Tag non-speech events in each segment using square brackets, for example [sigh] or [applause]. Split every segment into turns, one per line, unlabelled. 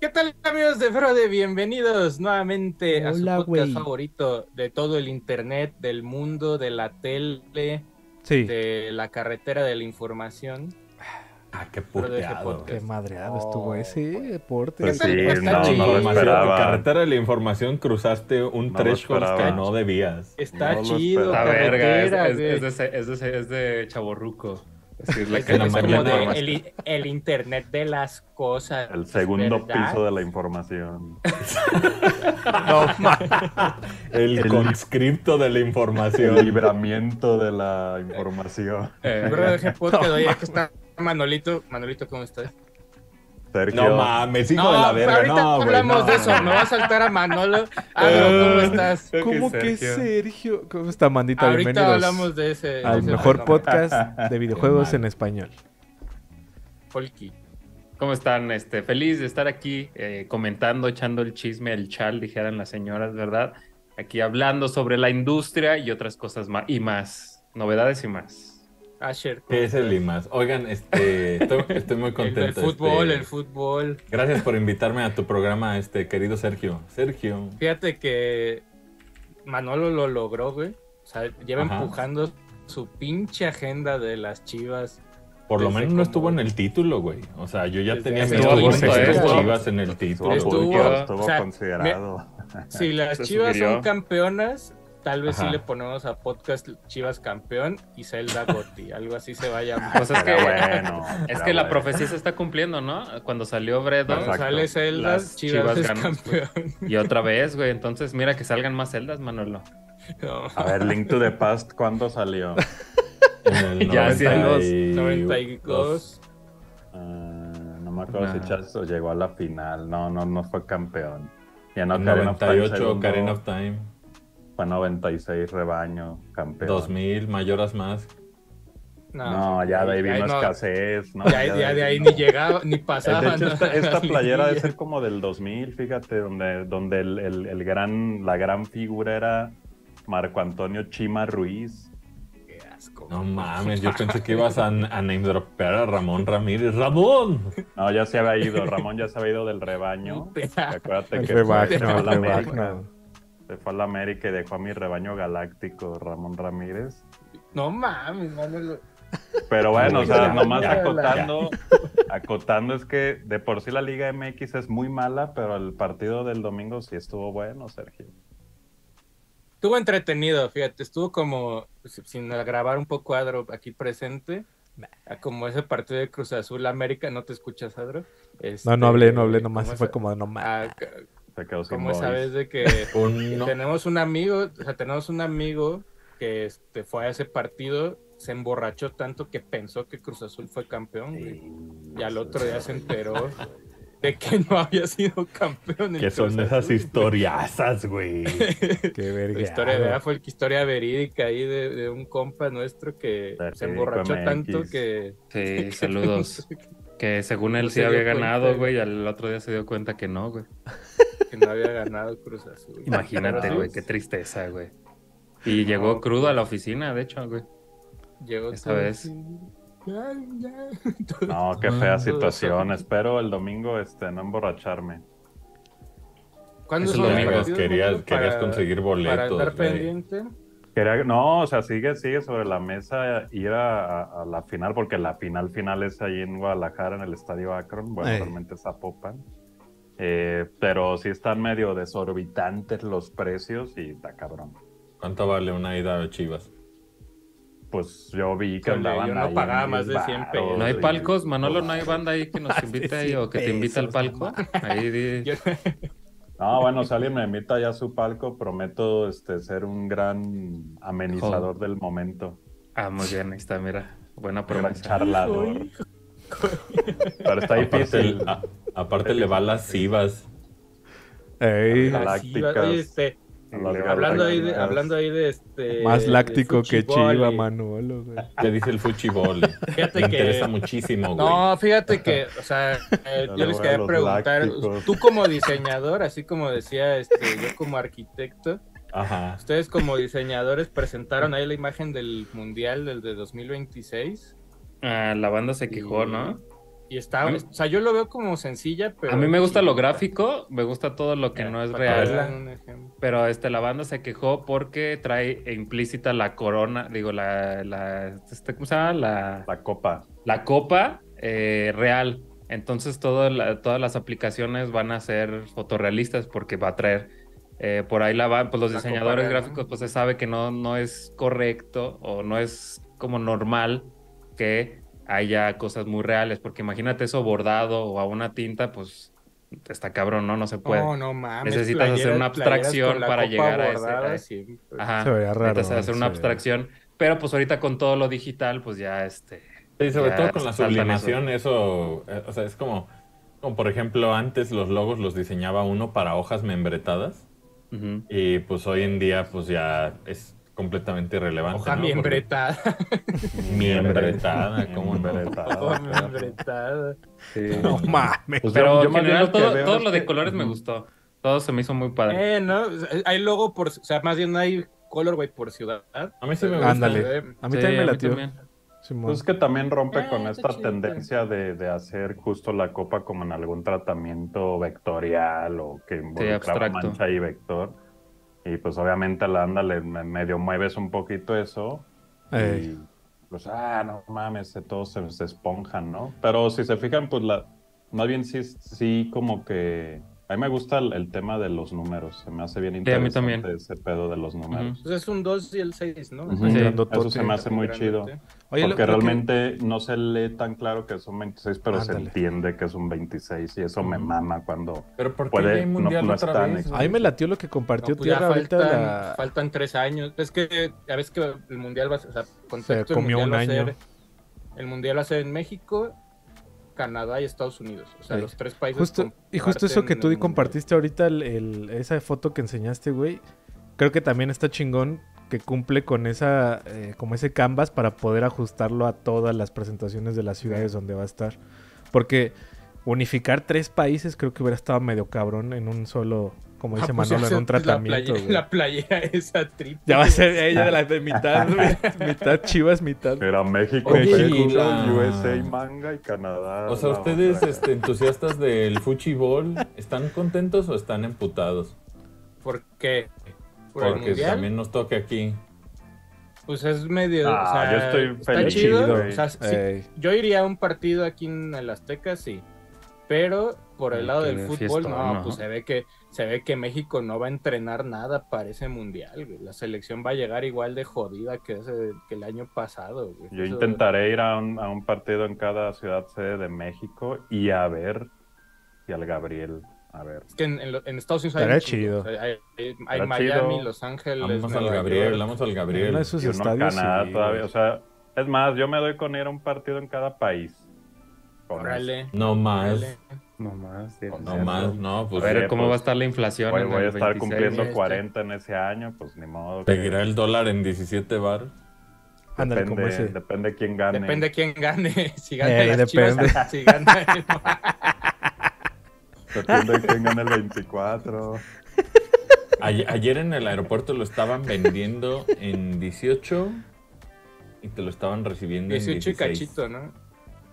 ¿Qué tal amigos de Frode? Bienvenidos nuevamente a su
Hola,
podcast
güey.
favorito de todo el internet, del mundo, de la tele,
Sí.
de la carretera de la información.
Ah, qué
Pero de ese
puteado.
podcast.
Qué madreado
No,
estuvo ese eh, deporte.
Pues
tal?
sí,
¿Cómo están,
no, no lo
chicos?
Información,
esperaba.
carretera de la información cruzaste un
No lo
threshold que
esperaba.
no debías.
Está
No lo
chido,
esperaba.
La verga, es,
carretera,
es-
güey.
es de, ese- es, de, ese- es de chaborruco. Es
[laughs]
la
Es-
que en la
es
mañana
como de
duermas.
el, el internet de las cosas.
El segundo
¿verdad?
piso de la información.
El,
El-
conscripto de la
[laughs] El
información.
libramiento de la información.
Eh,
Bro, ese podcast,
No,
oye, que está Manolito. Manolito, ¿cómo estás?
Sergio.
No mames, hijo de la
pero
verga.
ahorita
No, güey,
hablamos
no,
de eso.
no.
Me va a saltar a Manolo. Ah, no,
Eh,
¿cómo estás?
creo
¿Cómo que Sergio? ¿Cómo está, mandita?
Ahorita
Bienvenidos
hablamos de ese. de
al
ese
mejor
fenómeno.
podcast de videojuegos en español.
Folky.
¿Cómo están? Este, feliz de estar aquí eh, comentando, echando el chisme, el chal, dijeran las señoras, ¿verdad? Aquí hablando sobre la industria y otras cosas más. Y más. Novedades y más.
Asher.
¿Qué es el IMAS? Oigan, este, estoy, estoy muy
El,
contento.
el fútbol,
este.
el fútbol.
Gracias por invitarme a tu programa, este querido Sergio. Sergio.
Fíjate que Manolo lo logró, güey. O sea, lleva
Ajá.
empujando su pinche agenda de las chivas.
Por lo
Desde
menos
como-
no estuvo en el título, güey. O sea, yo ya
Desde
tenía
hace
miedo de
tiempo,
que
¿eh?
estas
Estuvo-
chivas en el
Estuvo,
título.
Estuvo-
publicado,
o
estuvo
sea,
considerado.
Si las
Se
chivas son
sugirió.
campeonas, tal vez
Ajá.
sí le ponemos a podcast Chivas Campeón y Zelda Gotti. algo así se va a llamar.
Pues es que,
Era bueno.
[laughs]
es
era
que la
bueno.
profecía se está cumpliendo, ¿no? Cuando salió Bredo
Exacto.
Sale Zelda,
Las
Chivas,
Chivas
es
ganan.
campeón. [laughs]
y otra vez, güey. Entonces, mira que salgan más celdas, Manolo.
No,
A ver, Link to the Past,
[laughs]
¿cuándo salió?
En el
Ya hacían los
92.
Ah, no me acuerdo si
No.
Chas llegó a la final. No, no, no fue campeón. Ya no, Karen of Time
98,
segundo,
Karen of Time.
Fue 96, rebaño, campeón.
2000, mayoras más.
No,
No, ya de ahí
Ya,
vino
no.
escasez. No,
Ya, ya de ahí
no.
ni llegaba, ni pasaba.
De hecho,
¿no?
esta, esta
[laughs] Las
playera debe
liguillas.
ser como del 2000, fíjate, donde, donde el, el- el gran, la gran figura era Marco Antonio Chima Ruiz.
Qué asco.
No mames, yo pensé que ibas a, a name dropear a Ramón Ramírez. ¡Ramón!
No, ya se había ido, Ramón ya se había ido
[laughs]
[laughs]
del rebaño. Acuérdate
El
que fue-
rebaño,
se fue a
el
la América.
rebaño.
Se fue a la América y dejó a mi rebaño galáctico, Ramón Ramírez.
No mames, Manolo.
Pero bueno, o sea,
Ya,
nomás
ya,
acotando, acotando es que de por sí la Liga MX es muy mala, pero el partido del domingo sí estuvo bueno, Sergio.
Estuvo entretenido, fíjate, estuvo como, si- sin grabar un poco Adro aquí presente, a como ese partido de Cruz Azul América, no te escuchas Adro. Este,
No, no hablé, no hablé nomás.
como
Fue
esa-
como
[laughs]
nomás.
ah, ca-
Se quedó sin
como esa vez
goles.
de
[laughs]
que
Un- no.
tenemos un amigo, o sea, tenemos un amigo que este, fue a ese partido, se emborrachó tanto que pensó que Cruz Azul fue campeón, güey. y al otro día se
[laughs]
enteró de que no había sido campeón. el
Que son
Cruz
esas
Azul. [laughs]
historiazas, güey.
Qué verga.
La historia de fue la historia verídica ahí de, de un compa nuestro que
Verídico
se emborrachó
MX.
tanto [laughs] que.
Sí, saludos. Que según él
No
sí
se dio
había
cuenta,
ganado,
güey.
güey. y Al otro día se dio cuenta
[laughs]
que no, güey.
que no había ganado Cruz Azul.
Imagínate,
Pero sí,
güey, qué tristeza, güey. Y llegó crudo a la oficina, de hecho, güey.
Llegó
esta
todo
vez.
así, ya, ya, todo-
[laughs] No, qué fea
todo
situación.
así.
Espero el domingo este, no emborracharme.
¿Cuándo
Es el
son los
domingo.
partidos,
Querías,
Manolo,
querías
para-
conseguir
Para
boletos.
estar
güey.
pendiente.
Quería- no, o sea, sigue, sigue sobre la mesa ir a, a- a la final, porque la final final es ahí en Guadalajara, en el Estadio Akron, bueno,
Ey.
realmente Zapopan. Eh, pero sí están medio desorbitantes los precios y está cabrón.
¿Cuánto vale una ida a Chivas?
Pues yo vi que
Híjole,
andaban
yo no
ahí en
pagaba más
10
de 100 pesos.
varos
¿No hay
y-
palcos? Manolo, ¿no hay banda
[laughs]
ahí que
Ah,
nos
Más de
invite ahí o que te
100
invita al
pesos,
palco? Ahí di-
Yo-
No, bueno, si alguien me invita ya a su palco, prometo este, ser un gran amenizador del momento.
Ah, muy bien, ahí está, mira. Buena
Gran
promesa.
charlador. Pero está
Aparte,
difícil.
a- aparte le va a las Chivas.
Ey,
La-
Las Chivas.
Galácticas.
Oye, este,
Las
hablando ahí de,
galácticas.
hablando ahí de este.
más
de
láctico que
fuchibol
Chiva,
y-
Manolo. güey.
¿Qué dice
[laughs]
el fuchibol?
Fíjate
Me
que-
interesa muchísimo, güey.
No, fíjate que, o
[laughs]
sea, eh,
No le
yo les
voy a
quería
los
preguntar,
lácticos.
tú como diseñador, así como decía este, yo como arquitecto,
Ajá.
ustedes como diseñadores presentaron ahí la imagen del Mundial del de 2026.
Ah, la banda se quejó, ¿no?
Y está,
A mí-
o sea, yo lo veo como sencilla, pero.
A mí me gusta lo gráfico, me gusta todo lo que no es
Para
real.
darle un ejemplo.
Pero este, la banda se quejó porque trae implícita la corona, digo, la, la, este, ¿cómo se llama? La,
La copa.
la copa eh, real. Entonces todo la- todas las aplicaciones van a ser fotorrealistas porque va a traer eh, por ahí la van, pues los
La copa
diseñadores
real, ¿no?
gráficos pues se sabe que no, no es correcto o no es como normal que haya cosas muy reales porque imagínate eso bordado o a una tinta pues está cabrón, ¿no? No se puede.
No, no mames.
Pues, Necesitas hacer
playeras-
una
playeras
abstracción
con la
para
copa
llegar a ese-
bordada,
a ese-
sí, pues.
Ajá.
Se vería raro,
Necesitas hacer una
sí.
abstracción. Pero pues ahorita con todo lo digital, pues ya este.
Sí, sobre
Ya
todo con la
saltan
sublimación, eso, eh, o sea, es como, como, por ejemplo, antes los logos los diseñaba uno para hojas membretadas
ujú.
y pues hoy en día pues ya es completamente irrelevante.
Hoja
¿no?
miembretada.
[laughs]
Porque- Miembretada, ¿cómo no?
Hoja
Miembretada.
miembretada.
No mames.
Pues
Pero
yo- yo
en
más bien
general
lo que
todo,
veo
todo
es
lo de
que-
colores me
Ujú.
gustó. Todo se me hizo muy padre.
Eh, no, o sea, hay logo por. O sea, más bien no hay color, güey, por ciudad.
A mí sí me gusta.
Ándale.
eh,
A mí
Sí,
también me
a mí
latió.
también.
Simón.
Pues es que también rompe
Ah,
con
está
esta
chido,
tendencia de, de hacer justo la copa como en algún tratamiento vectorial o que involucraba
abstracto.
mancha y vector. Y pues obviamente a la anda le me- medio mueves un poquito eso.
Ey.
Y pues, ah, no mames, se- todos se, se esponjan, ¿no? Pero si se fijan, pues la, más bien sí, sí como que... A mí me gusta el, el tema de los números, se me hace bien
Sí, a mí
interesante
también.
ese pedo de los números.
Pues es un 2 y el 6, ¿no?
Ujú.
Un
Sí.
grandotote.
Eso se me hace muy chido.
Grandote.
Oye, lo-
Porque
lo que-
realmente no se lee tan claro que es un 26, pero se
Ándale.
entiende que es un 26 y eso me mama cuando...
Pero ¿por qué
Puede-
ya hay mundial
no- no
otra
están
vez?
A mí me latió lo que
No,
compartió
pues ya
Tierra ahorita.
faltan,
la-
faltan tres años. Es que ya ves que el mundial va a ser. O sea, contexto,
comió
el mundial
un
va a ser-
año.
el mundial va a ser en México, Canadá y Estados Unidos. O sea,
Sí.
los tres países.
Justo, y justo eso que
comparten
tú
el mundial.
compartiste ahorita, el- el- esa foto que enseñaste, güey, creo que también está chingón que cumple con esa, eh, como ese canvas para poder ajustarlo a todas las presentaciones de las ciudades donde va a estar. Porque unificar tres países creo que hubiera estado medio cabrón en un solo, como dice
Ah, pues ya
Manolo, en
se-
un
la
tratamiento.
playe- [laughs]
güey.
La playera, esa triple.
Ya va a ser ella de
[laughs]
la de mitad, güey, mitad chivas, mitad.
Era México,
Oye,
Perú,
y la-
USA, manga y Canadá.
O sea,
la
ustedes
otra.
este, entusiastas del fuchibol, ¿están contentos o están emputados?
¿Por qué? ¿Por el
Porque
mundial?
también nos toca aquí.
Pues es medio.
Ah,
o sea,
yo estoy
está
feliz,
chido.
güey.
o sea, sí,
Ey.
yo iría a un partido aquí en el Azteca, sí. Pero por el
Ay,
lado
qué
del fútbol,
fiestón,
no,
¿no?
pues se ve que se ve que México no va a entrenar nada para ese mundial, güey. La selección va a llegar igual de jodida que ese- que el año pasado, güey.
Yo
Eso-
intentaré ir a un, a un partido en cada ciudad sede de México y a ver, y al Gabriel, a ver.
Es que en, en lo- en Estados Unidos
Estaría
un chingo,
chido.
o sea, hay, hay- hay
Estaría
Miami,
chido.
Los Ángeles,
Vamos al
Nueva
Gabriel,
York.
vamos al
Uno de
Gabriel.
esos
y uno en
estadios.
Canadá
sí,
todavía.
güey.
O sea, es más, yo me doy con ir a un partido en cada país. Con eso.
Órale,
No más,
órale.
No más,
no más, no,
A
pues
ver
sí,
cómo
pues,
va a estar la inflación.
Voy,
en
voy a
el
estar
26?
este.
cumpliendo 40 en ese año, pues ni modo. que-
seguirá el dólar en 17 bar.
Ándale, como
depende,
ese.
depende quién gane.
Depende quién gane. [laughs] Si gana
Ey,
las
Eh, depende.
chivas, si gana el-
Depende de quién gane el 24.
Ayer, ayer en el aeropuerto lo estaban vendiendo en 18 y te lo estaban recibiendo
18 y
en 16.
cachito, ¿no?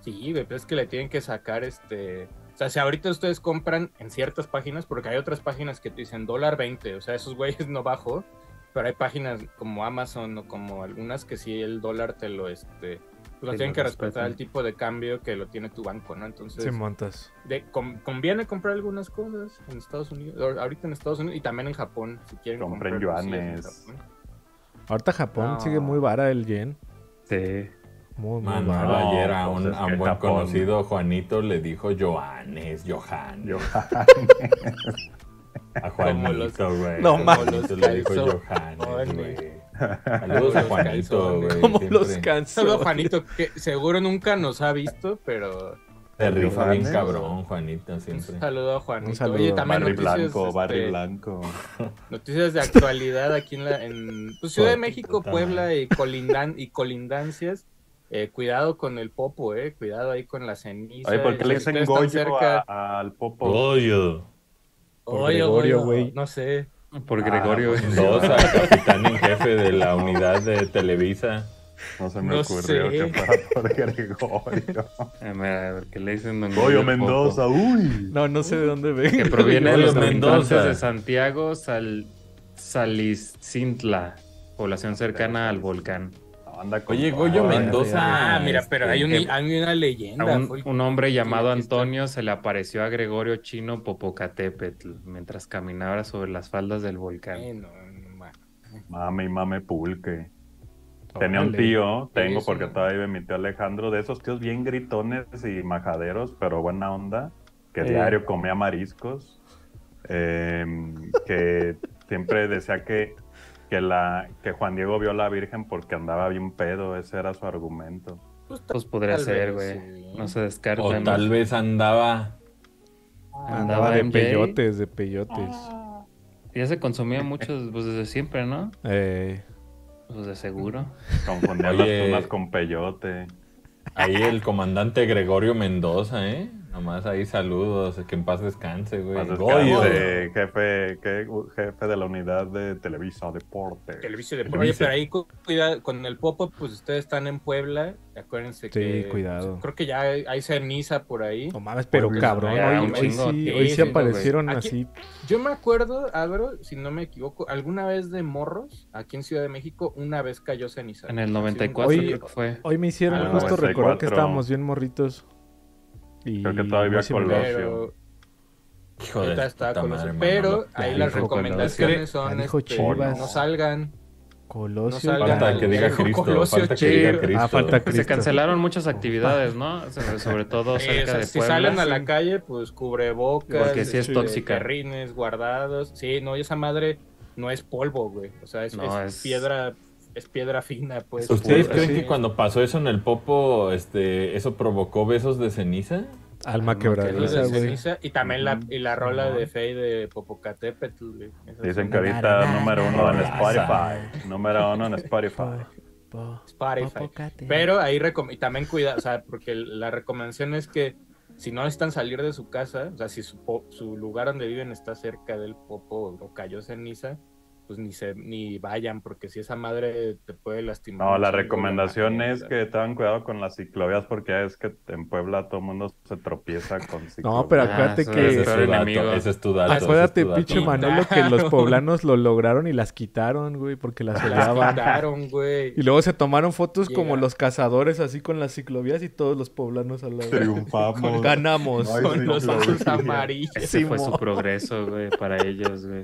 Sí, güey, pero es que le tienen que sacar este. O sea, si ahorita ustedes compran en ciertas páginas, porque hay otras páginas que te dicen dólar 20, o sea, esos güeyes no bajó, pero hay páginas como Amazon o como algunas que sí el dólar te lo este. Lo
Te
tienen
lo
que respetar
respetan.
el tipo de cambio que lo tiene tu banco, ¿no? Entonces,
Sí, montas.
de- con- conviene comprar algunas cosas en Estados Unidos, ahor- ahorita en Estados Unidos y también en Japón, si quieren.
Compren
comprar cosillas en
yuanes.
Japón.
Ahorita Japón
No.
sigue muy vara el yen.
Sí.
Muy, muy
Mano,
vara.
no,
ayer a un,
pues es
a un
que
buen
Japón.
conocido, Juanito, le dijo Johannes,
[laughs]
Johan.
Yo, [laughs]
A
Como los-
Juanito, güey.
No
Como
mames.
Juanito le dijo Johannes,
Calzones.
güey. Saludos a
Los
Juanito,
calzones.
güey.
Como los
siempre
Solo
[laughs] cansos.
Juanito, que seguro nunca nos ha visto, pero
Se rifa bien
Johannes.
cabrón, Juanito, siempre.
un saludo a Juanito.
Un saludo.
Oye, también
Barry
noticias,
Blanco,
este,
Barry Blanco.
noticias de actualidad aquí en, la, en pues, Ciudad de
Joder,
México,
puta
Puebla
madre.
y, colindan, y colindancias. Eh, cuidado con el popo, eh. Cuidado ahí con la ceniza.
Oye, ¿por qué le
Si
dicen
ustedes están
Goyo a- al Popo?
Goyo.
por
Oye,
Gregorio,
Goyo,
güey?
No sé.
Por
Ah,
Gregorio.
pues,
Dos al capitán en jefe de la unidad de Televisa.
No se me
No sé.
ocurrió que fuera [laughs]
[laughs]
por Gregorio.
A ver, a ver, ¿qué le dicen don
Goyo
Gregorio
Mendoza,
Popo?
uy.
No, no sé de dónde
[laughs] Que
venga.
proviene de los
Goyo Mendoza.
habitantes de Santiago Sal, Saliscintla, población cercana al volcán.
Anda con
Oye,
todo.
Goyo
Ah,
Mendoza.
Ah, mira, pero hay, un-
este,
hay una
A
leyenda.
un,
fue-
un hombre llamado
aquí está.
Antonio se le apareció a Gregorio Chino Popocatépetl mientras caminaba sobre las faldas del volcán.
Eh, no, no, ma.
Mame y mame pulque. Tenía un
Órale.
tío, tengo
Sí,
porque
sí.
todavía vive mi tío Alejandro, de esos tíos bien gritones y majaderos, pero buena onda, que
Eh.
diario comía mariscos, eh, que siempre decía que, que, la, que Juan Diego vio a la Virgen porque andaba bien pedo, ese era su argumento.
Pues,
Pues podría
tal vez,
ser, güey.
sí.
No se descarta.
O
¿no?
tal vez andaba.
Andaba de
MJ.
peyotes, de peyotes.
Ah.
Ya se consumía mucho pues, desde siempre, ¿no?
Eh,
Pues de seguro.
Confundía
Oye.
las tunas con peyote.
Ahí el comandante Gregorio Mendoza, ¿eh? Nomás ahí saludos, que en paz descanse, güey.
Más
Goyo.
descanse, jefe, que- jefe de la unidad de Televisa Deporte.
Televisa de
Televisa.
Oye, pero ahí cu- cuidado con el popo, pues ustedes están en Puebla, acuérdense
Sí,
que
cuidado.
pues, creo que ya hay, hay ceniza por ahí.
no mames, pero
Puebla,
cabrón.
ya,
Hoy,
un
hoy
chingo,
sí,
sí,
hoy sí
sí,
aparecieron
güey.
así.
Yo me acuerdo, Álvaro, si no me equivoco, alguna vez de morros, aquí en Ciudad de México, una vez cayó ceniza.
En el
Así
94
un-
creo que fue.
Hoy me hicieron
Ah,
justo
94.
recordar que estábamos bien morritos. Y
Creo que todavía
muy similar.
Colosio.
Pero,
Hijo de
ahorita
su
estaba
puta
Colosio,
madre,
pero
Manolo.
ahí
Ya
las
dijo
recomendaciones
Colosio.
son
Ya dijo
este,
Chivas.
no salgan, no
Colosio.
salgan.
Falta que diga
Dijo
Cristo,
Colosio,
falta que
che.
diga Cristo.
Ah, falta
Pues, Se
Cristo.
cancelaron muchas actividades, ¿no? Sobre, sobre todo
Sí, o
cerca
sea,
de
si
Puebla.
salen a la calle, pues cubrebocas,
Porque sí es
este,
tóxica.
carrines guardados. Sí, no, y esa madre no es polvo, güey. O sea, es,
No,
es
es-
piedra, es piedra fina, pues.
¿Ustedes
pura,
creen
sí.
que cuando pasó eso en el Popo, este, eso provocó besos de ceniza?
Alma
Piedra
quebradiza,
de
güey.
ceniza, y también la, y la rola de Fey de Popocatépetl, güey. Esa es
Dicen
una-
que ahorita número uno en Spotify. Número uno en Spotify.
Ah, Spotify. Pero ahí recom- y también cuida, o sea, porque la recomendación es que si no necesitan salir de su casa, o sea, si su, po- su lugar donde viven está cerca del popo o cayó ceniza, pues ni se ni vayan, porque si esa madre te puede lastimar.
No,
un
la
chingo,
recomendación
madre, o
es
sea.
que tengan cuidado con las ciclovías porque es que en Puebla todo el mundo se tropieza con ciclovías.
No, pero
Ah,
acuérdate
eso
que.
Ese es,
peor
tu
enemigo.
dato, ese es tu dato. ese es
Ah,
tu
Acuérdate,
dato.
pinche Manolo, que
[laughs]
los poblanos lo lograron y las quitaron, güey, porque las
Las
odiaban.
quitaron,
[laughs]
güey.
Y luego se tomaron fotos
Llega.
como los cazadores, así con las ciclovías y todos los poblanos al lado.
[laughs] triunfamos.
Ganamos.
Ay,
Con
sí,
los
lo
ojos
vi.
amarillos.
[laughs] Ese fue su
Simón.
progreso, güey, para ellos, güey.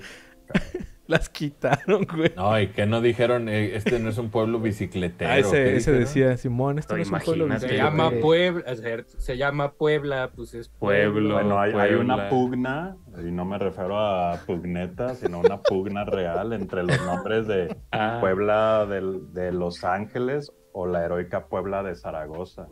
Las quitaron, güey.
No, y que no dijeron, eh, este no es un pueblo bicicletero.
Ah,
¿qué
ese, ese
dijeron?
decía, Simón, esto no es un pueblo
Imagínate,
Se
bicicletero".
llama
güey.
Puebla, o sea, se llama Puebla, pues es
Pueblo.
Bueno, hay, hay una
Puebla.
pugna, y no me refiero a pugneta, sino una pugna real entre los nombres de
Ah,
Puebla del- de, Los Ángeles o la heroica Puebla de Zaragoza.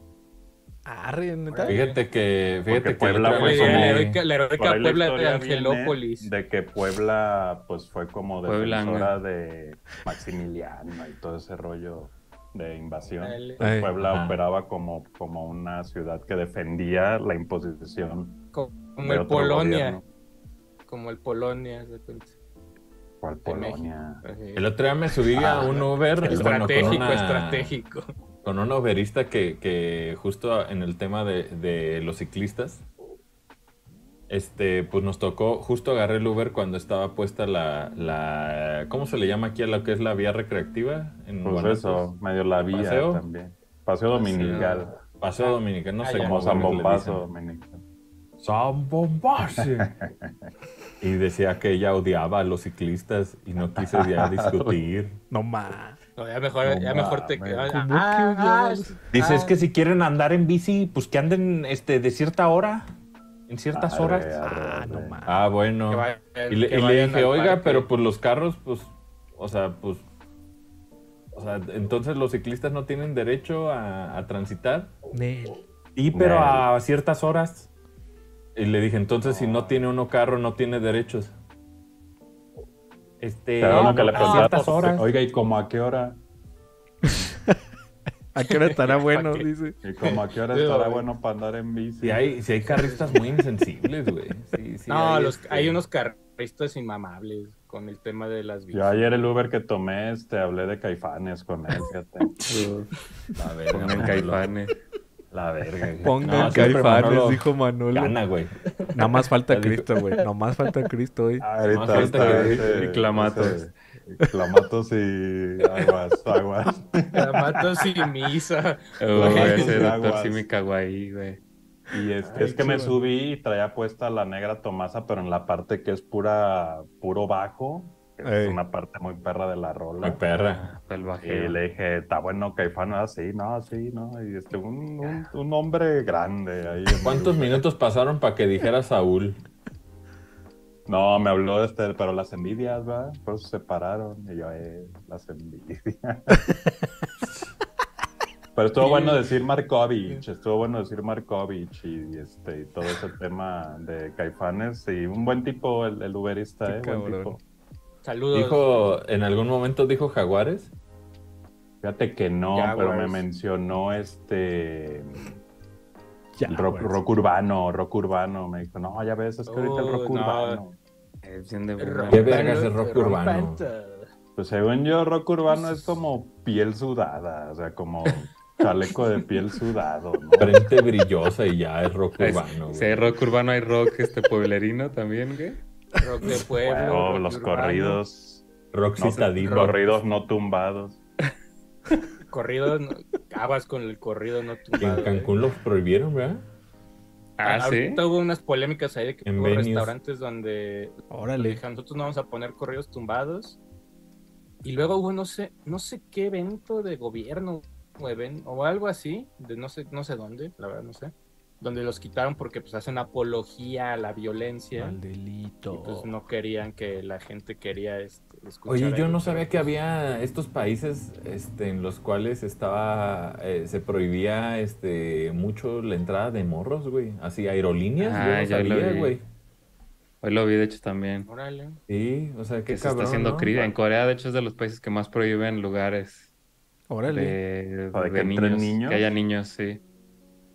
Arre, ¿neta?
Fíjate que, fíjate
Porque
que
Puebla
otra
La
fue
vez
como-
me-
heroica, la heroica
Por ahí la
Puebla de
historia viene
Angelópolis.
De que Puebla, pues fue como
Puebla,
defensora de Maximiliano y todo ese rollo de invasión.
Dale.
Entonces,
Ay,
Puebla
ajá.
operaba como, como una ciudad que defendía la imposición
Como
de
el
otro
Polonia.
gobierno.
Como el Polonia. haz de cuenta.
¿Cuál
De México.
Polonia?
Así.
El otro día me subí a un Uber. bueno, con
Estratégico,
una-
estratégico.
Con una uberista que, que justo en el tema de, de los ciclistas, este, pues nos tocó, justo agarré el Uber cuando estaba puesta la, la ¿cómo se le llama aquí a lo que es la vía recreativa? En
Pues
Guanatos?
eso, medio la vía
Paseo.
también. Paseo Dominical.
Paseo Dominicano, no
Ah,
sé
ya.
cómo
Como
se le
San Bombazo
dicen.
Dominical.
[laughs] Zambombazo. y decía que ella odiaba a los ciclistas y no quise [laughs] ya discutir.
No ma.
No, ya mejor,
No
ya mejor te
mames.
ah,
¿Cómo
ah,
que odiabas?
sí.
Dice,
Ah.
es que si quieren andar en bici, pues que anden este, de cierta hora, en ciertas
Arre,
horas.
arre,
Ah,
arre.
no ma.
Ah, bueno.
Que vayan-
y le,
que
y le
vayan
dije,
al
oiga,
parque".
pero pues los carros, pues, o sea, pues, o sea, entonces los ciclistas no tienen derecho a, a transitar.
Nel.
Y pero
Nel.
a ciertas horas. Y le dije, entonces si no tiene uno carro, no tiene derechos. Este,
Pero uno que le
a
preguntaba,
ciertas horas.
Oiga, ¿y como a qué hora?
¿A qué hora estará bueno?
¿Pa' qué?
Dice.
¿Y como a qué hora
Sí,
estará
güey.
bueno para andar en bici?
Si hay, si hay carristas muy insensibles, güey. Sí, sí
No,
hay,
los,
este,
hay unos carros ristas inmamables con el tema de las
Yo
visas.
ayer el Uber que tomé, este, hablé de caifanes con él, [laughs] fíjate.
La verga,
Pongan
[laughs]
Manolo.
caifanes.
La verga. güey.
Pongan
No, siempre
caifanes,
Manolo
dijo Manolo.
Gana, güey.
Nada más falta Cristo, güey. Nada más falta Cristo hoy.
Ah, ahorita
Más gente
está
que-
ese-
y clamatos.
ese- Clamatos y aguas, aguas.
Matos y misa.
Oh, güey, ese
Aguas.
doctor sí me cagó ahí, güey.
[laughs] Y este, es que me subí y traía puesta la negra Tomasa, pero en la parte que es pura, puro bajo, que
Ey.
es una parte muy perra de la rola.
Muy perra.
Y
Salvaje.
le dije, está bueno, Caifán, así, no, así, no. Y este, un, un, un hombre grande ahí. en
¿Cuántos
el-
minutos pasaron para que dijera Saúl?
No, me habló este, pero las envidias, ¿verdad? Por eso se separaron. Y yo, eh, las envidias. pero estuvo bueno decir Markovich, estuvo bueno decir Markovich y, y este, y todo ese tema de Caifanes. Y un buen tipo, el, el uberista,
Qué
¿eh? Buen
cabrón.
tipo.
Saludos.
Dijo, en algún momento dijo Jaguares.
Fíjate que no,
Jaguars.
pero me mencionó este.
Ya,
rock,
güey.
rock urbano, rock urbano. Me dijo, no, ya ves, es que ahorita el
Oh,
rock
no.
urbano.
Es eh, bien de burla.
Rompan-
vergas es rock
rompan
urbano?
todo.
Pues según yo, rock urbano
Pues,
es como piel sudada, o sea,
[laughs]
como chaleco de piel sudado, ¿no?
Frente brillosa y ya es rock
Es-
urbano.
Pues, Si hay rock urbano, hay rock este pueblerino también, güey.
Rock de pueblo.
Luego
rock
los
urbano,
corridos,
güey. Rock
no,
pues, citadino.
corridos no tumbados.
Corrido, no- acabas con el corrido, no
Que
tumbado.
En Cancún los prohibieron, ¿verdad?
Ah, sí.
Ahorita hubo unas polémicas ahí de que
En
hubo
venues.
restaurantes donde
Órale.
dijeron, nosotros no vamos a poner corridos tumbados. Y luego hubo no sé, no sé qué evento de gobierno o, even- o algo así, de no sé, no sé dónde, la verdad no sé, donde los quitaron porque pues hacen apología a la violencia.
Al
Y
delito.
pues no querían que la gente quería este, escuchar.
Oye, yo
algo,
no
pero,
sabía que
pues,
había estos países este, en los cuales estaba eh, se prohibía este, mucho la entrada de morros, güey. Así, aerolíneas, yo
Ah,
no
ya lo
sabía,
vi.
güey.
Hoy lo vi, de hecho, también.
Órale.
Sí, o sea, Oh, qué
Que se está
cabrón,
haciendo
¿no?
cría. En Corea, de hecho, es de los países que más prohíben lugares de,
Órale.
Para
de
que entren
niños,
niños.
Que haya niños, sí.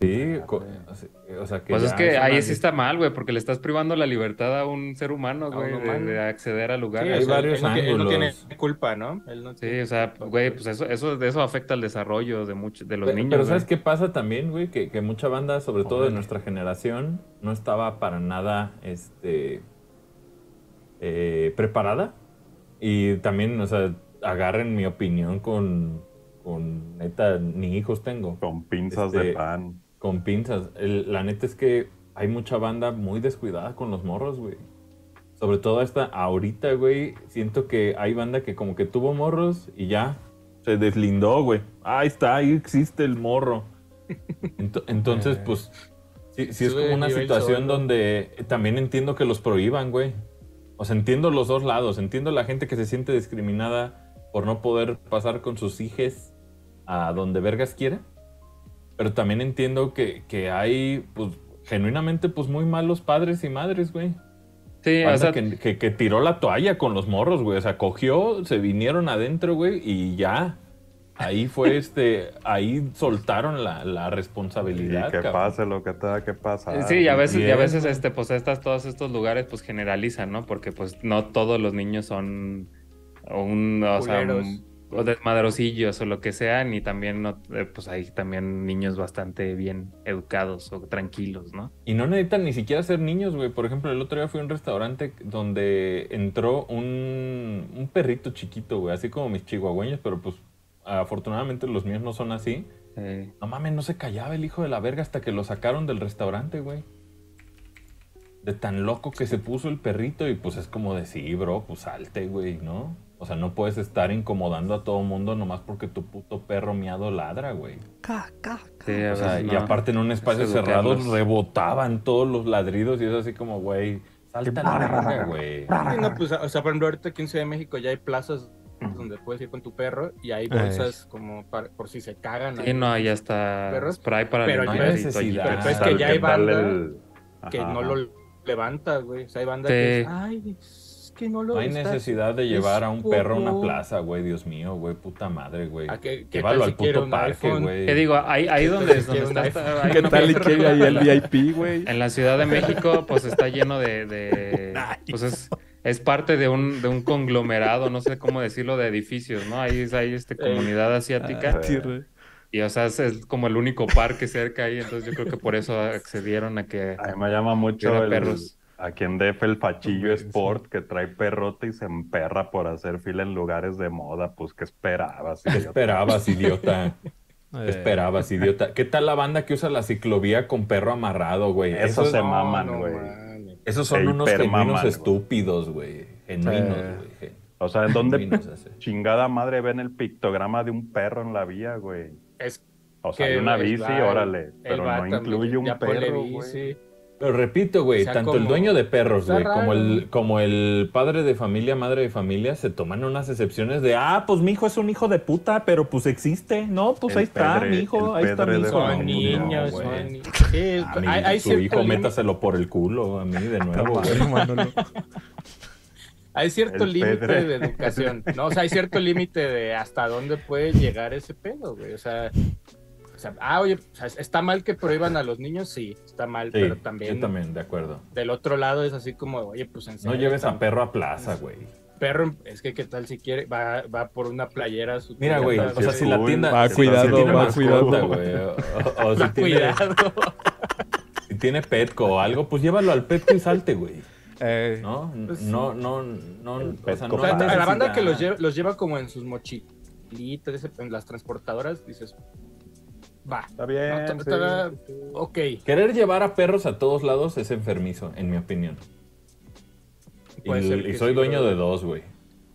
Sí, co- o sea, o sea, que
Pues es
ya
que
es
ahí
una-
sí está mal, güey, porque le estás privando la libertad a un ser humano,
un
güey, de-
humano.
de, acceder a
Sí,
lugares.
o
hay
Sí,
sea,
varios
él no, él no tiene
ángulos.
culpa, ¿no? Él no tiene
o sea, güey, pues eso, eso, de eso afecta al desarrollo de muchos, de los
Pe-
niños.
Pero
güey.
¿sabes qué pasa también, güey? Que, que mucha banda, sobre todo de
Órale.
nuestra generación, no estaba para nada este, eh, preparada. Y también, o sea, agarren mi opinión con, con neta, ni hijos tengo,
Con pinzas
Este-
de pan.
con pinzas. El- la neta es que hay mucha banda muy descuidada con los morros, güey. Sobre todo hasta ahorita, güey, siento que hay banda que como que tuvo morros y ya se deslindó, güey. Ahí está, ahí existe el morro.
[laughs]
Ento- entonces,
Eh.
pues, sí, sí es
Sube
como una
nivel
situación
solo.
donde también entiendo que los prohíban, güey. O sea, entiendo los dos lados. Entiendo la gente que se siente discriminada por no poder pasar con sus hijes a donde vergas quiera. Pero también entiendo que, que hay, pues, genuinamente, pues, muy malos padres y madres, güey.
Sí,
Banda
o sea,
que, que- que tiró la toalla con los morros, güey. O sea, cogió, se vinieron adentro, güey, y ya. Ahí
[laughs]
fue este, ahí soltaron la, la
Y
responsabilidad.
que
cabrón.
pase lo que tenga que pasar.
Sí, y a veces, y a
bien,
veces
güey.
este, pues estas, todos estos lugares pues generalizan, ¿no? Porque pues no todos los niños son un, o sea,
Culeros.
un- o desmadrosillos o lo que sean, y también no, eh, pues hay también niños bastante bien educados o tranquilos, ¿no?
Y no necesitan ni siquiera ser niños, güey. Por ejemplo, el otro día fui a un restaurante donde entró un, un perrito chiquito, güey. Así como mis chihuahueños, pero pues afortunadamente los míos no son así.
Eh,
No mames, no se callaba el hijo de la verga hasta que lo sacaron del restaurante, güey. De tan loco que se puso el perrito y pues es como de sí, bro, pues salte, güey, ¿no? O sea, no puedes estar incomodando a todo mundo nomás porque tu puto perro miado ladra, güey.
sí, a
O sea,
veces
Ah, pues, y
no.
aparte en un espacio
Es
cerrado
educarlos.
rebotaban todos los ladridos y es así como, güey, salta a la verga, güey.
Sí, no, pues, o sea, por ejemplo, ahorita aquí en Ciudad de México ya hay plazas donde puedes ir con tu perro y hay bolsas como para- por si se cagan.
Sí,
ahí.
no, ya está
Perros,
spray para
pero
limpiar
no hay
y todo,
necesidad.
ya.
Pero es
Ah,
pues, que ya hay banda que
Ajá.
no lo levanta, güey. O sea, hay banda
Sí.
que es, ay, es que no lo
No hay
está-
necesidad de llevar a un perro a una
poco-
plaza, güey, Dios mío, güey, puta madre, güey.
¿A qué- qué
Llévalo
tal
al
si quiere
puto
un
parque,
iPhone?
güey.
Te digo, ahí, ahí donde,
Entonces,
donde
quiero
está,
un
está- hay
¿Qué
una
tal y
plaza-
quiere ahí el VIP, güey?
[laughs]
En la Ciudad de México, pues está lleno de. de- pues es, es parte de un, de un conglomerado, no sé cómo decirlo, de edificios, ¿no? Ahí es- hay este, comunidad asiática.
Eh,
Tierra.
Y o sea, es, es como el único parque cerca ahí, entonces yo creo que por eso accedieron a que...
A mí me llama mucho
Era
el,
perros.
a quien DF el fachillo sport que trae perrote y se emperra por hacer fila en lugares de moda. Pues, ¿qué esperabas?
¿Qué
idiota?
esperabas,
[laughs]
idiota?
Eh,
¿Qué esperabas, idiota? ¿Qué tal la banda que usa la ciclovía con perro amarrado, güey?
Eso se
Esos,
maman, güey.
mames.
esos son
se
unos
hipermaman,
genuinos
güey.
estúpidos, güey. Genuinos,
Eh.
güey. gen-
O sea, ¿en dónde
genuinos, así.
chingada madre ven el pictograma de un perro en la vía, güey?
Es
O sea,
que
hay una
es
bici,
va,
órale,
él
pero
va
no
también,
incluye un
ya ponle
perro,
bici.
güey.
Pero repito, güey,
O sea,
tanto el
como-
dueño de perros,
está
güey, como
raro,
el,
güey.
como el padre de familia, madre de familia, se toman unas excepciones de, ah, pues mi hijo es un hijo de puta, pero pues existe. No, pues
El
ahí está,
pedre-
mi
el
hijo, ahí está
pedre
mi
de
hijo. No,
familia,
Son
pues,
niños,
no, güey.
son niños. Sí,
A mí,
hay, hay
su
cierta
hijo,
línea-
métaselo por el culo a mí
[laughs]
de nuevo, güey.
bueno, Manolo.
hay cierto
el
límite
pedre.
de
[laughs]
educación. No, o sea, hay cierto límite de hasta dónde puede llegar ese pedo, güey. O sea, o sea, ah, oye, o sea, está mal que prohíban a los niños, sí, está mal,
Sí,
pero
yo
también,
también, de acuerdo.
del otro lado es así como, oye, pues en
No
serio,
lleves a
también.
perro a plaza, güey.
perro, es que qué tal si quiere, va, va por una playera. a su
Mira,
tienda,
güey,
tal,
o sea,
sí.
si la
Cool.
tienda...
Va,
si- si
cuidado,
tiene
va,
mascota,
cuidado.
güey, o- o- o si
Va,
tiene-
[laughs]
[laughs]
cuidado.
si tiene Petco o algo, pues llévalo al Petco y salte, güey.
Eh,
No, no, no, no,
El
o sea,
Petco
no
O sea,
hay
a Pues, la banda
necesidad.
que los lleva, los lleva como en sus mochilitas, ese- en las transportadoras, dices, va,
Está bien,
No, ta-
sí.
ta- ok.
Querer llevar a perros a todos lados es enfermizo, en mi opinión. Y,
puede ser
y
que
soy
sí,
dueño
pero-
de dos, güey.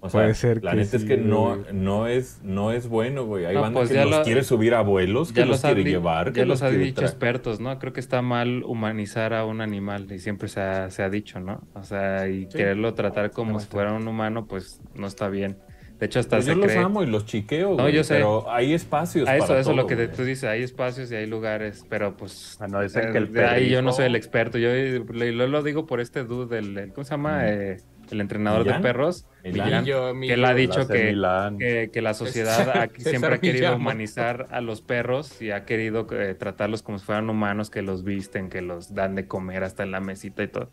O sea,
Puede ser
la
que
neta es
sí,
que no,
güey.
no, es, no es bueno, güey. Hay
No,
banda
pues
que
ya
los
lo-
quiere subir a abuelos, que
Ya
los
los, ha
quiere
di-
llevar, que
ya los ha
quiere
dicho
tra-
expertos, ¿no? Creo que está mal humanizar a un animal y siempre se ha, se ha dicho, ¿no? O sea, y quererlo tratar como si fuera un humano, pues no está bien. De hecho, hasta
Pues
se
yo los
cree...
amo y los chiqueo,
No,
güey.
yo sé.
Pero hay espacios
A eso,
para
eso es lo
todo,
que te-
güey.
tú dices, hay espacios y hay lugares, pero pues...
Bueno, dicen
eh,
que el
de ahí yo no
perrijo-
soy el experto, yo eh, le- lo, lo digo por este dude, el, el- ¿cómo se llama?
Mm.
Eh, el entrenador
¿Millán?
de perros,
Millán.
Millán,
Yo,
que él ha dicho
AC
que,
Milán.
que, que la sociedad ha-
César
siempre ha querido
Millán.
humanizar a los perros y ha querido eh, tratarlos como si fueran humanos, que los visten, que los dan de comer hasta en la mesita y todo.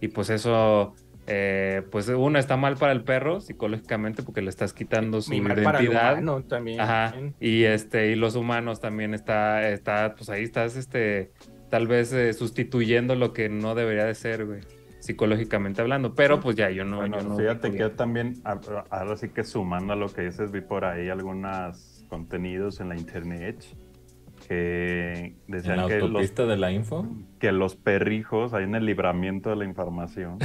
Y pues eso, eh, pues uno está mal para el perro psicológicamente porque le estás quitando su
Mimar para el
identidad.
humano también.
Ajá. Y este, y los humanos también está, está, pues ahí estás, este, tal vez eh, sustituyendo lo que no debería de ser, güey, psicológicamente hablando. Pero pues ya, yo no,
Bueno,
yo no-
fíjate que yo también, a- a- ahora sí que sumando a lo que dices, vi por ahí algunos contenidos en la internet que
En
decían
la
que los,
autopista de la info.
que los perrijos, ahí en el libramiento de la información,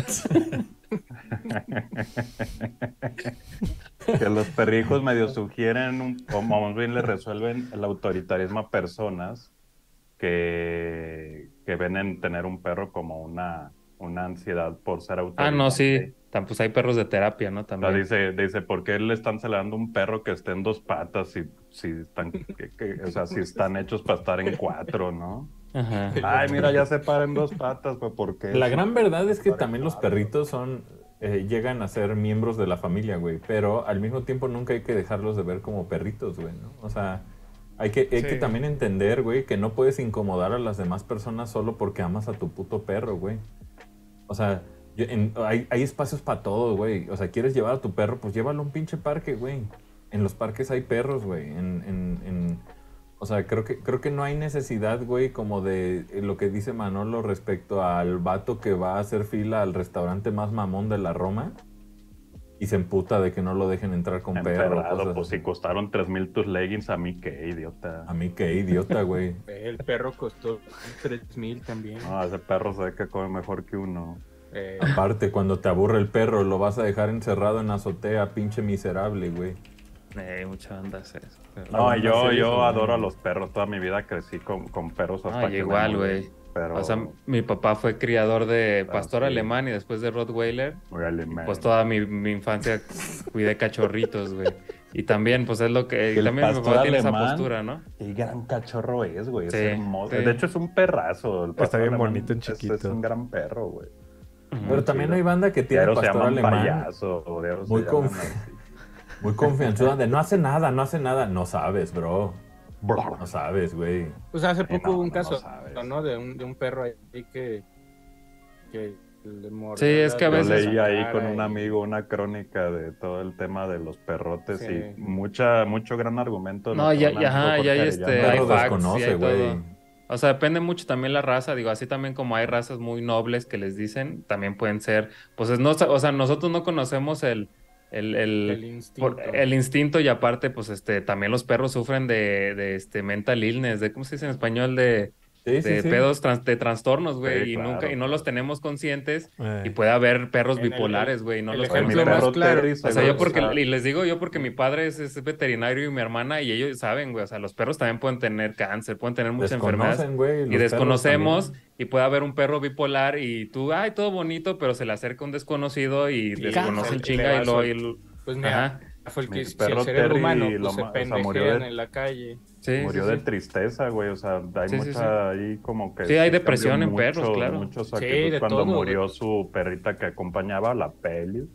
que los perrijos medio sugieren, un, o más bien le resuelven el autoritarismo a personas que, que ven en tener un perro como una, una ansiedad por ser
Ah,
autoritario.
no, sí. tam- Pues hay perros de terapia, ¿no?
O sea,
También.
dice, dice, ¿por qué le están celando un perro que esté en dos patas si, si están, que- que- o sea, si están hechos para estar en cuatro, no?
Ajá.
Ay, mira, ya se para en [laughs] dos patas, pues, ¿por qué?
La gran verdad es que también los perritos son eh, llegan a ser miembros de la familia, güey. Pero al mismo tiempo nunca hay que dejarlos de ver como perritos, güey, ¿no? O sea, hay que, hay que
Sí.
también entender, güey, que no puedes incomodar a las demás personas solo porque amas a tu puto perro, güey. O sea, yo- en- hay, hay espacios para todo, güey. O sea, quieres llevar a tu perro, pues llévalo a un pinche parque, güey. En los parques hay perros, güey. En, en- en- o sea, creo que, creo que no hay necesidad, güey, como de eh, lo que dice Manolo respecto al vato que va a hacer fila al restaurante más mamón de la Roma y se emputa de que no lo dejen entrar con perro.
Emperrado,
cosas
pues si
así.
costaron tres mil tus leggings, a mí qué, idiota.
A mí qué idiota, güey.
El perro costó 3000 también.
No, ese perro se ve que come mejor que uno.
Eh,
Aparte, cuando te aburre el perro, lo vas a dejar encerrado en la azotea, pinche miserable, güey.
[laughs] Eh, mucha banda hace eso. pero-
No,
No,
no
yo,
sé,
yo
eso no.
adoro a los perros, toda mi vida crecí con, con perros hasta
Ay,
que me
Ah, igual,
morí.
güey.
Pero,
O sea, mi papá fue criador de
Ah,
pastor
sí.
alemán y después de Rottweiler.
órale, man.
Pues toda mi, mi infancia cuidé cachorritos, güey. Y también, pues es lo que.
El
Y también mi papá
pastor
tiene esa
alemán.
postura, ¿no?
Qué gran cachorro es, güey.
Sí,
es hermoso.
sí.
De hecho, es un perrazo. El pastor
bien
alemán
bonito en
es- Es,
chiquito.
un gran perro, güey.
Pero también hay banda que tiene
Pero se
pastor
llama un
alemán
payaso. o de ahora
Muy
se llaman
conf-
así.
muy confianzuda de no hace nada, no hace nada. No sabes, bro.
Brr.
No sabes, güey.
pues hace poco
Eh, no,
hubo un
no
caso
sabes.
¿no? de, un, de un perro ahí que, que le mordió
Sí, es
la-
que a
Yo
veces-
leí ahí
cara
con un
y-
amigo una crónica de todo el tema de los perrotes
Sí.
y mucha, mucho gran argumento. de
No,
lo que
ya-
hablan,
ajá,
tipo
ya hay
Jorge
este-
Arellano.
hay
Perro
facts, sí
desconoce,
hay
güey.
todo. O sea, depende mucho también la raza. Digo, así también como hay razas muy nobles que les dicen, también pueden ser. Pues es no, o sea, nosotros no conocemos el, el, el-
El instinto.
por- el instinto y aparte, pues este, también los perros sufren de, de este mental illness, de cómo se dice en español, de,
Sí, sí,
de
sí.
pedos, trans- de trastornos, güey,
Sí,
y
claro.
nunca, y no los tenemos conscientes.
Eh,
pues,
Y puede haber perros
En el-
bipolares, güey, y no
el
los
Pues mi
ejemplo más
perro
claro.
Terry
o sea,
seguro
yo porque,
sabe.
y les digo yo porque mi padre es, es veterinario y mi hermana, y ellos saben, güey, o sea, los perros también pueden tener cáncer, pueden tener muchas enfermedades.
Desconocen, güey. los
Y
perros
desconocemos,
también.
y puede haber un perro bipolar, y tú, ay, todo bonito, pero se le acerca un desconocido y desconoce el
cáncer, le
chinga
va
y lo.
sol-
y lo-
Pues mira,
Ajá,
fue el
Mi
que si
perro
el cerebro
Terry
humano
lo
pues, se
ma- o sea, murió de-
pendejean en la calle.
sí,
Murió
sí,
de
sí.
tristeza, güey. O sea, hay
Sí, sí,
mucha
sí.
ahí como que.
Sí, hay
se
depresión
cambió
en perros, claro.
Mucho su
Sí,
actitud
de
cuando
todo,
murió su perrita que acompañaba a la peli.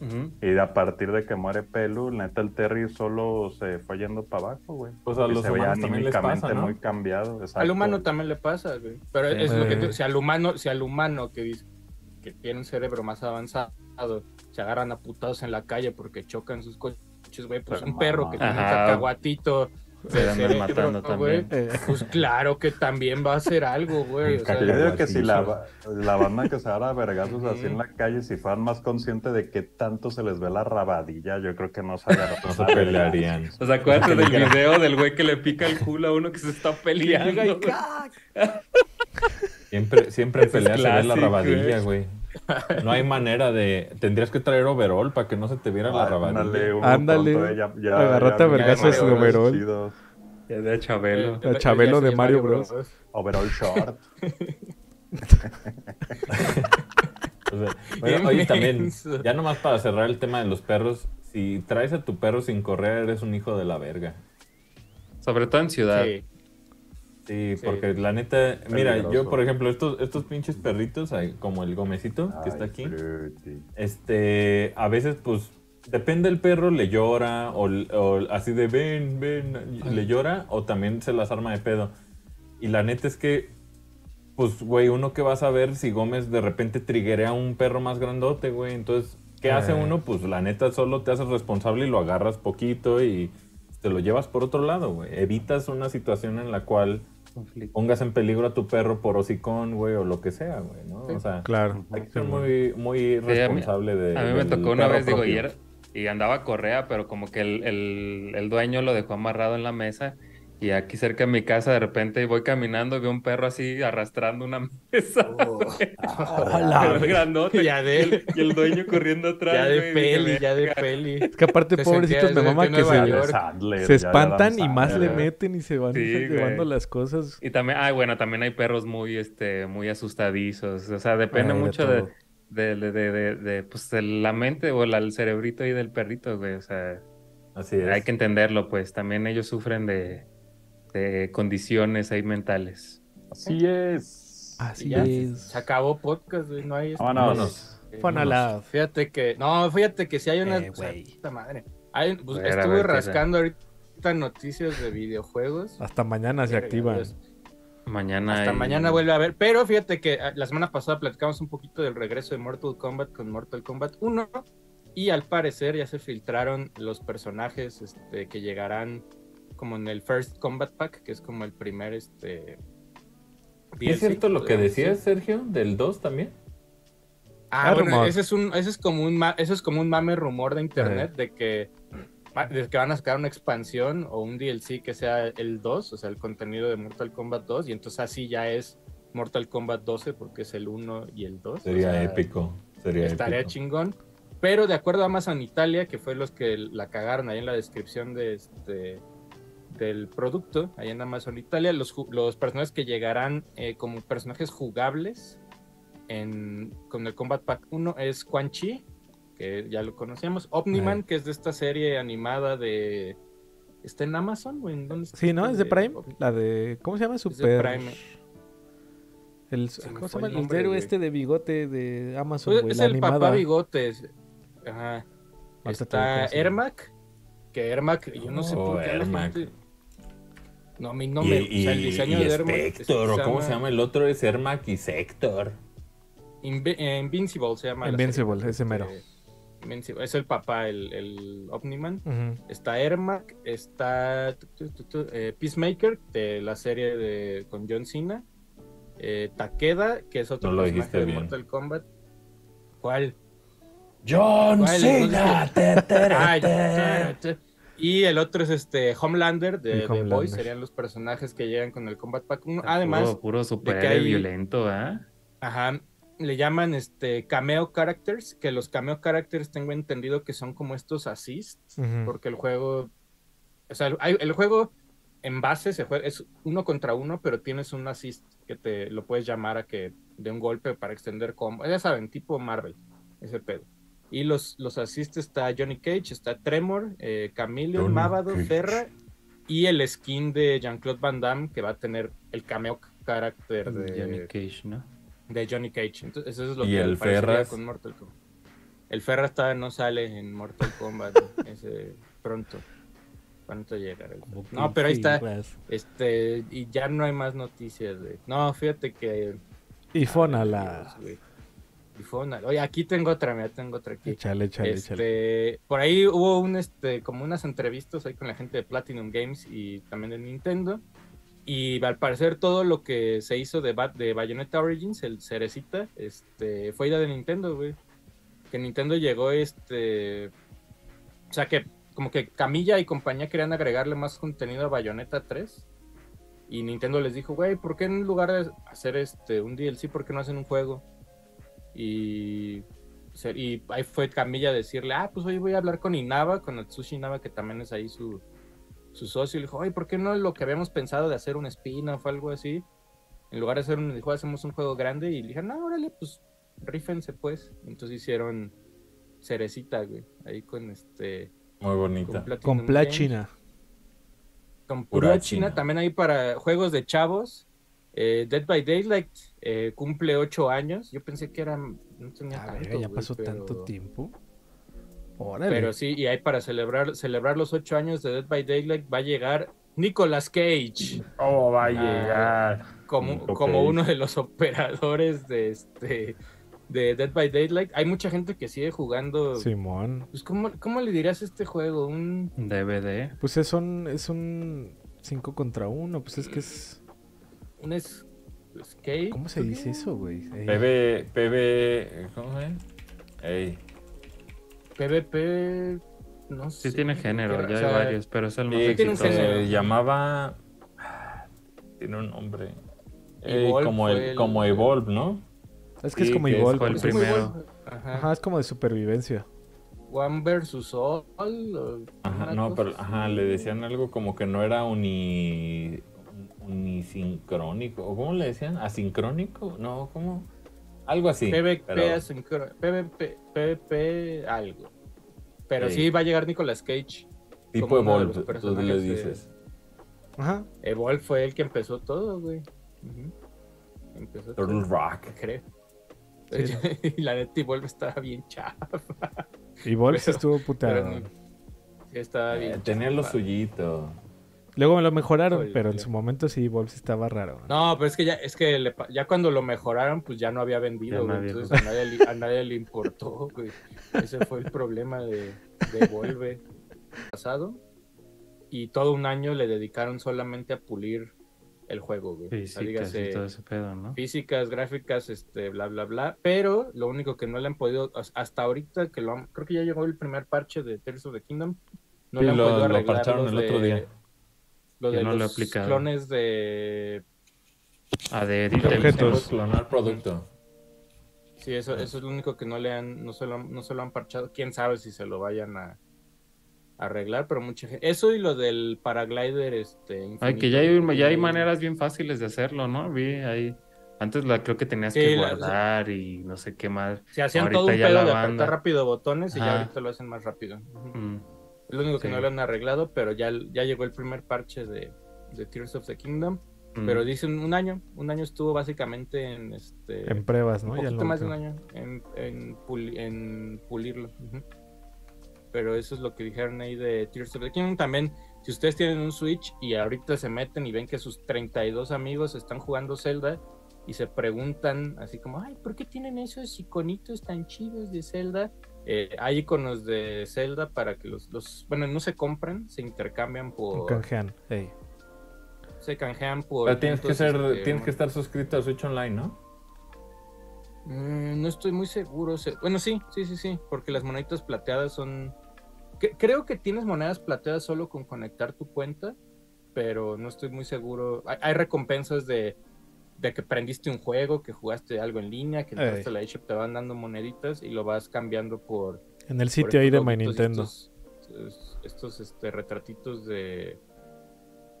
Ujú.
Y a partir de que muere Pelu, neta, el Terry solo se fue yendo para abajo, güey.
Pues a
Y
los
se veía
humanos también les
anímicamente
pasa, ¿no?
muy cambiado.
Al
exacto.
humano también le pasa, güey. Pero
Sí.
es lo que te-
Eh.
si al humano, si al humano que dice que tiene un cerebro más avanzado, se agarran a putados en la calle porque chocan sus coches, güey, pues
Pero
un perro
mamá.
que tiene un
Ajá.
cacahuatito de
Se andan
cerebro,
matando
güey,
también.
eh,
Pues claro que también va a hacer algo, güey.
Un
O sea,
Yo digo que si la,
Guachillos.
la banda que se agarra a vergazos así
Ujú.
en la calle, si fueran más conscientes de qué tanto se les ve la rabadilla, yo creo que no se agarrarían.
No se
[laughs]
pelearían.
O sea, acuérdate del video del güey que le pica el culo a uno que se está peleando.
llega y
güey.
Siempre, siempre en
Ese es
pelea se ve la
clásico,
rabadilla, güey.
[laughs]
No hay manera de. Tendrías que traer overall para que no se te viera
Ah,
la rabadilla.
Ándale, uno
Ándale.
pronto, eh, ya- ya-
Agarrate
ya-
a
ya
vergazos
hay
de
overall.
chidos.
Ya de a
el-
Chabelo.
el-
Chabelo
el-
de
el
Mario Bros.
Overall short.
O sea, bueno, oye,
[laughs]
también,
Inmenso.
ya nomás para cerrar el tema de los perros, si traes a tu perro sin correa, eres un hijo de la verga.
Sobre todo en ciudad.
Sí.
Sí,
Sí.
porque la neta, mira, yo
Peligroso.
por ejemplo, estos, estos pinches perritos, ahí, como el gomecito [laughs] que está
Ay,
aquí,
fruity.
este, a veces pues, depende el perro, le llora, o, o así de ven, ven, le llora, o también se las arma de pedo. Y la neta es que, pues, güey, uno que va a saber si Gómez de repente triguea a un perro más grandote, güey. Entonces, ¿qué hace
Eh.
uno? Pues la neta solo te haces responsable y lo agarras poquito y te lo llevas por otro lado, güey. Evitas una situación en la cual pongas en peligro a tu perro por hocicón, güey, o lo que sea, güey, ¿no? O sea,
claro.
hay que ser muy, muy responsable de.
A mí me
del
tocó una
perro
vez, digo, y,
propio.
era- y andaba correa, pero como que el, el- el dueño lo dejó amarrado en la mesa. Y aquí cerca de mi casa, de repente voy caminando y veo un perro así arrastrando una [laughs] mesa. pero es grandote.
Ah, Ya de
Y el, y el dueño corriendo
[laughs]
atrás.
Ya de
güey, dije,
peli, ya de peli.
Es que aparte,
Se
pobrecitos,
sentía
me mamá
desde
que
Nueva
se,
York.
Sandler,
se
ya Adam
espantan y más le
Sandler.
meten y se van
Sí,
llevando
güey.
las cosas.
Y también, ay, bueno, también hay perros muy, este, muy asustadizos. O sea,
Ah,
depende
Ay, de
mucho de,
todo.
de, de, de, de- de, pues, de la mente o la- el cerebrito y del perrito, güey. O sea,
Así es.
hay que entenderlo, pues. También ellos sufren de, de condiciones ahí mentales.
Así es.
Y
Así
ya,
es.
Se acabó podcast, güey. No hay.
Vámonos.
Eh,
Fanalab.
Fíjate que, no, fíjate que si hay una.
Eh,
o sea,
güey.
puta madre. Hay- pues,
A ver, a
estuve
ver, ¿qué
rascando ahorita noticias de videojuegos.
Hasta mañana Ah, se
Verga,
activan.
Dios.
Mañana.
Hasta
hay-
mañana vuelve a ver. Pero fíjate que ah, la semana pasada platicamos un poquito del regreso de Mortal Kombat con Mortal Kombat 1. Y al parecer ya se filtraron los personajes este, que llegarán como en el First Combat Pack, que es como el primer. Este,
¿Es
DLC,
cierto lo que
podríamos decir.
decías, Sergio, del 2 también?
Ah,
Ah,
bueno,
rumor.
ese es un, ese es como un ma- ese es como un mame rumor de internet de que de que van a sacar una expansión o un DLC que sea el 2, o sea, el contenido de Mortal Kombat 2 y entonces así ya es Mortal Kombat 12 porque es el 1 y el 2. o
Sería
sea,
épico. Sería
Estaría
épico.
chingón. Pero de acuerdo a Amazon Italia, que fue los que la cagaron ahí en la descripción de este del producto, ahí en Amazon Italia, los, ju- los personajes que llegarán eh, como personajes jugables en, con el Combat Pack 1 es Quan Chi, que ya lo conocíamos, Omniman,
Ajá.
que es de esta serie animada de... ¿Está en Amazon? o en dónde está? Eh,
Sí, ¿no? ¿Es de Prime?
Omni-
La de. ¿Cómo se llama?
de
Super.
Prime.
El,
Se me
¿Cómo se
fue
llama
el
el
nombre,
héroe
güey.
este de bigote de Amazon?
Pues,
güey?
es
La
el papá
animada.
bigotes. Ajá.
Ahorita te
Está
digo cómo se llama.
Ermac. Que Ermac, yo no sé
Oh,
por qué la
Ermac.
gente- No, a mí no
y,
me. o
y,
sea, el diseño
y
de Ermac.
Spector, o cómo se llama el otro, es Ermac y Sector.
Invi- eh, Invincible se llama. la
Invincible,
serie.
ese mero.
Eh, Invincible, Es el papá, el, el Omniman.
Ujú.
Está Ermac, está tu, tu, tu, tu, eh, Peacemaker, de la serie de, con John Cena. Eh, Takeda, que es otro
No lo
personaje
dijiste
de
bien.
Mortal Kombat. ¿Cuál?
John
¿Cuál?
Cena. te, te,
Ay,
te.
Ah, y el otro es este Homelander de
Y
The
Homelander.
Boys, serían los personajes que llegan con el Combat Pack 1. Además,
puro, puro superhéroe
hay-
violento, ¿ah?
Ajá. Le llaman este cameo characters, que los cameo characters tengo entendido que son como estos assists,
Ujú.
porque el juego, o sea, hay- el juego en base se juega, es uno contra uno, pero tienes un assist que te lo puedes llamar a que de un golpe para extender combo, ya saben, tipo Marvel, ese pedo. Y los, los assists está Johnny Cage, está Tremor, eh, Chameleon,
Johnny
Mávado,
Cage.
Ferra y el skin de Jean-Claude Van Damme que va a tener el cameo character de
Johnny Cage, ¿no?
de Johnny Cage. Entonces, eso es lo
¿Y
que
el
me parecería
Ferraz?
con Mortal Kombat. El Ferras todavía no sale en Mortal Kombat.
[laughs]
¿no? Ese pronto. Pronto llegará. el Ferraz. No, pero ahí está.
pues.
Este, y ya no hay más noticias de. No, fíjate que.
Y fona
Dios,
la.
güey. Y Fonal. Oye, aquí tengo otra, mira, tengo otra aquí.
Échale, échale, échale.
Este, por ahí hubo un este como unas entrevistas ahí con la gente de Platinum Games y también de Nintendo y al parecer todo lo que se hizo de, Ba- de Bayonetta Origins el cerecita este fue idea de Nintendo güey que Nintendo llegó este o sea que como que Camilla y compañía querían agregarle más contenido a Bayonetta 3 y Nintendo les dijo güey por qué en lugar de hacer este un DLC por qué no hacen un juego y ser- y ahí fue Camilla a decirle, ah, pues hoy voy a hablar con Inaba, con Atsushi Inaba, que también es ahí su, su socio. Y le dijo, oye, ¿por qué no lo que habíamos pensado de hacer un spin-off o algo así? En lugar de hacer un, dijo, hacemos un juego grande. Y le dijeron, no, órale, pues rífense, pues. Entonces hicieron Cerecita, güey, ahí con este...
Muy bonita.
Platinum
Con
Games.
Plachina.
Con
Pura
Pura
China.
China, también hay para juegos de chavos. Eh, Dead by Daylight eh, cumple ocho años. Yo pensé que era. No tenía
A ver,
tanto,
Ah, ya
güey,
pasó
pero-
tanto tiempo. Órale.
Pero sí, y hay para celebrar, celebrar los ocho años de Dead by Daylight va a llegar Nicolas Cage
Oh, va a
llegar. como,
Ok.
como uno de los [laughs] operadores de este de Dead by Daylight. Hay mucha gente que sigue jugando.
Simón.
Pues, ¿cómo, ¿Cómo le dirías a este juego? Un
DVD.
Pues es un, es un 5 contra 1. Pues es que es.
un es- skate.
¿Cómo se dice eso, güey? Eh,
PB, PB, ¿cómo se llama? Ey,
PvP. No sé.
Sí, tiene género, ya
O
hay
sea,
varios, pero es el más
sí,
tiene un
se
género.
llamaba. ah, Tiene un nombre. Ey,
Evolve
como,
fue
el,
el-
como Evolve, ¿no?
es que es
sí,
como
que es
igual.
fue el
Es muy
primero.
bueno. Ajá.
Ajá, es como de supervivencia.
One versus All. o
Ajá,
una
no,
cosa
pero
así.
ajá, le decían algo como que no era uni, unisincrónico. ¿O cómo le decían? ¿Asincrónico? No, ¿cómo? Algo así.
PvP,
pero-
asincro- PvP, PvP algo. Pero
Sí.
sí. va a llegar Nicolas Cage.
tipo
como uno de los
Evolve, tú le
personajes de-
dices.
Ajá.
Evol fue el que empezó todo, güey. Ujú. Empezó
Turtle
todo,
Rock.
creo.
Sí.
[laughs] y la neta Evolve estaba bien chava.
Y Wolf
Pero- [laughs]
estuvo
Pero
puteado.
no. Sí, estaba
Eh,
bien.
tenía lo
chafa.
suyito.
Luego me lo mejoraron,
Híjole.
pero en su momento sí, Wolf estaba raro.
No, pero es que ya, es que le pa- ya cuando lo mejoraron, pues ya no había vendido,
Ya no
güey.
había-
Entonces a nadie, le- a nadie le importó, güey. Ese fue el problema de, de Volve pasado. Y todo un año le dedicaron solamente a pulir el juego, güey. O sea,
Físicas
dígase,
y todo ese pedo, ¿no?
físicas, gráficas, este, bla, bla, bla. Pero lo único que no le han podido, as- hasta ahorita, que lo han- creo que ya llegó el primer parche de Tears of the Kingdom, no
Sí,
le han
lo-
podido
lo
arreglar.
parcharon
los
el otro
de-
día.
Lo
Yo
de
no lo he
los
aplicado.
clones de.
Adherir
Puedes
Objetos.
clonar producto.
Sí, eso, eso es lo único que no le han, no se lo, han- no se lo han parchado. Quién sabe si se lo vayan a, a arreglar, pero mucha gente. Eso y lo del paraglider, este.
Ay,
infinito,
que ya hay,
güey.
ya hay maneras bien fáciles de hacerlo, ¿no? Vi ahí. Antes la creo que tenías
Sí,
que
la-
guardar y no sé qué más.
Se hacían
ahorita
todo un
ya
pedo
la
de
banda.
apretar rápido botones y ya
Ajá.
ahorita lo hacen más rápido. Ujú.
Mm.
Es lo único que
Sí.
no lo han arreglado, pero ya, ya llegó el primer parche de, de Tears of the Kingdom.
Mm.
Pero dicen un año, un año estuvo básicamente en este.
En pruebas, ¿no?
un
Ya
poquito
lo
más de un
último.
año en, en pul- en pulirlo. ujú. Pero eso es lo que dijeron ahí de Tears of the Kingdom. También, si ustedes tienen un Switch y ahorita se meten y ven que sus 32 amigos están jugando Zelda, y se preguntan así como, ay, ¿por qué tienen esos iconitos tan chidos de Zelda? Eh, hay iconos de Zelda para que los, los, bueno, no se compran, se intercambian por,
Canjean. Ey.
se canjean por.
Pero tienes que
puntos,
ser,
este,
tienes que estar suscrito a Switch Online, ¿no?
Mm, no estoy muy seguro. se- Bueno, sí, sí, sí, sí, porque las moneditas plateadas son... cre- Creo que tienes monedas plateadas solo con conectar tu cuenta, pero no estoy muy seguro. Hay, hay recompensas de, de que prendiste un juego, que jugaste algo en línea, que
Ey.
entraste a la eShop, te van dando moneditas y lo vas cambiando por...
En el
por
sitio ahí de
estos
My
lobitos y
Nintendo.
Estos, estos, este, retratitos de,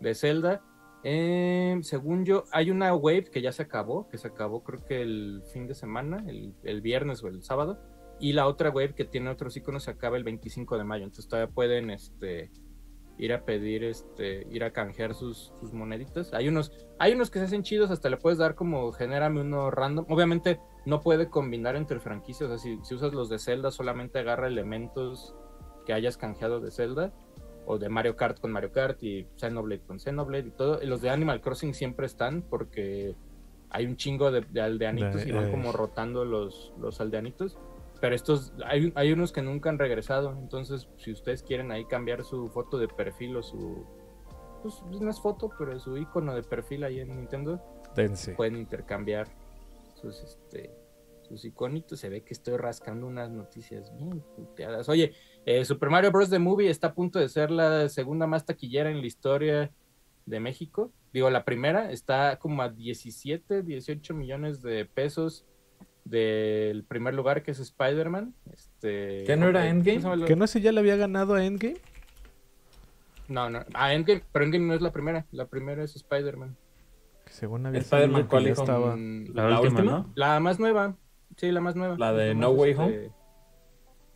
de Zelda. Eh, según yo, hay una wave que ya se acabó, que se acabó creo que el fin de semana, el, el viernes o el sábado. Y la otra wave que tiene otros iconos se acaba el 25 de mayo. Entonces todavía pueden este, ir a pedir, este, ir a canjear sus, sus moneditas. Hay unos, hay unos que se hacen chidos, hasta le puedes dar como genérame uno random. Obviamente no puede combinar entre franquicias. O sea, si, si usas los de Zelda, solamente agarra elementos que hayas canjeado de Zelda. O de Mario Kart con Mario Kart y Xenoblade con Xenoblade y todo. Y los de Animal Crossing siempre están porque hay un chingo de, de aldeanitos
De-
y van
de-
como rotando los, los aldeanitos. Pero estos, hay, hay unos que nunca han regresado. Entonces, si ustedes quieren ahí cambiar su foto de perfil o su. Pues no es foto, pero su icono de perfil ahí en Nintendo,
Dense.
pueden intercambiar sus este sus iconitos. Se ve que estoy rascando unas noticias bien puteadas. Oye, eh, Super Mario Bros. The Movie está a punto de ser la segunda más taquillera en la historia de México. Digo, la primera está como a 17, 18 millones de pesos del primer lugar que es Spider-Man. Este,
¿Que no era
¿cómo
Endgame?
se llama el-
¿Que no sé ya le había ganado a Endgame?
No, no, a Endgame, pero Endgame no es la primera. La primera es Spider-Man.
Que según había salido
Spider-Man,
que
¿cuál
ya
hijo?
estaba.
Mm,
La,
Ah, ¿La
última,
última?
¿no?
La más nueva. Sí, la más nueva.
¿La de
Es
No
más,
Way
este,
Home?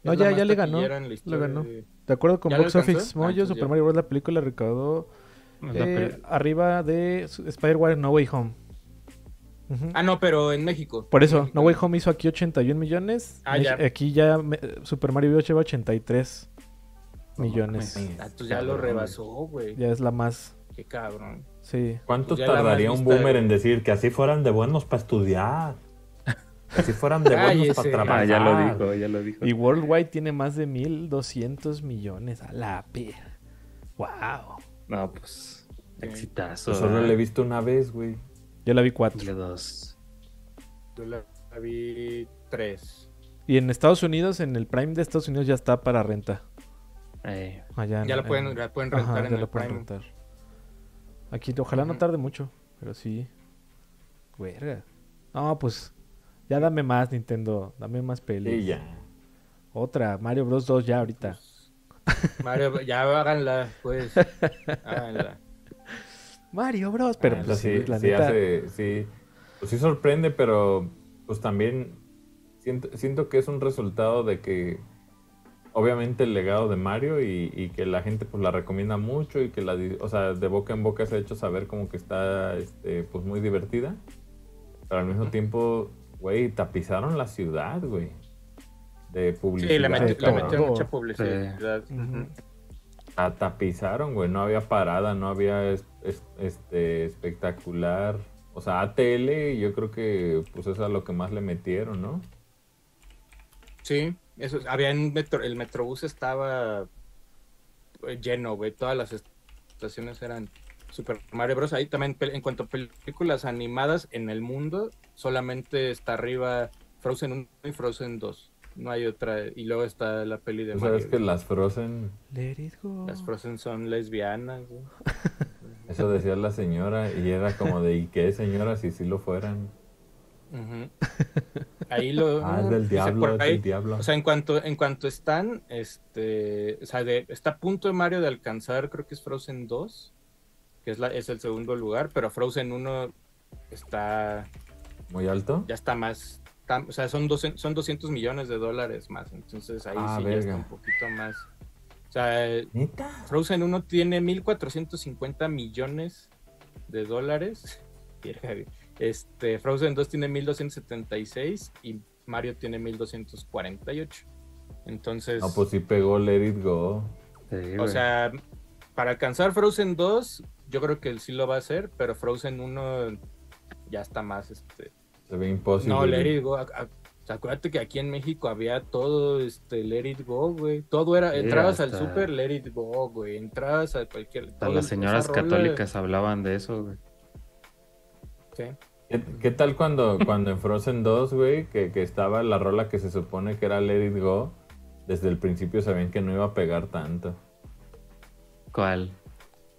No,
es la
ya-
más
ya le ganó,
taquillera en la
le
historia
ganó.
de-
De acuerdo con
¿Ya le
Box
alcanzó?
Office
Ah,
Mojo,
entonces
Super
ya.
Mario Bros. la película recaudó
Es la
eh,
primera.
arriba de su- Spider-Man No Way Home. Ujú.
Ah, no, pero en México.
Por
En
eso,
México.
No Way Home hizo aquí 81 millones.
Ah,
Mex-
ya.
Aquí ya me- Super Mario Bros. lleva 83 millones.
Ah, pues ya lo rebasó, güey.
Ya es la más.
Qué cabrón.
Sí.
¿Cuánto
Pues ya la
tardaría
más
un
vista
boomer
de-
en decir que así fueran de buenos para estudiar? Que así fueran
[laughs]
de buenos
Cállese.
para
Ah,
trabajar.
Ah, ya lo dijo, ya lo dijo.
Y Worldwide tiene más de 1200 millones. A la p. ¡Wow!
No, pues. Exitazo.
Pues Solo le he visto una vez, güey.
Yo la vi 4.
Y dos.
Yo la, la vi tres.
Y en Estados Unidos, en el Prime de Estados Unidos, ya está para renta.
Eh,
Allá en-
Ya la pueden,
en-
la pueden
Ajá,
rentar
ya
en
la
el
pueden
Prime.
rentar. Aquí, ojalá no
Ujú.
tarde mucho, pero sí. Verga. No, pues ya dame más, Nintendo. Dame más pelis.
Y ya.
Otra, Mario Bros 2 ya ahorita.
Mario, ya háganla,
[laughs]
pues. Háganla.
Mario Bros, pero
Ah,
pues,
sí,
sí, la
sí
neta,
hace- sí. Pues sí sorprende, pero pues también siento, siento que es un resultado de que obviamente el legado de Mario y, y que la gente pues la recomienda mucho y que la, di- o sea, de boca en boca se ha hecho saber como que está este, pues muy divertida. Pero al mismo tiempo, güey, tapizaron la ciudad, güey. De publicidad.
Sí, le, meti- le
todo.
cabrón.
metieron mucha publicidad.
Ujú.
La tapizaron, güey. No había parada, no había es- es- este espectacular. O sea, ATL, yo creo que pues eso es a lo que más le metieron, ¿no?
Sí, eso, había en metro, el metrobús estaba eh, lleno, güey, todas las estaciones eran Super Mario Bros. Ahí también, pel- en cuanto a películas animadas en el mundo, solamente está arriba Frozen 1 y Frozen 2, no hay otra, y luego está la peli de
Tú sabes
Mario.
que las Frozen,
Let it go.
Las Frozen son lesbianas, güey.
eso decía la señora, y era como de, ¿y qué señora si sí lo fueran?
Ujú. Ahí lo...
Ah, es
dice
del diablo,
por
es
ahí,
del diablo.
O sea, en cuanto, en cuanto están, este, o sea, de- está a punto de Mario de alcanzar, creo que es Frozen 2, que es, la, es el segundo lugar, pero Frozen 1 está,
¿Muy alto?
ya está más, está- o sea, son, 200 son 200 millones de dólares más, entonces ahí
Ah,
sí ya
verga.
está un poquito más. O sea, eh,
¿Neta?
Frozen 1 tiene 1.450 millones de dólares. [laughs] Este, Frozen 2 tiene 1.276 y Mario tiene 1.248. Entonces,
No, pues sí pegó Let It Go.
sí,
o
güey.
sea, para alcanzar Frozen 2, yo creo que él sí lo va a hacer, pero Frozen 1 ya está más este.
Se ve imposible.
No, Let It Go. ac- ac- acuérdate que aquí en México había todo, este, Let It Go, güey. Todo era,
Sí,
entrabas al
hasta-
super, Let It Go, güey. Entrabas a cualquier.
Hasta
toda
las
esa
señoras
rola,
católicas hablaban de eso, güey.
sí.
¿Qué, qué tal cuando, cuando en Frozen 2, güey, que, que estaba la rola que se supone que era Let It Go? Desde el principio sabían que no iba a pegar tanto.
¿Cuál?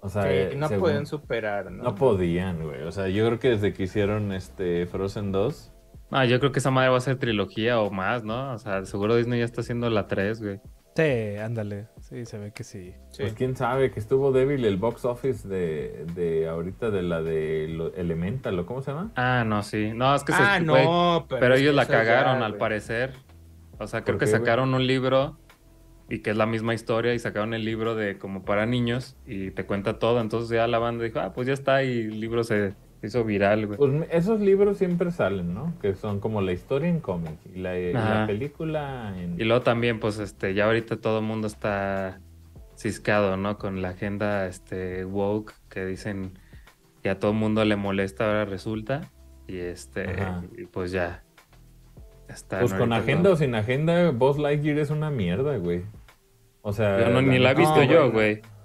O sea,
Sí,
eh,
no
según-
pueden superar, ¿no?
No podían, güey. O sea, yo creo que desde que hicieron este Frozen 2,
Ah, yo creo que esa madre va a ser trilogía o más, ¿no? O sea, seguro Disney ya está haciendo la 3, güey.
Sí, ándale. Sí, se ve que sí.
Sí.
pues quién sabe, que estuvo débil el box office de, de ahorita de la de lo- Elemental, ¿o cómo se llama?
Ah, no, sí. No, es que se-
Ah,
güey,
no, pero,
Pero,
es que
ellos la
esa ya,
cagaron, al
güey.
parecer. O sea, creo
¿Por
que
qué, güey?
sacaron un libro y que es la misma historia y sacaron el libro de como para niños y te cuenta todo. Entonces ya la banda dijo, ah, pues ya está y el libro se hizo viral, güey.
Pues esos libros siempre salen, ¿no? Que son como la historia en cómic y la, y la
Ajá.
película en...
Y luego también, pues, este, ya ahorita todo el mundo está ciscado, ¿no? Con la agenda, este, woke, que dicen que a todo el mundo le molesta, ahora resulta. Y este,
Ajá.
y pues ya. Está
Pues con agenda o sin agenda, Buzz Lightyear es una mierda, güey. O sea...
Yo no, ni la he visto
No,
yo,
güey.
güey.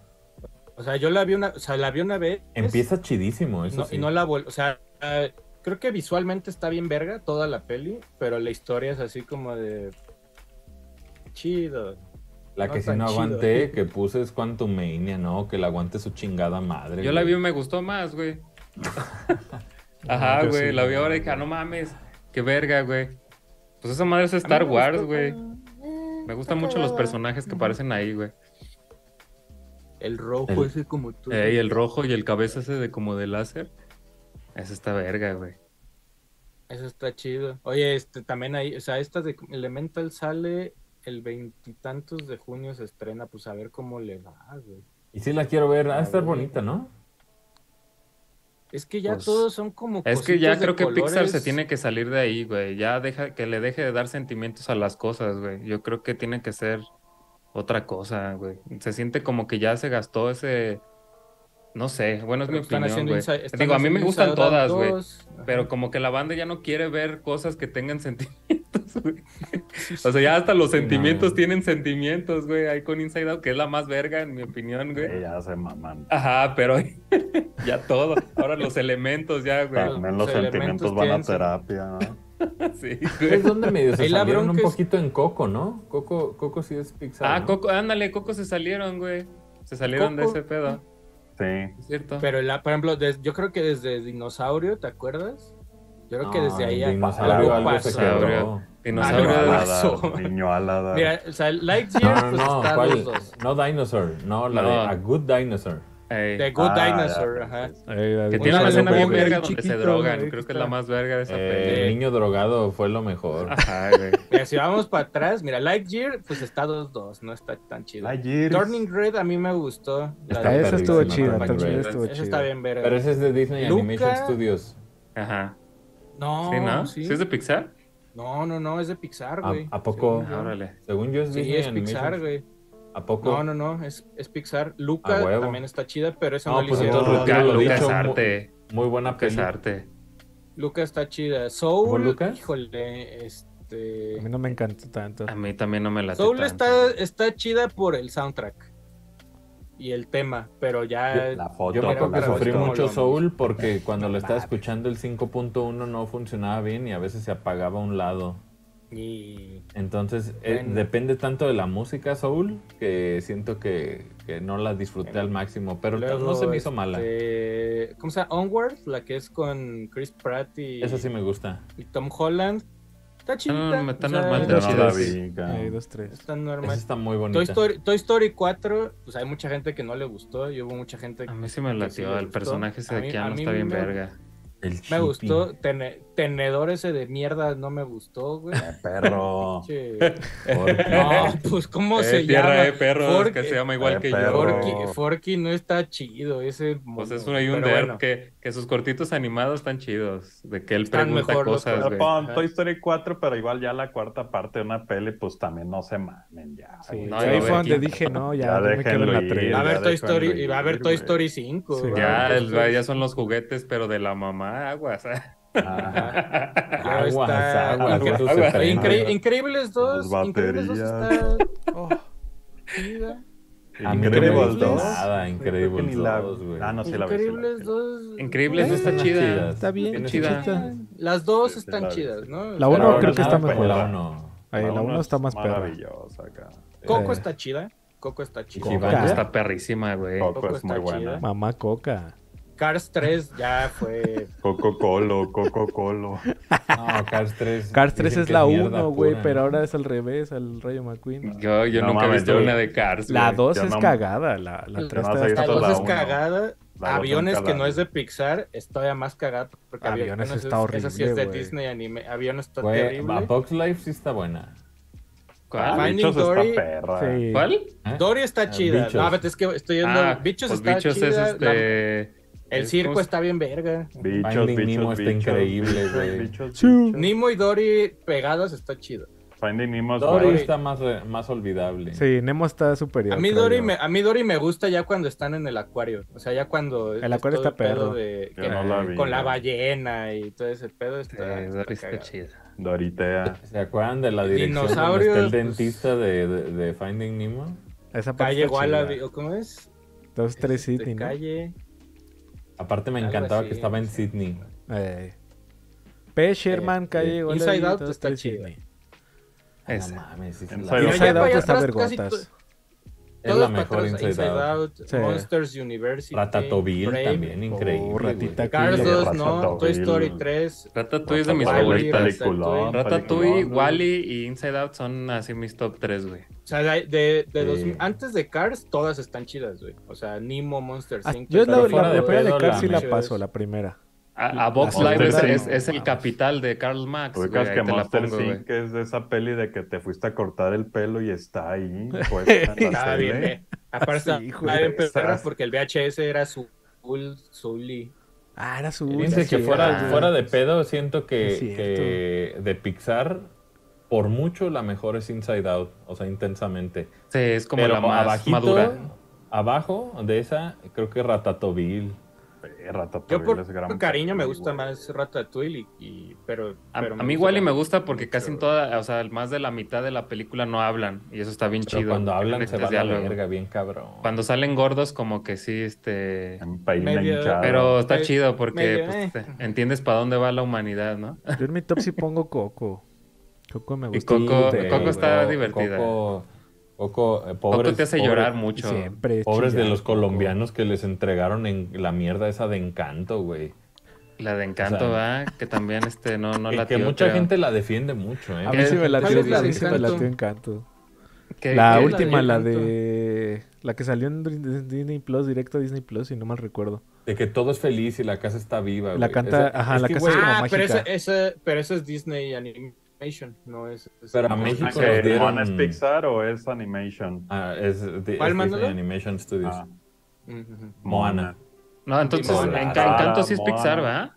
O sea, yo la vi una, o sea, la vi una vez.
Empieza chidísimo,
y
eso
no,
sí.
y no la vuelvo. O sea, eh, creo que visualmente está bien verga toda la peli, pero la historia es así como de. Chido.
La
no
que sí
tan
no
chido. eh.
aguanté, que puse es Quantum Mania, ¿no? Que la aguante su chingada madre.
Yo la vi
güey.
y me gustó más, güey. Ajá,
Yo
güey,
sí.
la vi ahora y dije, "Ah, no mames, qué verga, güey. Pues esa madre es Star Wars, güey. Me gustan mucho los personajes que aparecen ahí, güey.
El rojo
El-
ese como tú.
Ey, el rojo Eh, y el cabeza ese de como de láser. Es esta verga, güey.
Eso está chido. Oye, este también ahí, o sea, esta de Elemental sale el veintitantos de junio, se estrena, pues a ver cómo le va, güey.
Y sí la quiero ver. Ah, está bonita, ¿no?
Es que ya
Pues,
todos son como.
Es que ya
cositas de
creo que Pixar se
colores.
tiene que salir de ahí, güey. Ya deja que le deje de dar sentimientos a las cosas, güey. Yo creo que tiene que ser otra cosa, güey. Se siente como que ya se gastó ese no sé, bueno, es
Pero
mi
están
opinión,
haciendo
güey.
Inside- están
Digo, a mí me
haciendo
gustan
Inside Out
todas, güey,
2. Ajá.
pero como que la banda ya no quiere ver cosas que tengan [laughs] sentimientos, güey. O sea, ya hasta los sentimientos
no.
tienen sentimientos, güey. Ahí con Inside Out, que es la más verga, en mi opinión, güey.
Ella se maman.
Ajá, pero [laughs] ya todo. Ahora los elementos, ya, güey.
También
los
los sentimientos
elementos
van a
tienen-
terapia. ¿no?
[laughs]
Sí,
Es
güey.
donde medio
[laughs]
se
Ahí la
salieron un
bronca es-
poquito en Coco, ¿no? Coco, Coco sí es Pixar.
Ah,
¿no?
Coco, ándale, Coco se salieron, güey. Se salieron
Coco.
de ese pedo.
Sí.
Es cierto.
Pero la, por ejemplo, des- yo creo que desde Dinosaurio, ¿te acuerdas? Yo creo que
Ah,
desde ahí
el
algo
dinosaurio algo se
pasó.
quebró.
Dinosaurio
Ah,
de-
no.
alada,
pasó.
niño alada.
Mira, o sea,
No,
Lightyear,
no,
pues
no.
está
¿cuál?
los dos.
No Dinosaur. No, la de
No.
A Good Dinosaur.
Ey,
The Good
Ah, ya,
Dinosaur,
ya.
ajá.
pues,
Ahí, ahí,
Que
ahí.
tiene una
Una
escena
vez
bien
un
verga
güey
donde se
chiquito,
drogan.
güey,
Creo que
que
es la
está-
más verga de esa
Eh,
peli.
el niño drogado fue
[laughs]
lo mejor.
Ajá, güey.
Mira,
pues.
si vamos para atrás, mira, Lightyear, pues está 2-2, no está tan chido.
Lightyear.
Turning Red a mí me gustó. La
Está
de-
Ah, Esa estuvo
perrísima,
chida,
Esa
también
Red.
estuvo chida.
está bien verga.
Pero ese es de Disney
Luca-
Animation Studios.
Ajá.
No,
¿Sí, no?
sí.
¿Sí es de Pixar?
No, no, no, es de Pixar,
¿A,
güey.
a poco?
Según yo.
Ah, Órale.
Según yo es
Sí,
Disney
es
Animation.
Pixar, güey.
¿A poco?
No, no, no, es, es Pixar. Luca
A huevo.
también está chida, pero esa
No,
no, la
pues
hicieron.
entonces
No,
retiro
Lucas,
lo
Lucas
dicho.
es arte.
Muy buena
Lucas es
peli.
arte.
Luca está chida.
¿Cómo
Soul,
Luca?
híjole,
A mí
este...
no me encantó tanto.
A mí también no me la
Soul está, está chida por el soundtrack y el tema, pero ya...
La foto.
Yo me acuerdo que
la
Pero
sufrí
es como
foto.
mucho
lo
Soul porque cuando lo estaba escuchando el 5.1 no funcionaba bien y a veces se apagaba un lado.
y-
Entonces eh,
Bueno.
depende tanto de la música Soul que siento que, que no la disfruté al máximo, pero
Luego,
no se me hizo mala.
este, ¿Cómo se llama? Onward, la que es con Chris Pratt y,
Esa sí me gusta.
y Tom Holland. Está chida.
norma- está
o sea,
normal,
Yo no la
Chidas.
vi, cabrón.
Ahí, dos, tres.
Está
Esa
normal.
está muy
Toy
bonita.
Story, Toy Story 4, pues hay mucha gente que no le gustó y hubo mucha gente
A
que
mí sí me
que sí me
latió. el
gustó.
personaje ese
A
de
mí- a
Keanu
mí
está bien
me-
verga.
El
me
Chippy.
gustó. Tene- Tenet, tenedor ese de mierda no me gustó, güey.
[laughs]
Perro.
Che.
[laughs] ¿Por qué? [laughs]
No, pues ¿cómo
Eh,
se
tierra
llama?
de perros,
Fork-
que se llama igual
Eh,
que
perro.
yo.
Forky, Forky no está chido, ese
Pues
mono,
es un hay un
pero
der
bueno.
que, que sus cortitos animados están chidos. De que él
Están
pregunta
mejor los
cosas,
Pero
güey.
pon Toy Story 4, pero igual ya la cuarta parte de una peli, pues también no se mamen ya.
Sí,
No,
que
ya
ahí
lo
fue
ves.
donde dije, no, ya,
Ya
yo me quedo en la
déjenlo
tres.
ir.
Va a
Ya
haber Toy
déjenlo
Story, y
ir,
va a haber Toy
güey.
Story 5.
Sí.
va a haber
Ya,
Toy
el-
Story
ya son los juguetes, pero de la mamá, aguas.
Ajá.
Claro,
Aguas,
está-
aguas,
aguas.
eso
Aguas.
se
Oye,
prende.
Incre- Increíbles 2.
Las
Increíbles 2
baterías.
está chida.
A mí no me
Increíbles
gustó
dos.
Nada,
Creo que
Increíbles
ni la-
dos, güey.
Ah, no, sí la vi, sí la vi.
Increíbles ¿eh? 2.
Increíbles
güey,
dos está
Están
chida.
chidas.
Está bien,
Tienen
chida.
sus cosas.
Las dos
Sí, sí,
están
Este, la vi,
chidas,
sí.
¿no?
La
Está-
uno
Pero
creo que
nada
está
como
mejor.
La uno.
Ahí, la uno
uno
está más perra.
Maravillosa acá.
Coco
Eh.
está chida. Coco está chida.
Coco.
Iván
¿Ya?
está perrísima, güey.
Coco
Coco
es
está
muy
[laughs]
buena.
chida.
Mamá Coca.
Cars 3 ya fue.
Coco Colo, Coco Colo.
No, Cars 3.
[laughs] Cars 3
dicen
es
que
la
mierda
1, güey,
pura.
pero ahora es al revés, al Rayo McQueen.
Yo, yo
No
nunca he
mames,
visto
yo-
una de Cars.
La
güey.
2
yo
es
no-
cagada, la
yo
3
no
está
sé,
La
Esta es
dos
la
es
uno.
cagada.
La dos
aviones
es
que no
cagada.
es de Pixar es todavía más cagada. Porque
Aviones
aviones
está
es- Esa sí es de
horrible, güey.
Disney anime. Aviones está
Güey, a
terrible.
Box Life sí está buena.
¿Cuál?
Fine.
Ah, Bichos está
Dory.
perra.
Sí.
¿Cuál?
Dory está
Ah,
chida.
Bichos.
No, pero es que estoy viendo.
Ah,
bichos
pues
está
Bichos
chida.
es
la-
este.
El
es
circo
como-
está bien verga.
Bichos,
Finding Nemo
bichos,
está
bichos, [laughs]
increíble,
bichos,
güey.
bichos,
Sí.
bichos.
Nimo y Dory pegados está chido.
Finding Nemo es
Dory
buena.
está más, eh, más olvidable.
Sí, Nemo está superior.
A mí,
creo
Dory
yo.
me, a mí Dory me gusta ya cuando están en el acuario. O sea, ya cuando.
El
es
acuario
todo
está perro.
pedo de-
Yo
que-
no la vi,
Eh, con la
güey.
ballena y todo ese pedo. Está,
Eh,
está
Dory está
cagado.
china.
Doritea.
¿Se acuerdan de la dirección donde
Dinosaurios,
está el
pues-
dentista de, de- de Finding Nemo?
Esa parte
Calle
está
Wallaby,
chida.
¿o ¿cómo es?
Dos, tres
Este,
City, ¿no?
Calle.
Aparte me
Algo
encantaba
así,
que estaba en
sí.
Sydney.
Eh. P. Sherman,
Eh,
Calle
eh,
Wallaby.
Inside Out
dos,
está
tres
chida.
Sydney.
Ah,
Esa.
No mames, sí, sí, la-
Inside
Mira,
Inside
ya
Out
para
está
atrás casi
vergotas.
to-
es
todos
la
para
mejor
atrás,
Inside, Out.
Out,
Sí.
Monsters University.
Ratatouille
Brave,
también, increíble.
Oh,
güey.
ratita
Cars
Sí,
2, no.
Ratatouille.
Toy Story 3.
Ratatouille es de mis
Ratatouille,
favoritas.
Ratatouille.
Peliculón,
Ratatouille,
peliculón.
Wally y Inside Out son así mis top 3, güey.
O sea, de, de, de los-
Sí.
antes de Cars, todas están chidas, güey. O sea, Nemo, Monsters
Ah,
Inc.
Yo la,
pero
la,
fuera
la
de
primera de
pedo,
Cars
la
sí la
mejor.
paso, la primera.
A, a Vox
Monster
Live es,
Inc.
es- es el
Vamos.
capital de Karl Marx, güey.
Ubicas
Ahí
Pues que
te la
Monster
pongo, güey.
Inc. es de esa peli de que te fuiste a cortar el pelo y está ahí. puesta en la
Está
tele.
bien, eh. Aparte,
Sí,
está
hijo de
bien
esas.
perra porque el VHS era su Zully.
Ah, era su.
Fíjense
sí,
que fuera,
era.
fuera de pedo, siento que,
Es cierto.
que de Pixar, por mucho la mejor es Inside Out, o sea, intensamente.
Sí, es como
Pero
la más
abajito,
madura.
Abajo de esa, creo que Ratatouille.
Eh, Ratatouille
Yo por,
es gran
por cariño me gusta
película.
más Ratatouille, y, y- pero,
A,
pero
a mí
gusta
Wally me gusta porque
mucho.
casi en toda, o sea, más de la mitad de la película no hablan. Y eso está bien
Pero
chido.
cuando hablan
Tienen
se va a la
diálogo.
verga, bien cabrón.
Cuando salen gordos, como que sí, este.
Un peine
Medio-
hinchado.
Pero está
Medio-
chido porque
medio,
pues,
eh.
te- entiendes para dónde va la humanidad, ¿no?
Yo en mi top sí pongo Coco. Coco me gusta.
Coco-
güey,
Coco está
Coco-
divertida.
Coco, Coco, eh, pobres,
Coco te hace
pobres-
llorar mucho.
Siempre.
Pobres de
chilla,
los
Coco.
colombianos que les entregaron en la mierda esa de encanto, güey.
La de Encanto,
O sea,
¿verdad? Que también este, no, no
Y
la
que mucha gente la defiende mucho, ¿eh?
A mí sí me
¿Cuál
latió,
es la
a mí
de
sí me
Encanto?
latió Encanto.
¿Qué-
La
qué-
última, la
Encanto?
de. La que salió en Dis- Disney Plus, directo a Disney Plus, si no mal recuerdo.
De que todo es feliz y la casa está viva.
La
güey.
canta- ajá, la
que,
casa-
güey,
como
Ah, pero
mágica.
ese, ese- pero ese es Disney Animation, no es... es-
Pero a
no,
México
Ah,
Disney.
nos
que
dieron-
¿no es Pixar o es Animation?
ah, es, de- es Disney
Manolo?
Animation Studios.
Ah,
Ujú.
Moana.
No, entonces
Moana.
Enca-
Moana.
Encanto sí es Pixar, ¿verdad?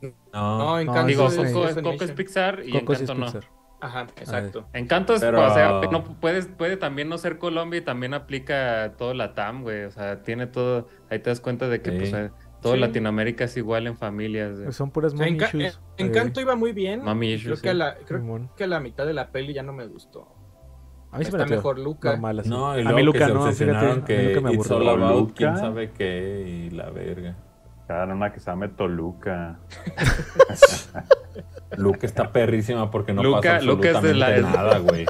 No,
No,
Ah,
Encanto
Digo,
es,
sí,
Coco,
es
Coco es
animation.
Pixar y
Coco sí es
Encanto no.
Pixar.
Ajá, exacto.
Encanto es,
Pero-
o sea, no puedes, puede también no ser Colombia y también aplica todo la TAM, güey. O sea, tiene todo, ahí te das cuenta de que
Sí.
pues, eh, todo
Sí.
Latinoamérica es igual en familias. güey.
Son puras
O sea,
mommy
Enca-
issues.
en- Encanto iba muy bien.
Mami
creo,
issues,
que
sí.
la, creo
Simón.
que la mitad de la peli ya no me gustó. [laughs]
A mí sí me
Está
latió.
mejor Luca.
Normal, así.
no, y
a
luego
mí Luca
que se
no,
obsesionaron
fíjate. a mí
que
Luca me
It's
aburrió.
all about quién
Luca.
sabe qué y la verga.
Claro, una que se llama Toluca.
[laughs]
Luca está perrísima porque no
Luca-
pasa
Luca es de
absolutamente
la-
nada, güey.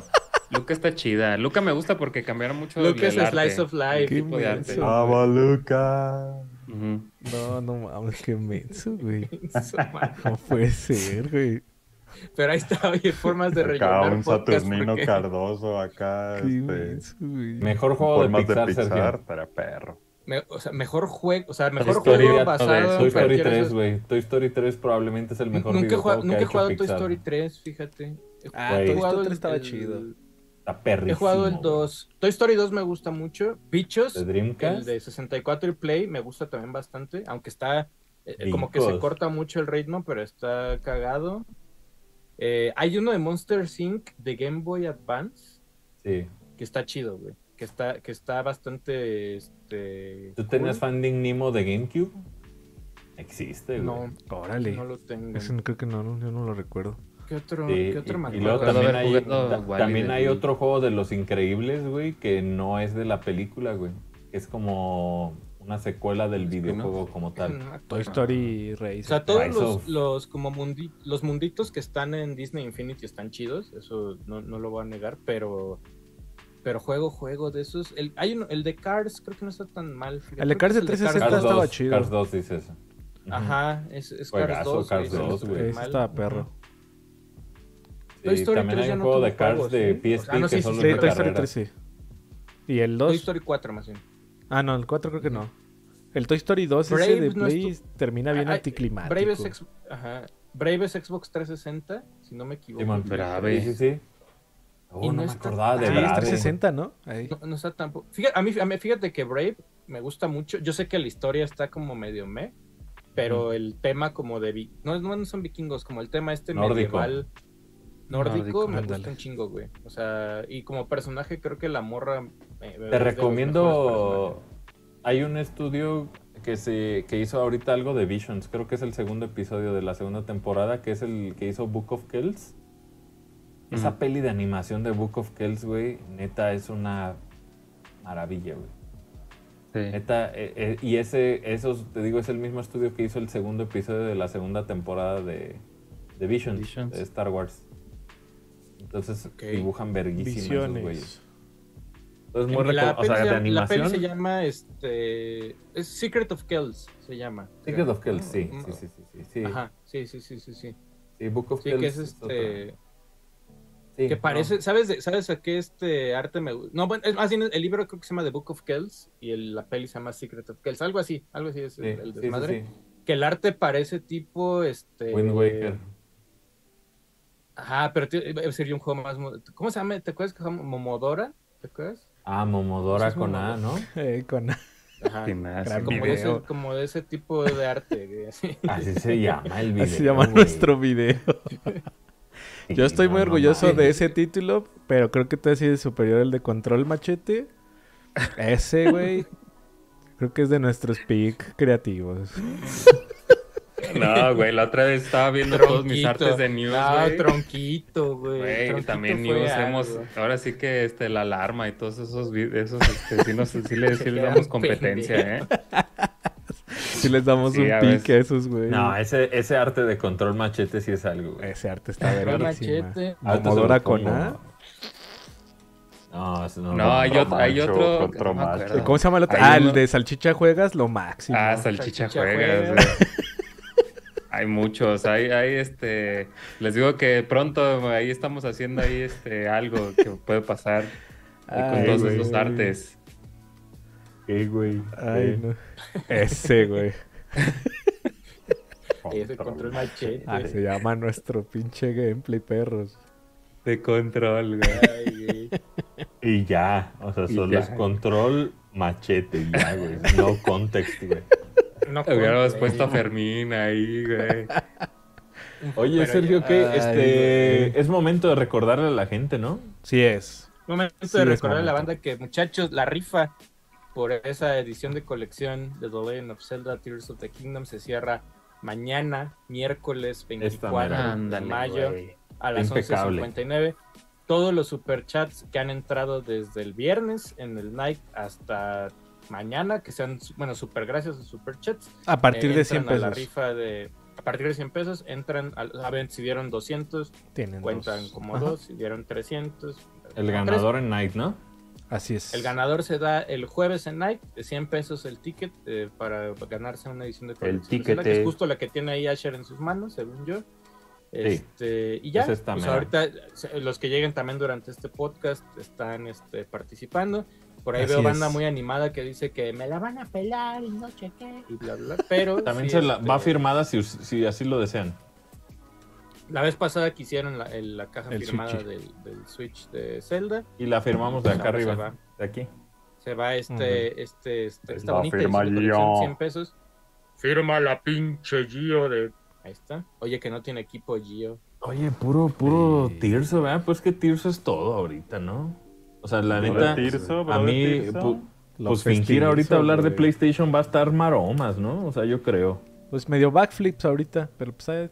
Luca está chida. Luca me gusta porque cambiaron mucho
Lo que es
el arte.
Slice of Life.
Qué tipo de arte.
inmenso.
¡Ava Luca!
Ujú.
No, no mames, qué menso, güey.
Su madre.
No puede ser, güey.
Pero ahí está, oye, formas de
Acá
rellenar
un
podcast
Saturnino
porque-
Cardoso, acá
Qué
este,
menso, güey.
Mejor juego de
formas
Pixar,
de Pixar,
Sergio.
para perro.
me- o sea, mejor juego, o sea,
Toy
mejor
Story,
juego
a
basado
ver,
en
Toy Story
cualquiera de
3,
esos-
güey. Toy Story 3 probablemente es el mejor
Nunca he
videojuego
jugado,
que
nunca
ha
he
hecho
jugado Toy
Pixar.
Story 3, fíjate. He
Ah,
jugado
Toy
Story
el-
3 estaba
el-
chido.
Está perrísimo.
He jugado el
güey.
2. Toy Story 2 me gusta mucho. Bichos,
¿De Dreamcast?
el de 64 y Play, me gusta también bastante. Aunque está eh, como que se
Bichos.
corta mucho el ritmo, pero está cagado. Eh, hay uno de Monster Inc. de Game Boy Advance
Sí.
que está chido, güey. Que está, que está bastante. Este,
¿Tú tenías
cool.
Finding Nemo de GameCube? Existe, güey.
No,
Órale.
no lo tengo.
Ese no- creo que no, no, yo no lo recuerdo.
¿Qué otro,
Sí,
¿qué otro me
y, y luego
acuerdo?
también
haber
hay,
jugado
ta-
Wall-E
también
de
hay
Wii.
otro juego de Los Increíbles, güey, que no es de la película, güey. Es como una secuela del videojuego como tal.
No me acuerdo.
Toy Story Race.
O sea, todos
Rise
los,
of-
los como mundi- los munditos que están en Disney Infinity están chidos, eso no, no lo voy a negar, pero pero juego, juego de esos. El, hay uno, el de Cars creo que no está tan mal. fíjate.
El de Cars
Creo
de
que es
360
Cars
está- estaba
2,
chido.
Cars 2 dice eso. Ujú.
Ajá, es, es Cars
Juegazo,
2.
Cars
güey,
dos,
está
güey.
mal.
Ese estaba perro.
Sí,
Toy Story
también
3
hay
ya
un
no
juego
tuvo
de Cars
juegos,
de
¿sí?
PSP
O sea, no,
que
sí,
solo
sí,
Sí,
es
sí,
de
Toy Story
carreras.
3 sí. ¿Y el
Toy
2?
Story 4 más bien.
Ah, no, el 4 creo que no. El Toy Story 2 ese
Brave
de
no
Play
estu-
termina bien
Ah, ah,
anticlimático.
Brave es, ex- ajá, Brave es Xbox 360, si no me equivoco.
Simón.
Brave.
Sí, sí, sí. Oh,
Y
no,
no
me
está-
acordaba de
Sí, es
Brave.
360, ¿no? Ahí.
No, no está tampoco. Fíjate, a mí, a mí- fíjate que Brave me gusta mucho. Yo sé que la historia está como medio me, pero el tema como de. vi- No, no son vikingos, como el tema este
Nórdico.
medieval nórdico,
Nórdico,
me
ándale.
gusta un chingo, güey. O sea, y como personaje, creo que la morra. eh, es de
Te
los mejores
recomiendo. Hay un estudio que se que hizo ahorita algo de Visions. Creo que es el segundo episodio de la segunda temporada, que es el que hizo Book of Kells. Esa
Ujú.
peli de animación de Book of Kells, güey, neta es una maravilla, güey.
Sí.
Neta, eh, eh, y ese, esos, te digo, es el mismo estudio que hizo el segundo episodio de la segunda temporada de, de Visions,
Visions.
de Star Wars. Entonces
Ok.
dibujan verguísimas esos güeyes.
Visiones.
Entonces, muy
personajes. La
recom- o
peli,
sea,
se
de
llama- la peli
animación.
se llama este. Es Secret of Kells, se llama.
Secret of Kells,
Ah,
sí,
ah,
sí, sí, sí, sí, sí.
Ajá, sí, sí, sí, sí, sí.
Sí, Book of
Sí,
Kells
que es
otra.
este.
Sí,
Que
no.
parece, ¿sabes, de- ¿sabes a qué este arte me gusta? No, bueno, es más bien el libro creo que se llama The Book of Kells y el- la peli se llama Secret of Kells, algo así, algo así es
Sí,
el, el
sí, sí,
desmadre.
sí.
Que el arte parece tipo este.
Wind Waker.
Ajá, pero ti- sería un juego más. mo- ¿Cómo se llama? ¿Te acuerdas que se llama Momodora? ¿Te acuerdas?
Ah,
Eso
Momodora
es
con A, ¿no?
Eh, con
Ajá.
Sin más,
gran
sin
Como
más.
de,
video.
ese, como de ese tipo de arte. güey, así. [laughs]
Así se llama el
[laughs]
video.
Así se llama
güey.
nuestro video.
Sí,
Yo estoy
no,
muy
no
orgulloso de
mames.
ese título, pero creo que tú sido superior el de Control Machete. Ese, güey. Creo que es de nuestros pick creativos.
No, güey, la otra vez estaba [laughs] viendo todos mis
Tronquito.
artes de news.
No,
güey.
tronquito, güey.
Güey,
Tronquito
también
fue
news
algo.
hemos. Ahora sí que este, la alarma y todos esos. vi- esos este, sí, nos, sí le, sí le
Quedan
damos competencia, ¿eh?
Si les damos
Sí,
un
a
pick
ver.
a esos, güey.
No, eh. ese, ese arte de control machete sí es algo, güey.
Ese arte está
Control
verguísima.
Machete.
Ahorita se lo
Momodora con
pongo.
A.
No, eso no.
No, hay otro.
Contra
Hay
macho,
otro
contra
no me acuerdo.
macho.
¿Cómo se llama el otro?
Hay
Ah,
uno-
el de salchicha juegas, lo máximo.
Ah, salchicha,
Salchicha
juegas.
juegas.
güey. Hay muchos, hay, hay este, les digo que pronto ahí estamos haciendo ahí este algo que puede pasar ahí con
Ay,
todos
güey.
esos artes.
Ey, güey.
Ay, no. [laughs] Ese, güey.
Ese Este, control machete.
Ah, se llama nuestro pinche gameplay, perros.
De control, güey.
Ay, güey.
Y ya, o sea,
Y
solo
ya.
es control machete, y ya,
[laughs]
güey. No context, güey.
No
Hubiéramos
contra,
puesto a
güey.
Fermín ahí, güey.
Oye,
Pero
Sergio,
ya-
que
Ay,
este
güey.
es momento de recordarle a la gente, ¿no?
Sí es.
Momento
Sí,
de
es
recordar a la
momento.
banda que, muchachos, la rifa por esa edición de colección de The Legend of Zelda Tears of the Kingdom se cierra mañana, miércoles 24 de
Ándale,
mayo
güey.
a las
Impecable.
11.59. Todos los superchats que han entrado desde el viernes en el night hasta mañana, que sean, bueno, super gracias a superchats,
A partir
eh,
de
entran
100
A la
pesos.
rifa de, a partir de 100 pesos entran, al- a, ver, si dieron 200,
Tienen
cuentan
dos.
como
Ajá.
dos, si dieron 300.
El
tres,
ganador en Night, ¿no?
Así es.
El ganador se da el jueves en Night, de 100 pesos el ticket eh, para ganarse una edición de colección. de
ticket,
Zelda, que
eh.
es justo la que tiene ahí Asher en sus manos, según yo. Este, y ya,
Esa está
pues
mera.
ahorita se- los que lleguen también durante este podcast están este, participando. Por ahí
Así
veo banda
es.
muy animada que dice que me la van a pelar y no sé qué, y bla, bla. Pero.
También
sí,
se la,
este,
va firmada si, si así lo desean.
La vez pasada que hicieron la, el- la caja
El
firmada
Switch.
del, del Switch de Zelda,
Y la firmamos de acá
Ahora se
arriba.
va.
De aquí.
se va este, este,
Pues
este esta
La
bonita
firma
edición de colección,
yo.
100 pesos. Firma la pinche Gio de. Ahí está. Oye, que no tiene equipo Gio.
Oye, puro, puro
Sí.
Tirso, ¿verdad? Pues que Tirso es todo ahorita, ¿no? O sea, la neta,
Brother Tirso,
a
brother
mí,
Tirso.
pu- pues
Los
fingir ahorita
festivizo,
hablar de
güey.
PlayStation va a estar maromas, ¿no? O sea, yo creo.
Pues medio backflips ahorita, pero pues eh,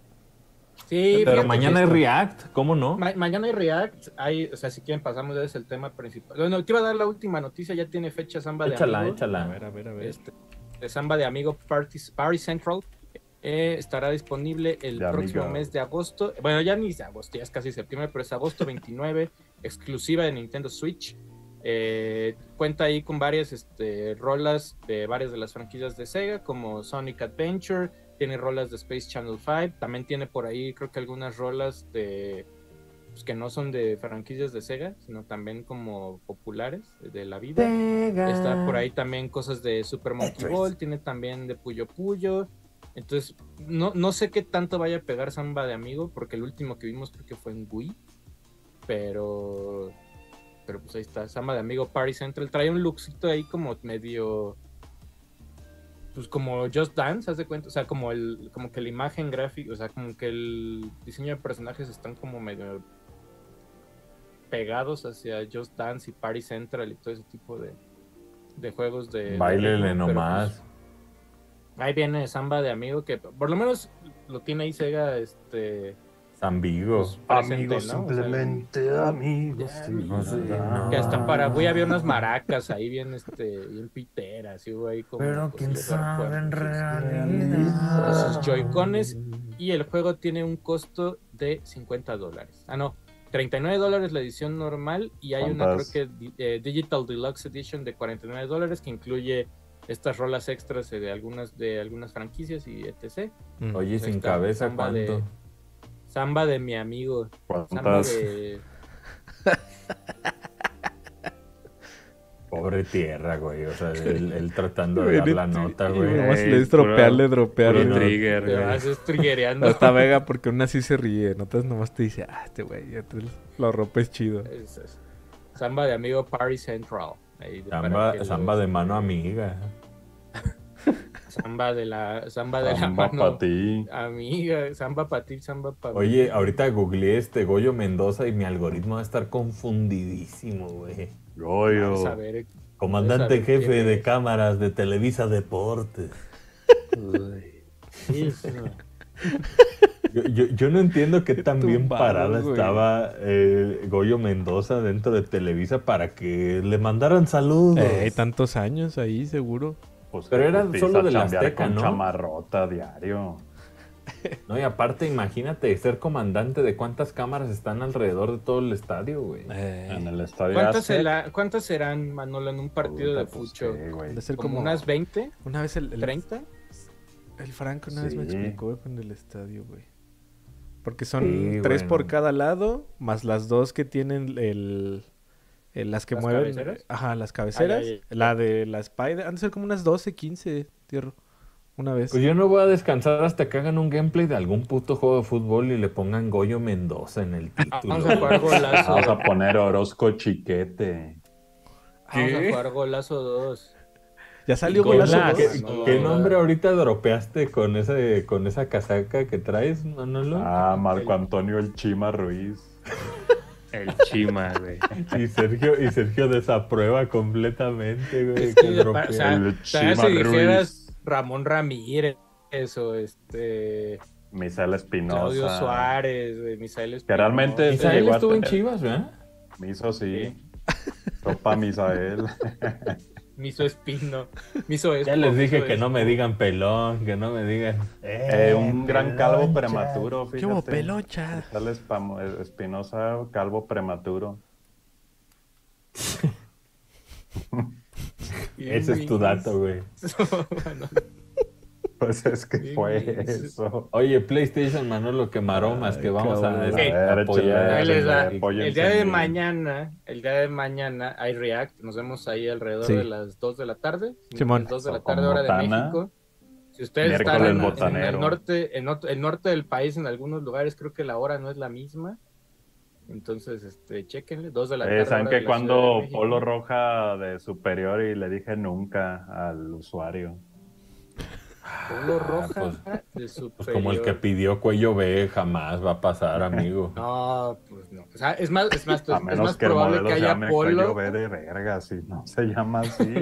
Sí, fíjate
Pero
que
mañana es
esto-
React, ¿cómo no?
Ma- mañana hay React, hay, o sea, si quieren pasamos ya es el tema principal. Bueno, te iba a dar la última noticia, ya tiene fecha Samba de
Échala,
Amigo.
a
échala.
ver, a ver, a ver.
Este, de Samba de Amigo Party, Party Central eh, estará disponible el
De
próximo
Amigo.
mes de agosto. Bueno, ya ni es agosto, ya es casi septiembre, pero es agosto [laughs] 29, exclusiva de Nintendo Switch. Eh, cuenta ahí con varias este, rolas de varias de las franquicias de Sega, como Sonic Adventure, tiene rolas de Space Channel 5, también tiene por ahí creo que algunas rolas de pues, que no son de franquicias de Sega, sino también como populares de la vida. Está por ahí también cosas de Super Monkey Ball, tiene también de Puyo Puyo. Entonces, no, no sé qué tanto vaya a pegar Samba de Amigo, porque el último que vimos creo que fue en Wii. Pero. Pero pues ahí está, Samba de Amigo Party Central. Trae un lookcito ahí como medio. Pues como Just Dance, haz de cuenta. O sea, como el. Como que la imagen gráfica. O sea, como que el diseño de personajes están como medio pegados hacia Just Dance y Party Central y todo ese tipo de, de juegos de. de ritmo,
Báilele
eh, pero,
nomás.
pues, ahí viene Samba de Amigo, que por lo menos lo tiene ahí Sega, este.
Zambigo.
pues, presente, ¿no? O sea,
amigos.
ya,
sí,
no
sé,
nada.
no.
Que hasta para voy había unas maracas ahí bien, este, bien piteras, y hubo ahí como. cosillas fuertes. Con
Ah.
sus joycones y el juego tiene un costo de 50 dólares. Ah, no, 39 dólares la edición normal y hay una creo
¿Cuántas?
que di- eh, Digital Deluxe Edition de 49 dólares que incluye estas rolas extras eh, de algunas de algunas franquicias y etc.
Mm.
Oye, sin
Está
cabeza,
Samba de-
¿cuánto?
Samba de mi amigo, samba
¿Cuántas?
de
Pobre tierra, güey. O sea, él, él tratando
Güey,
de dar la
neta,
nota,
y
güey.
Nomás
Ey,
le des dropearle,
Puro
dropearle.
no.
trigger,
te
güey.
vas
[laughs]
estrigueando.
Hasta Vega, porque una sí se ríe. Notas nomás te dice, ah, este güey, ya te lo rompes chido.
Es- es- Samba de amigo Party Central. Ahí de- para que
Samba,
lo-
samba de mano amiga.
samba de la samba de la
Samba
mano
para ti.
amiga, samba para ti, samba para
Oye, ahorita googleé este Goyo Mendoza y mi algoritmo va a estar confundidísimo, güey.
Goyo.
Vamos a ver.
Comandante
Esa, ¿quién
jefe de
es?
cámaras de Televisa Deportes. [laughs] Yo, yo- yo no entiendo qué tan bien
tumbado,
parada
güey.
estaba eh, Goyo Mendoza dentro de Televisa para que le mandaran saludos.
Ey, Eh, tantos años ahí, seguro.
Pues,
Pero
qué
era
putiza
solo de la
chambear
Azteca,
con
¿no?
chamarrota diario.
No, y aparte, imagínate ser comandante de cuántas cámaras están alrededor de todo el estadio, güey.
Eh,
Eh,
En el estadio
¿Cuántas,
Azteca.
será- cuántas serán, Manolo, en un partido de
Puta, pues,
fucho?
eh,
sí, güey.
De ser
¿Como
como
unas 20?
Una vez el, el,
¿30?
el Franco una vez me
Sí.
explicó güey, en el estadio, güey. Porque son
Sí,
tres
güey.
por cada lado, más las dos que tienen el... el- las que
¿Las
mueven.
cabeceras?
Ajá, las cabeceras.
ya, ya.
La de la Spider. Han de ser como unas 12, 15, tierra. Una vez.
Pues yo no voy a descansar hasta que hagan un gameplay de algún puto juego de fútbol y le pongan Goyo Mendoza en el título.
[laughs] Vamos a jugar golazo.
Ah, Vamos a poner Orozco Chiquete.
Vamos a
¿Qué?
jugar golazo 2.
ya salió
Con
golazo.
la-
dos.
¿Qué,
no,
qué
no.
nombre ahorita dropeaste con ese, con esa casaca que traes, Manolo?
Ah, Marco Antonio el Chima Ruiz.
El chima, güey.
Y Sergio, y Sergio desaprueba completamente, güey.
Es que
que
de-
dropea.
o sea,
el
o sea,
Chima
si dijeras Ramón Ramírez, eso, este,
Misael
Claudio
Espinosa.
Suárez, eh, Misael Espinosa.
Que realmente-
Misael
llegó a
estuvo en
tener.
Chivas, ¿verdad?
Miso, sí. Sopa
[laughs]
Misael.
Miso Espino. Miso Espo,
Ya les dije
Miso
que no
Espo.
me digan pelón, que no me digan.
Eh, un gran calvo prematuro, fíjate.
¿Qué hubo, peloncha?
Misael Espam- Espinosa, calvo prematuro. [laughs]
Y- [laughs]
Ese es tu dato, güey.
Bueno,
Pues es que
Sí,
fue
güey, es-
eso.
Oye, PlayStation Manolo, que maromas,
Ay,
que vamos a,
cabrón.
Eh,
a apoyar.
Ahí les va.
Apoyen
El día de
también.
mañana, el día de mañana hay React. Nos vemos ahí alrededor
Sí.
de las 2 de la tarde.
Simón.
Las 2 de la
O con
tarde, hora de
botana.
México. Si ustedes
Miércoles
están en,
botanero.
en el norte, en ot- el norte del país, en algunos lugares, creo que la hora no es la misma. Entonces, este, chequenle, 2 de la tarde.
Eh, ¿Saben
hora de
que
la Ciudad de
cuando
México.
Polo Roja de Superior y le dije nunca al usuario?
Polo
Ah,
roja
pues-
de
Pues como el que
superior.
pidió cuello B jamás va a pasar, amigo.
[laughs] No, pues no. O sea, es más, es más,
A
es más
menos que el
probable
modelo
que
se
haya
llame Cuello
polo.
B de verga, si no se
[laughs]
llama así.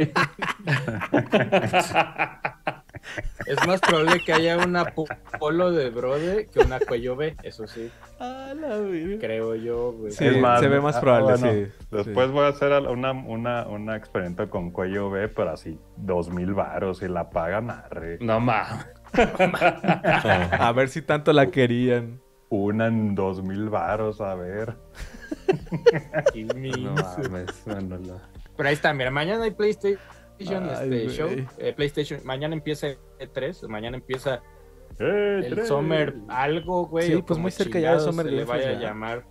Es más probable que haya una po- polo de brode que una cuello B, eso sí. Creo yo, güey.
Sí, se ve más probable, sí,
ah, Después
sí.
voy a hacer al- una, una, un experimento con cuello B, pero así, dos mil varos y la pagan arre.
No mames.
A ver si tanto la querían.
Una en dos mil varos, a ver. Ah, pues,
Y mi-
No mames, Manolo.
Pero ahí está, mira, mañana hay PlayStation
Ay,
este,
güey.
Show. eh, PlayStation, mañana empieza E3, mañana empieza
¡Eh,
el
tres!
Summer algo, güey.
Sí,
o
pues
como
muy cerca ya de
chingados
Summer
se le
Games
vaya a
Fest, ya.
llamar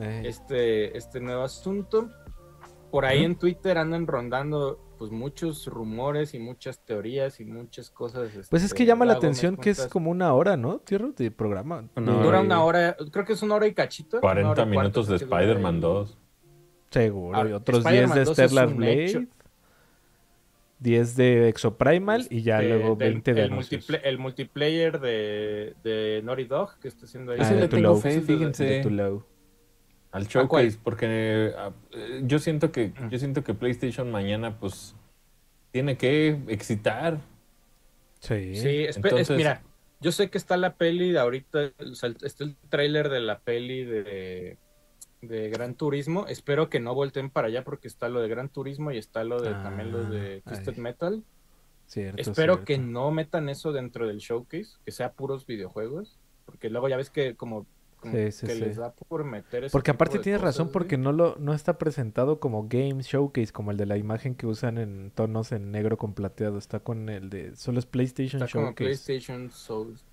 Eh,
este, este nuevo asunto. Por ahí en Twitter andan rondando pues muchos rumores y muchas teorías y muchas cosas.
Pues es
este,
que llama la
Lago, ¿me
atención que es
cuentas?
como una hora, ¿no? Tierra de programa.
Una
De-
Dura una hora, creo que es una hora y cachito.
40 minutos de Spider-Man 2.
Seguro. y
Ah,
otros
Spider-Man
10 de
2 es
Stellar
un hecho.
Blade. 10 de Exoprimal y ya luego 20 de
el,
anuncios.
multiple- el multiplayer de, de Naughty Dog que está haciendo ahí.
Ah,
Ese
de
le tengo
Tulou.
fe,
Ese es de-
fíjense.
de Tulou.
Al
¿A cuál? Mm.
showcase, porque ah, eh, yo siento que yo siento que PlayStation mañana pues tiene que excitar.
Sí.
Sí, espe- es-
Entonces-
mira, yo sé que está la peli de ahorita, o sea, está el tráiler de la peli de, de Gran Turismo. Espero que no volteen para allá porque está lo de Gran Turismo y está lo de también lo de
Ah,
Twisted
ay.
Metal.
Cierto,
Espero que
cierto.
no metan eso dentro del showcase, que sea puros videojuegos, porque luego ya ves que como, como
Sí, sí,
que
sí.
les da por meter ese
Porque
tipo
aparte
de
tienes
cosas,
razón,
güey.
porque no lo no está presentado como Game Showcase, como el de la imagen que usan en tonos en negro con plateado. Está con el de. Solo es PlayStation
está como
Showcase.
PlayStation Souls.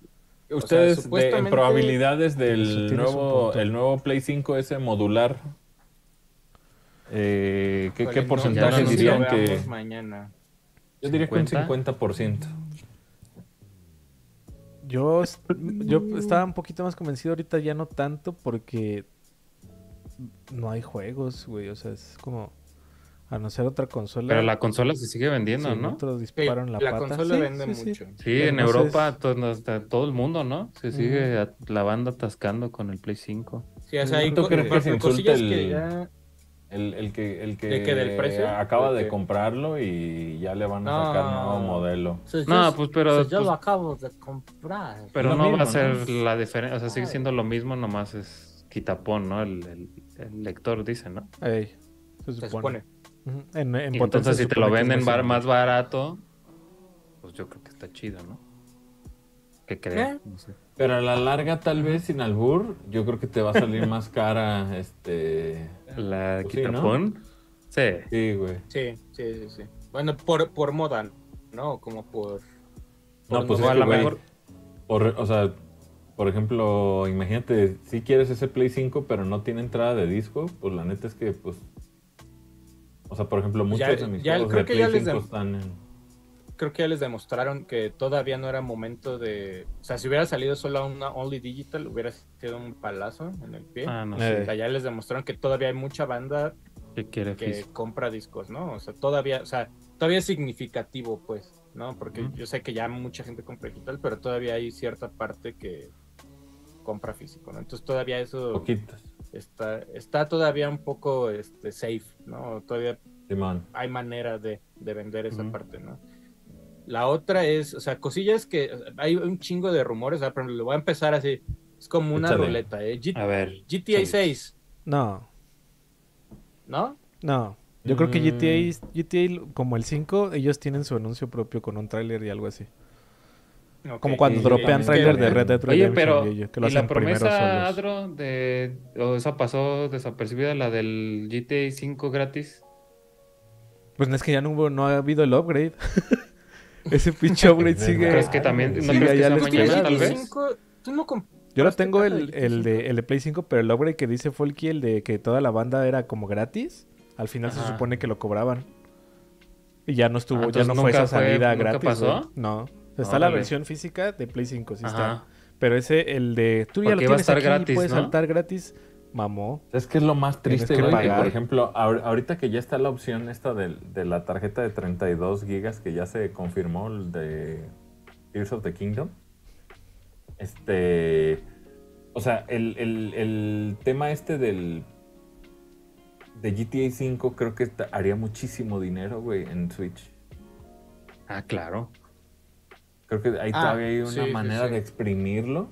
sea,
Ustedes de- en
supuestamente-
probabilidades
Eso
del
tienes un
nuevo
punto.
el nuevo Play 5S modular eh, ¿qué,
Híjole, no,
qué
ya no
porcentaje
nos
dirían
lo
que
veamos mañana.
yo diría que un
50.
50%.
Yo, es- yo estaba un poquito más convencido ahorita, ya no tanto, porque no hay juegos, güey. O sea, es como. A no ser otra consola.
Pero la consola se sigue vendiendo,
sí,
¿no?
otros
Sí,
disparan
la,
la, pata.
consola
Sí,
vende
sí, sí.
mucho.
Sí, en
Entonces-
Europa todo, hasta todo el mundo, ¿no? Se sigue a- la banda atascando con el Play 5.
Sí, o sea, hay
¿Tú
co-
crees que
co-
se
cosillas
insulte
que
el-
ya-
El, el que el que,
¿De qué, del precio?
acaba
¿De
de
qué?
comprarlo y ya le van a sacar
No.
nuevo modelo.
No, pues pero,
yo lo
pues,
acabo de comprar.
pero
lo
no
mismo,
va a
¿no?
ser la diferencia, o sea, sigue siendo lo mismo, nomás es quitapón, ¿no? El, el- el lector dice, ¿no?
Ey, se
Se
supone.
supone.
Ujú, En, en
Y
potencia
entonces
se
si te lo
supone que es
venden bar-
mejor.
más barato, pues yo creo que está chido, ¿no? ¿Qué crees?
¿Eh?
No sé.
Pero a la larga tal vez sin albur, yo creo que te va a [laughs] salir más cara este
La
Pues sí, ¿no?
quitapón. Sí.
sí, güey.
Sí, sí, sí, sí. Bueno, por, por moda, ¿no? Como por...
No,
por
pues
moda,
es
no, a
que,
lo
güey,
mejor-
por- o sea, por ejemplo, imagínate, si quieres ese Play 5, pero no tiene entrada de disco, pues la neta es que, pues. O sea, por ejemplo, muchos
Ya-
de mis
ya-
juegos
creo
de
que
Play
ya les
5
dem-
están en.
Creo que ya les demostraron que todavía no era momento de... O sea, si hubiera salido solo una Only Digital, hubiera sido un palazo en el pie.
Ah, no
O
Eh.
sé.
sea, ya les demostraron que todavía hay mucha banda
¿Qué quiere
que
físico?
compra discos, ¿no? O sea, todavía, o sea, todavía es significativo, pues, ¿no? Porque
Ujú.
yo sé que ya mucha gente compra digital, pero todavía hay cierta parte que compra físico, ¿no? Entonces todavía eso
Poquitos.
está, está todavía un poco este, safe, ¿no? Todavía
Simón.
hay manera de, de vender esa
Ujú.
parte, ¿no? La otra es, o sea, cosillas que hay un chingo de rumores, o sea, por ejemplo, voy a empezar así, es como una
Échale.
ruleta, ¿eh? G-
A
Ah,
ver.
GTA 6,
No,
¿no?
no. Yo creo que
Mm.
GTA, GTA, como el 5, ellos tienen su anuncio propio con un tráiler y algo así. Como
Ok.
cuando
sí,
dropean
sí,
tráiler
sí.
de Red Dead
Oye,
Redemption.
pero
y ellos- que lo
¿y la
hacen primero
promesa,
solos.
Adro, de o esa pasó desapercibida, la del GTA 5 gratis?
Pues no es que ya no hubo, no ha habido el upgrade. [laughs] Ese pinche
[laughs]
upgrade
Es
sigue.
¿Crees que también no
Sí,
crees
ya-
que
ya
sea
lo ¿eh?
mañana,
esperaron.
tal vez?
5, tú no comp-
Yo la
¿Compraste
tengo
caja
el,
de
el de,
25?
el de Play 5, pero el upgrade que dice Folky, el de que toda la banda era como gratis, al final se
Ajá.
supone que lo cobraban. Y ya no estuvo,
Ah,
ya
entonces
no fue esa
nunca fue-
salida
¿nunca
gratis.
pasó?
güey. No. O sea, está la
Órale.
versión física de Play 5, sí está.
Ajá.
Pero ese, el de tú ya lo
Porque iba a
tienes
estar
aquí,
gratis,
puedes
¿no?
saltar gratis, mamó.
Es que es lo más
Tienes
triste,
que
güey, que,
pagar.
por ejemplo, ahor- ahorita que ya está la opción esta del- de, la tarjeta de 32 gigas que ya se confirmó el de Tears of the Kingdom, este, o sea, el, el- el tema este del de GTA 5 creo que ta- haría muchísimo dinero, güey, en Switch.
Ah, claro.
Creo que ahí
Ah,
todavía hay una
sí, sí,
manera
sí.
de exprimirlo,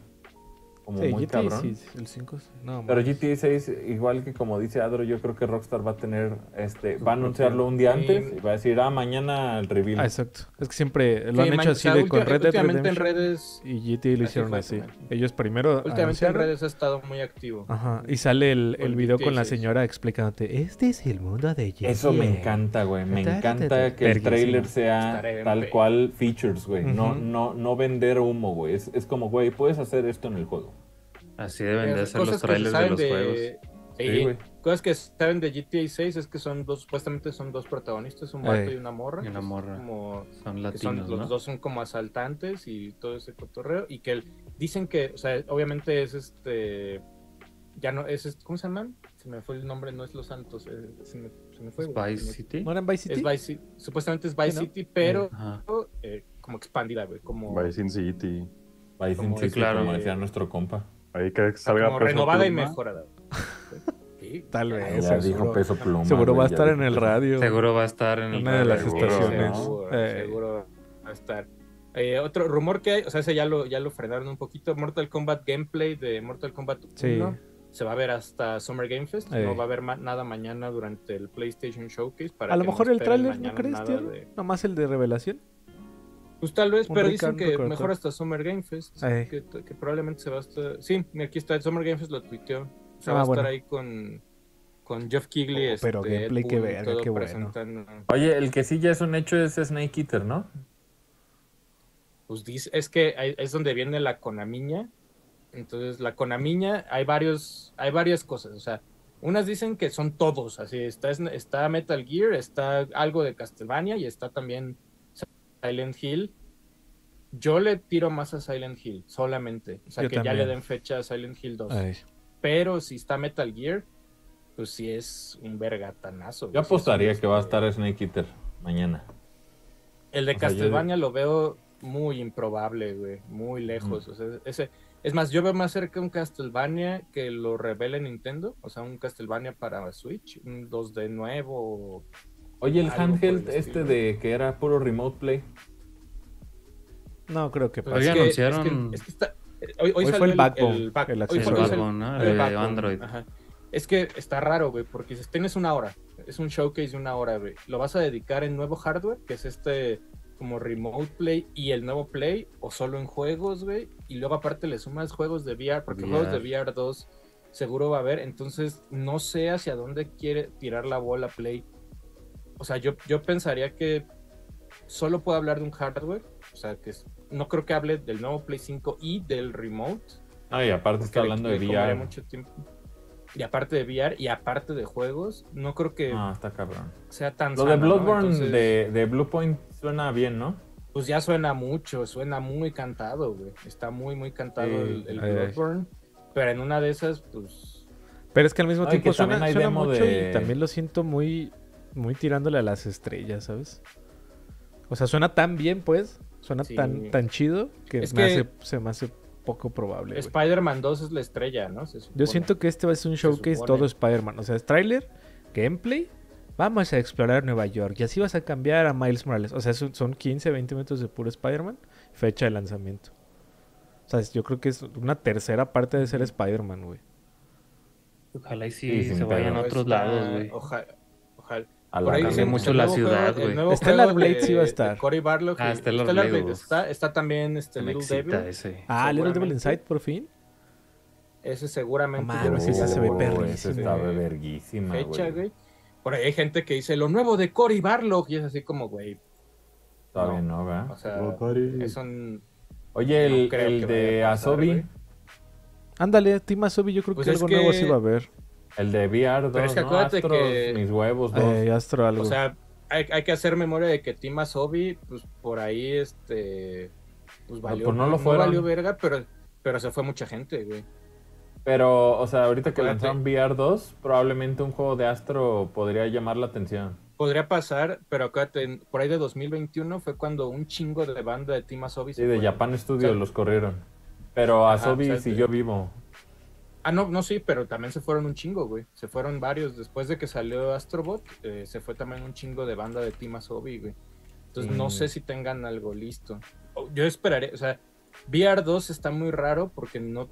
como
Sí,
muy
GTA
cabrón.
sí, sí, el 5, sí. no,
Pero
mames.
GTA 6, igual que como dice Adro, yo creo que Rockstar va a tener, este,
Su
va a anunciarlo un día
propio-
antes y va a decir, ah, mañana el reveal.
Ah, exacto. Es que siempre lo
Sí,
han
man,
hecho
o
así
sea,
de con
ulti-
Red Dead
últimamente en
Redemption
redes,
y GTA lo
así
hicieron
fue
así.
también.
Ellos primero
últimamente en
anunciaron-
redes ha estado muy activo.
Ajá, y sale el,
Con
el
el
video con la
16.
señora explicándote, este es el mundo de Jesse.
Eso me encanta, güey. Me
Ta, ta, ta,
encanta
ta.
que el
Verguísima.
trailer sea
Estaré en
tal
pe-
cual features, güey. No,
Ujú.
no, no vender humo, güey. Es, es como, güey, puedes hacer esto en el juego.
Así deben de
Las
ser los
Eh, cosas que
trailers
se
de
saben
los juegos.
Sí,
Sí, güey.
cosas que saben de GTA 6 es que son dos, supuestamente son dos protagonistas, un vato
Ey.
y una morra.
Y
que
una
son
morra.
Como,
Son
que son-
latinos,
los
¿no?
dos son como asaltantes y todo ese cotorreo. Y que el- dicen que, o sea, obviamente es este. Ya no, es este- ¿cómo se llaman? Se me fue el nombre, no es Los Santos, eh, se, me, se me fue. güey,
Spice
se me-
City.
¿No era en Vice
Es
City?
Vice City. Supuestamente es Vice
Sí, ¿no?
City, pero
Ajá.
eh, como expandida, güey. Como,
Vice in City.
Vice
Como-
City,
Sí, claro.
como decía nuestro compa.
Ahí que salga
como
Peso
renovada y
Pluma.
mejorada.
[laughs]
Sí,
Tal
Ya
vez.
dijo
seguro.
peso pluma.
Seguro va a
güey, ya
estar en
dijo
el
Peso-
radio.
Seguro va a estar en el
Una de las
Seguro,
estaciones.
¿no?
Seguro,
Eh.
seguro va a estar. Eh, otro rumor que hay, o sea, ese ya lo, ya lo frenaron un poquito. Mortal Kombat gameplay de Mortal Kombat 1
Sí.
se va a ver hasta Summer Game Fest.
Eh.
No va a haber ma- nada mañana durante el PlayStation Showcase. Para
A lo
que no
mejor el
esperen
tráiler, ¿no
mañana
crees,
nada
tío?
de-
Nomás el de revelación.
Pues tal vez,
Un
pero
recap,
dicen
un
que
recordatorio.
mejor hasta Summer Game Fest.
Eh.
Que, que probablemente se va a estar. Sí, mira, aquí está. El Summer Game Fest lo tuiteó. Se
Ah,
va a
bueno.
estar ahí con, con Jeff Kigley.
Oh, pero
este, Ed
gameplay, qué
Boon,
verga,
todo
qué bueno.
presentando.
Oye, el que sí ya es un hecho es Snake Eater, ¿no?
Pues dice, es que ahí- es donde viene la conamiña. Entonces, la conamiña, hay varios, hay varias cosas. O sea, unas dicen que son todos, así está, es- está Metal Gear, está algo de Castlevania y está también Silent Hill. Yo le tiro más a Silent Hill, solamente. O sea,
Yo
que ya
también.
le den fecha a Silent Hill 2.
Ay.
Pero si está Metal Gear, pues sí es un vergatanazo. güey.
Yo
Sí es un-
apostaría que va a estar Snake Eater mañana.
El de
O sea, yo-
Castlevania lo veo muy improbable, güey. Muy lejos. O sea, ese, es más, yo veo más cerca un Castlevania que lo revele Nintendo. O sea, un Castlevania para Switch. Un 2D nuevo.
Oye, el
Algo por
handheld
el
este
estilo.
de que era puro remote play.
No creo que
Pero
pase.
Oye,
es que-
anunciaron-
es que- es que está- eh, hoy, hoy
Hoy
salió
fue el
el
Backbone,
el Back-
el
hoy fue-
El
accesorio.
hoy salió
Backbone, ¿no?
el
De
Backbone,
Android.
ajá. Es que está raro, güey, porque si tienes una hora, es un showcase de una hora, güey. ¿Lo vas a dedicar en nuevo hardware, que es este como remote play y el nuevo play, o solo en juegos, güey? Y luego aparte le sumas juegos de VR, porque
VR.
juegos de VR 2 seguro va a haber, entonces no sé hacia dónde quiere tirar la bola Play. O sea, yo, yo pensaría que solo puedo hablar de un hardware, o sea, que es- no creo que hable del nuevo Play 5 y del remote.
Ah, y aparte está
Porque le-
hablando de
le comeré
VR.
mucho tiempo. Y aparte de VR y aparte de juegos, no creo que
Ah, está cabrón.
sea tan
Lo de
sano, ¿no?
Bloodborne
Entonces,
de, de Blue Point suena bien, ¿no?
Pues ya suena mucho, suena muy cantado, güey. Está muy, muy cantado
Sí,
el, el
ay, ay.
Bloodborne. Pero en una de esas, pues.
Pero es que al mismo
No, y
tiempo
que
suena,
también hay
suena
demo
mucho
de-
y también lo siento muy, muy tirándole a las estrellas, ¿sabes? O sea, suena tan bien, pues. Suena
Sí.
tan, tan chido que,
Es
me
que-
hace- se me hace poco probable. güey.
Spider-Man 2 es la estrella, ¿no? Se
Yo
supone.
siento que este va a ser un showcase
supone.
todo Spider-Man. O sea, es tráiler, gameplay. Vamos a explorar Nueva York. Y así vas a cambiar a Miles Morales. O sea, son son 15, 20 minutos de puro Spider-Man. Fecha de lanzamiento. O sea, es- yo creo que es una tercera parte de ser Spider-Man, güey.
Ojalá y
Sí,
sí, Pues
sin
se vayan a
pedo.
otros
otros lados, güey.
Ojalá. Ojalá.
A
Por
la
ahí
Cambia
dicen
cabeza.
que
mucho
el
la
nuevo
ciudad,
juego- el
güey.
nuevo
Stellar
juego
Blade sí va a
de- de
estar.
Cory Barlog.
Ah,
este
y-
Stellar Blade,
Blade
uf.
está, está también este,
Me
Little
excita
eh.
Devil.
ese.
Ah, Little Devil
Seguramente.
Inside, por fin.
Ese seguramente.
Ah, No mames, ese se ve
Oh,
perrísimo,
ese está
güey.
verguísima,
fecha,
güey.
güey. Por ahí hay gente que dice lo nuevo de Cory Barlog y es así como, güey,
Todavía no, ¿verdad?
O sea,
Rotary.
es un...
Oye, el,
No creo
el
que
de
vaya a pasar,
Asobi,
güey.
Ándale, Team Asobi, yo creo
Pues
que
es
algo nuevo
que-
sí va a haber.
el de VR2,
Pero es que
¿no?
acuérdate
Astros,
que-
mis huevos, dos.
Eh, Astro algo.
O sea, hay, hay que hacer memoria de que Team Asobi, pues por ahí, este... Pues
No,
valió,
pues no lo fueron.
valió verga, pero, pero se fue mucha gente, güey.
Pero, o sea, ahorita que
Acuérdate.
lanzaron VR2, probablemente un juego de Astro podría llamar la atención.
Podría pasar, pero acuérdate, en- por ahí de 2021 fue cuando un chingo de banda de Team Asobi... se
Sí, de
fueron.
Japan Studios
Sí.
los corrieron. Pero
Ajá,
Asobi
exacto.
siguió vivo.
Ah, no, no, sí, pero también se fueron un chingo, güey. Se fueron varios. Después de que salió Astrobot, eh, se fue también un chingo de banda de Team Asobi, güey. Entonces
Mm.
no sé si tengan algo listo. O- Yo esperaré, o sea, VR2 está muy raro porque no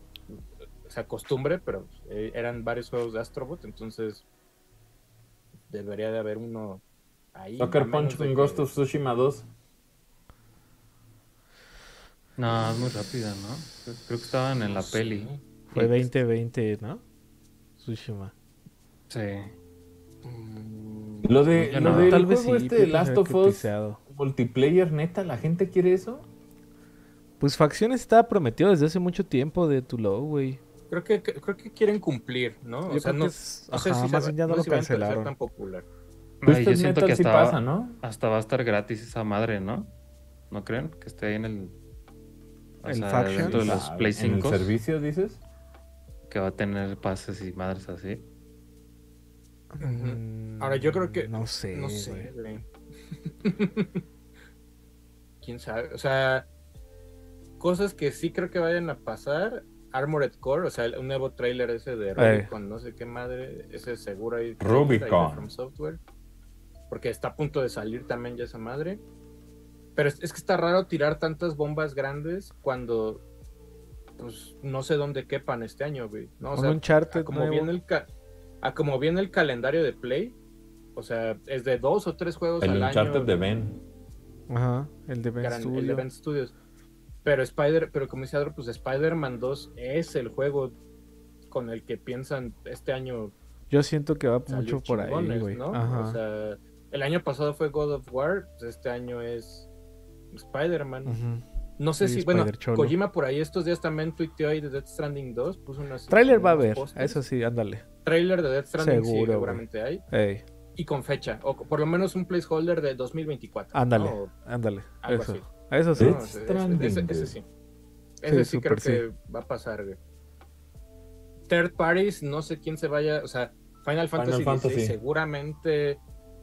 se acostumbre, pero eh, eran varios juegos de Astrobot, entonces debería de haber uno ahí. a
Soccer
menos
Punch
de
con
que-
Ghost of Tsushima 2.
No, es muy rápida, ¿no? Creo- Creo que estaban en la
Sí.
peli.
Fue 2020, ¿no? Tsushima.
Sí.
Mm,
Lo de,
Ya
lo
no.
del
Tal vez
juego
sí,
este
puede
de
ser
Last of
que
Us
piseado.
multiplayer, neta, ¿la gente quiere eso?
Pues Facción estaba prometido desde hace mucho tiempo de Tulo, güey.
Creo que, creo que quieren cumplir, ¿no?
Yo creo que es- ajá, más
va-
bien ya no
sé
lo
si va a empezar
cancelaron.
tan popular.
Ay, yo
Twisted
siento
este Metal
que
Pues sí
hasta,
pasa, ¿no?
hasta va a estar gratis esa madre, ¿no? ¿No creen? Que esté ahí en el... o
¿El
sea,
Faction?
dentro de
¿Quién
los Play
¿En el
5
servicio, dices?
que va a tener pases y madres así.
Mm,
Ahora, yo creo que-
No sé,
No
güey.
sé, güey. [laughs] ¿Quién sabe? O sea, cosas que sí creo que vayan a pasar. Armored Core, o sea, el- un nuevo tráiler ese de Rubicon, no sé qué madre, ese seguro ahí.
Rubicon.
de From Software. Porque está a punto de salir también ya esa madre. Pero es, es que está raro tirar tantas bombas grandes cuando pues no sé dónde quepan este año, güey. No, o
Un
sea,
Uncharted
a como
nuevo.
viene el ca- a como viene el calendario de Play, o sea, es de dos o tres juegos
El
al
Uncharted
año.
de Ben.
Ajá, el de Ben
gran- el de
Studio.
Ben Studios. Pero Spider, pero como dice Adro, pues Spider-Man 2 es el juego con el que piensan este año
Yo siento que va
salir
mucho por ahí,
chingones,
güey.
¿no?
Ajá.
O sea, el año pasado fue God of War, pues, este año es Spider-Man.
Ujú.
No sé
Sí,
si, bueno,
Spider-Cholo.
Kojima por ahí estos días también tuiteó ahí de Death Stranding 2, puso unas
Trailer
unos
va a haber,
pósters.
eso sí, ándale.
Trailer de Death Stranding sí,
Seguro, güey.
seguramente hay.
Ey,
y con fecha, o por lo menos un placeholder de 2024.
Ándale.
¿no? O
ándale.
Algo
Eso.
así.
Eso sí.
No,
Death
ese-
Stranding,
ese, ese
güey.
sí. Ese sí, creo
súper
que va a pasar, güey. Third parties, no sé quién se vaya, o sea, Final Fantasy XVI,
Fantasy.
seguramente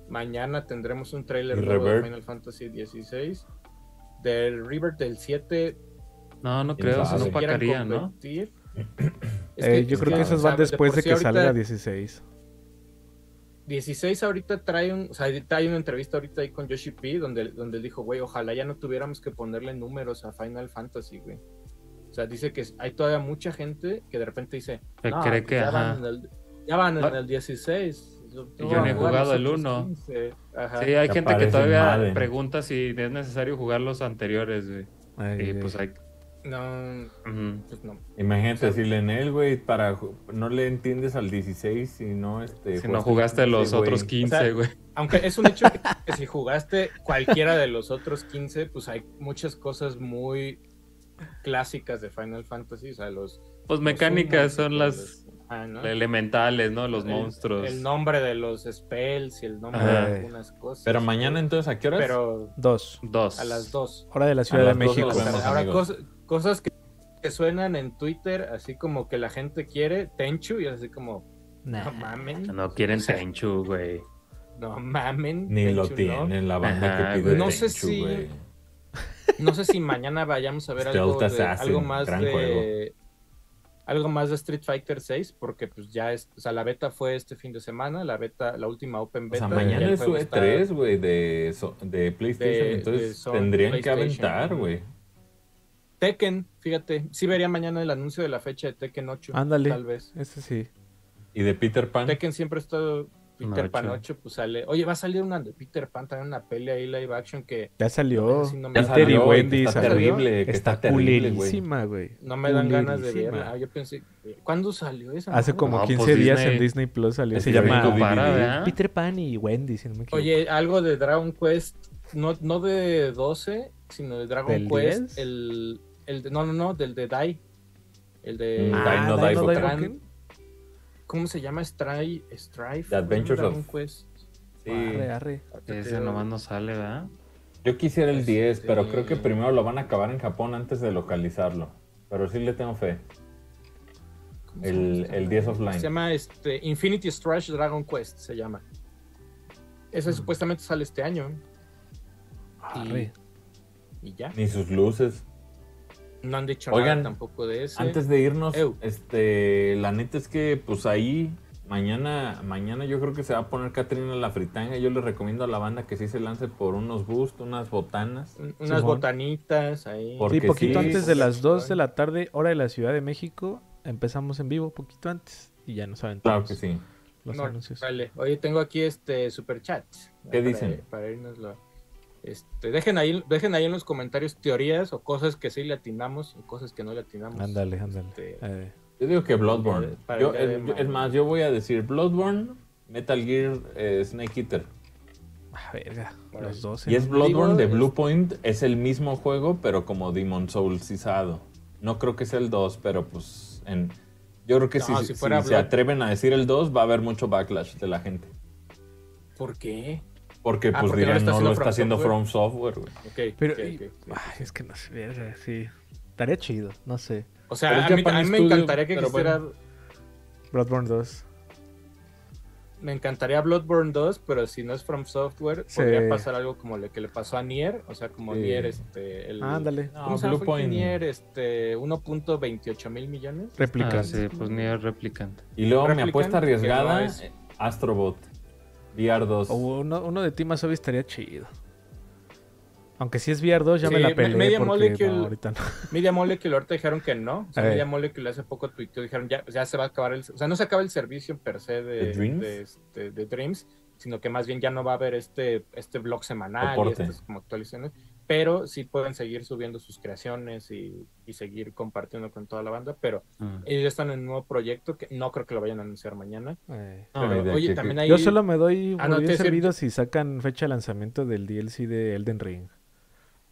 mañana tendremos un trailer
Y
nuevo de
Rebirth.
Final Fantasy XVI. Del River del 7,
No, no
¿Quién
creo, eso
sabe?
Ah, no
si quieran
pacaría, ¿no?
competir. Es
Ey,
que-
Eh, yo
es
creo que
que,
esas
o sea,
van
de
después
por
de
sí
que salga la
ahorita-
16.
16 ahorita trae un, o sea, trae una entrevista ahorita ahí con Yoshi P donde, donde él dijo, güey, ojalá ya no tuviéramos que ponerle números a Final Fantasy, güey. O sea, dice que hay todavía mucha gente que de repente dice,
Que
"No,
cree
pues
que,
ya,
ajá.
van en el, ya van en
Ah.
el 16.
yo
van
ni he
a jugar
jugado
los
el
otros
uno.
15". Ajá.
Sí, hay
Ya
gente que
parece
todavía
Madden.
pregunta si es necesario jugar los anteriores, güey.
Ey,
Y
ey.
pues hay...
No,
Ujú.
pues no.
Imagínate, decirle en él, güey, para... ju- No le entiendes al 16 si no, este...
Si no jugaste los
15,
otros
güey.
15, güey.
Aunque es un hecho que, que si jugaste cualquiera de los otros 15, pues hay muchas cosas muy clásicas de Final Fantasy, o sea, los...
Pues
los humos,
mecánicas son las
los- ajá, ¿no?
elementales, ¿no? Los
El-
monstruos.
El nombre de los spells y el nombre
Ajá.
de algunas cosas.
Pero mañana, entonces, ¿a qué horas?
Pero
Dos.
Dos.
a las 2.
Hora de la Ciudad de
las dos
México.
nos vemos.
Ahora,
amigos.
cos- cosas que, que suenan en Twitter, así como que la gente quiere Tenchu, y así como, no
Nah.
mamen.
No quieren Tenchu, güey.
No mamen.
Ni lo
Tenchu,
tienen la banda
Ajá,
que pide
güey.
No sé
Tenchu,
si-
güey.
No. No sé si mañana vayamos a ver algo,
Stealth
de-
Assassin,
algo más
gran
de.
juego.
Algo más de Street Fighter 6, porque pues ya es, o sea, la beta fue este fin de semana, la beta, la última Open
O sea,
Beta. ya
mañana
el
es E su
juego está-
E3, güey, de, so- de PlayStation.
de
entonces
Sony
tendrían que
PlayStation.
aventar, güey.
Tekken, fíjate, sí vería mañana el anuncio de la fecha de Tekken 8.
Ándale.
Tal vez.
Ese Este sí.
Y de Peter Pan.
Tekken siempre ha estado. Peter
Nacho.
Pan 8, pues sale. Oye, va a salir una de Peter Pan, también una peli ahí live action que
Ya salió.
Sí, no me-
Ya
Peter
salió,
y
güey,
Wendy
que está
salió.
terrible, que está,
Está
terrible, güey.
culerísima, güey.
no me dan ganas de
Culerísima.
verla. Ah, yo pensé, ¿cuándo salió esa?
Hace
madre?
como
No,
15
pues,
días
Disney-
en Disney Plus salió. Se
Disney
llama
Plus.
Para,
DVD.
¿verdad?
Peter Pan y Wendy, si no me equivoco.
Oye, algo de Dragon Quest, no, no de 12, sino de Dragon
¿Del
Quest,
10?
el, el de- no, no, no, del de Dai. El de
Mm,
Ah,
Dai no
Dai
Dai
no Dai
Botan.
Botan.
¿Cómo se llama? Stri- Strife.
The Adventures
Dragon
of-
Quest.
Sí.
Arre, arre.
Ese nomás no sale, ¿verdad?
Yo quisiera el 10, pero
Este-
creo que primero lo van a acabar en Japón antes de localizarlo. Pero sí le tengo fe.
¿Cómo se llama
El,
esta
el
madre?
10
Se
offline.
llama este, Infinity Strash Dragon Quest, se llama.
Mm.
Ese supuestamente sale este año. Y,
Arre.
y ya.
Ni sus luces.
No han dicho
Oigan,
nada tampoco de ese.
Antes de irnos,
Ew.
este, la neta es que pues ahí mañana, mañana yo creo que se va a poner Catrina la fritanga. Yo le recomiendo a la banda que sí se lance por unos boosts, unas botanas.
Un- Unas
Simón.
botanitas ahí.
Por-
Sí,
porque
poquito
sí,
antes de las
sí.
2 de la tarde, hora de la Ciudad de México. Empezamos en vivo, poquito antes. Y ya nos
Claro
aventamos
que sí.
los
No,
anuncios.
Vale, oye, tengo aquí este super chat.
¿Qué dicen?
Para irnoslo. Este, dejen ahí, dejen ahí en los comentarios teorías o cosas que sí le atinamos o cosas que no le atinamos.
Ándale, ándale.
Este,
Eh,
Yo digo que Bloodborne.
Para el
Yo-
día de
el- yo- es
mañana.
más, yo voy a decir Bloodborne, Metal Gear, eh, Snake Eater.
ah, verga.
Órale.
Los 12.
Y es Bloodborne de
Digo,
Blue
este-
Point, es el mismo juego, pero como Demon Soulsizado. No creo que sea el 2, pero pues en... Yo creo que
No,
si,
si
si
fuera
se
Blood-
atreven a decir el 2, va a haber mucho backlash de la gente.
¿Por qué?
Porque
Ah, porque
pues
no lo
dirán,
está
no lo
haciendo
está
From
haciendo
Software".
From Software, güey.
Ok,
Pero,
ok,
y-
ok.
Ay, es que no sé, verga, sí. Estaría chido, no sé.
O
pero
sea,
es
a mí,
Japan
a mí me
Studio,
encantaría que
pero
existiera.
Bloodborne 2.
Ah, Me encantaría Bloodborne 2, pero si no es From Software,
Sí.
podría pasar algo como lo que le pasó a Nier. O sea, como
Sí.
Nier, este. El,
Ah, Ándale.
¿Cómo se llama?
Blue
Fue que
Point.
Nier, este, 1.28 mil millones.
Ah,
Replicas.
sí, pues ni es replicante.
Y luego mi
Replicant,
apuesta
que
arriesgada,
no es-
eh, Astrobot, VR2.
O uno, uno de Team Asobi estaría chido. Aunque si es VR 2, ya
Sí,
me la
me-
peleé
Media
porque
Molecule-
no, ahorita no.
Media Molecule ahorita dijeron que no. O sea,
Eh.
Media Molecule hace poco tuiteó, dijeron ya, ya se va a acabar el... O sea, no se acaba el servicio per se de,
¿De Dreams?
de este- de Dreams, sino que más bien ya no va a haber este, este blog semanal y
Soporte.
estas como actualizaciones. Pero sí pueden seguir subiendo sus creaciones y, y seguir compartiendo con toda la banda. Pero
Ah.
ellos ya están en un nuevo proyecto que no creo que lo vayan a anunciar mañana.
Eh.
No,
Pero,
y de
oye,
aquí-
también hay...
Yo solo me doy
Ah,
por
no,
bien
te decía-
servido si sacan fecha de lanzamiento del DLC de Elden Ring.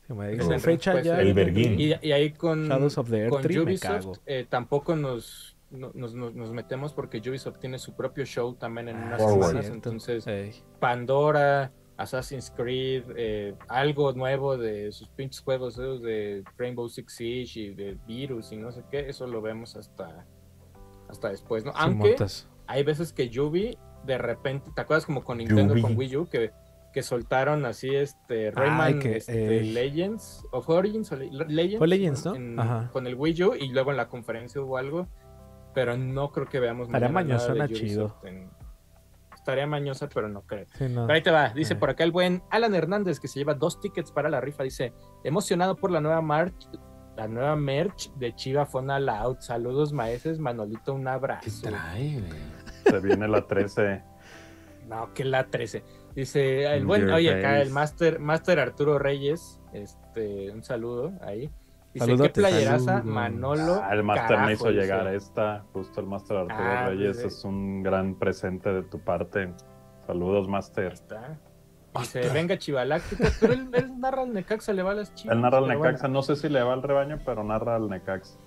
Si me dicen
Elden
fecha
Ring,
ya.
pues,
el
Elden
Berguín.
Ring,
Y, y ahí con...
Shadows of the Earth
con
3, me cago.
Ubisoft eh, tampoco nos, no- nos, nos- nos metemos porque Ubisoft tiene su propio show también en
Ah,
unas
sí,
Forward.
semanas.
cierto.
Entonces,
Ey.
Pandora, Assassin's Creed, eh, algo nuevo de sus pinches juegos esos de Rainbow Six Siege y de Virus y no sé qué, eso lo vemos hasta, hasta después, ¿no?
Sin
Aunque
montas.
hay veces que Yubi de repente, ¿te acuerdas como con Nintendo,
Yubi.
con Wii U, que, que soltaron así este
Ay,
Rayman
que,
este,
eh.
Legends of Origins o Le- Legends,
Fue Legends, ¿no?
en-
Ajá.
con el Wii U y luego en la conferencia hubo algo, pero no creo que veamos
Estaría
mañana nada
mañosona,
de Ubisoft
chido.
en- Estaría mañosa, pero no creo.
Sí, no.
Pero Ahí te va, dice
Ah.
por acá el buen Alan Hernández que se lleva dos tickets para la rifa, dice, emocionado por la nueva march, la nueva merch de Chiva Fona Loud. Saludos maeses, Manolito, un
¿Qué
abrazo.
trae, güey?
Se viene la 13.
No, que la 13. Dice el buen,
Your
oye, acá
face.
el Master, Master Arturo Reyes, este, un saludo ahí. Dice,
Saludotes.
¿qué playeraza
Saludos.
Manolo?
Ah, el Master me hizo
Carajo, dice.
llegar eh. esta. Justo el Master Arturo
Ah,
Reyes
pues, eh.
es un gran presente de tu parte. Saludos, Master.
Ahí está. Dice, venga Chivaláctica, pero él, él narra al Necaxa, le va a las chivas.
Él narra al
pero
Necaxa.
bueno.
No sé si le va al rebaño, pero narra al Necaxa.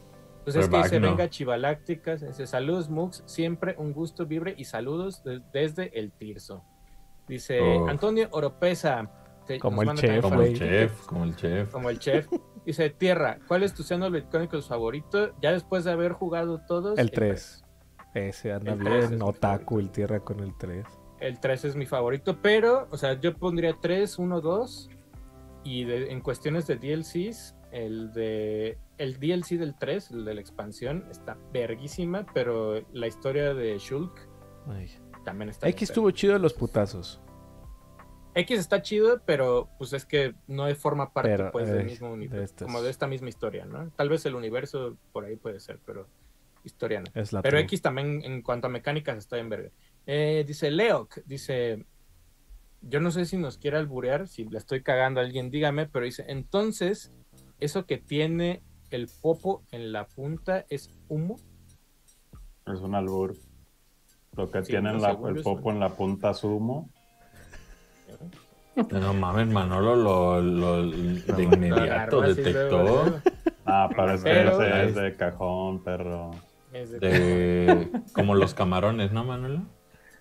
Pues es que
Rebac,
dice,
no.
venga Chivalácticas, dice, saludos Mux, siempre un gusto, vibre y saludos de- desde el Tirso. Dice,
Oh.
Antonio Oropesa. te-
Como
nos
el
manda
chef,
también
Como
para
el
güey.
chef, como el chef.
como el chef. Dice, Tierra, ¿cuál es tu Xenoblade electrónico favorito? Ya después de haber jugado todos.
El 3. Ese anda
El tres es
bien.
mi
Otaku,
favorito.
el tierra con el 3.
El 3 es mi favorito, pero, o sea, yo pondría 3, 1, 2. Y de- en cuestiones de DLCs, el de el DLC del 3, el de la expansión, está verguísima, pero la historia de Shulk también está...
X
enferma.
estuvo chido de los putazos.
X está chido, pero pues es que no forma parte
Pero,
pues, del
eh,
mismo universo,
de estos.
como de esta misma historia, ¿no? Tal vez el universo por ahí puede ser, pero historia no.
Es la
Pero
true.
X también, en cuanto a mecánicas, está en verga. Eh, dice Leok, dice, yo no sé si nos quiere alburear, si la estoy cagando a alguien, dígame, pero dice, entonces, eso que tiene el popo en la punta es humo.
Es un albur. Lo que
Sí,
tiene
no,
en la-
seguro
el
es un-
popo en la punta
[laughs]
sumo.
No mames, Manolo lo, lo- de inmediato
Agarró así luego,
detectó.
luego.
Ah, pero es que
Pero-
ese es de cajón, perro.
Es de-
de- como los camarones, ¿no, Manolo?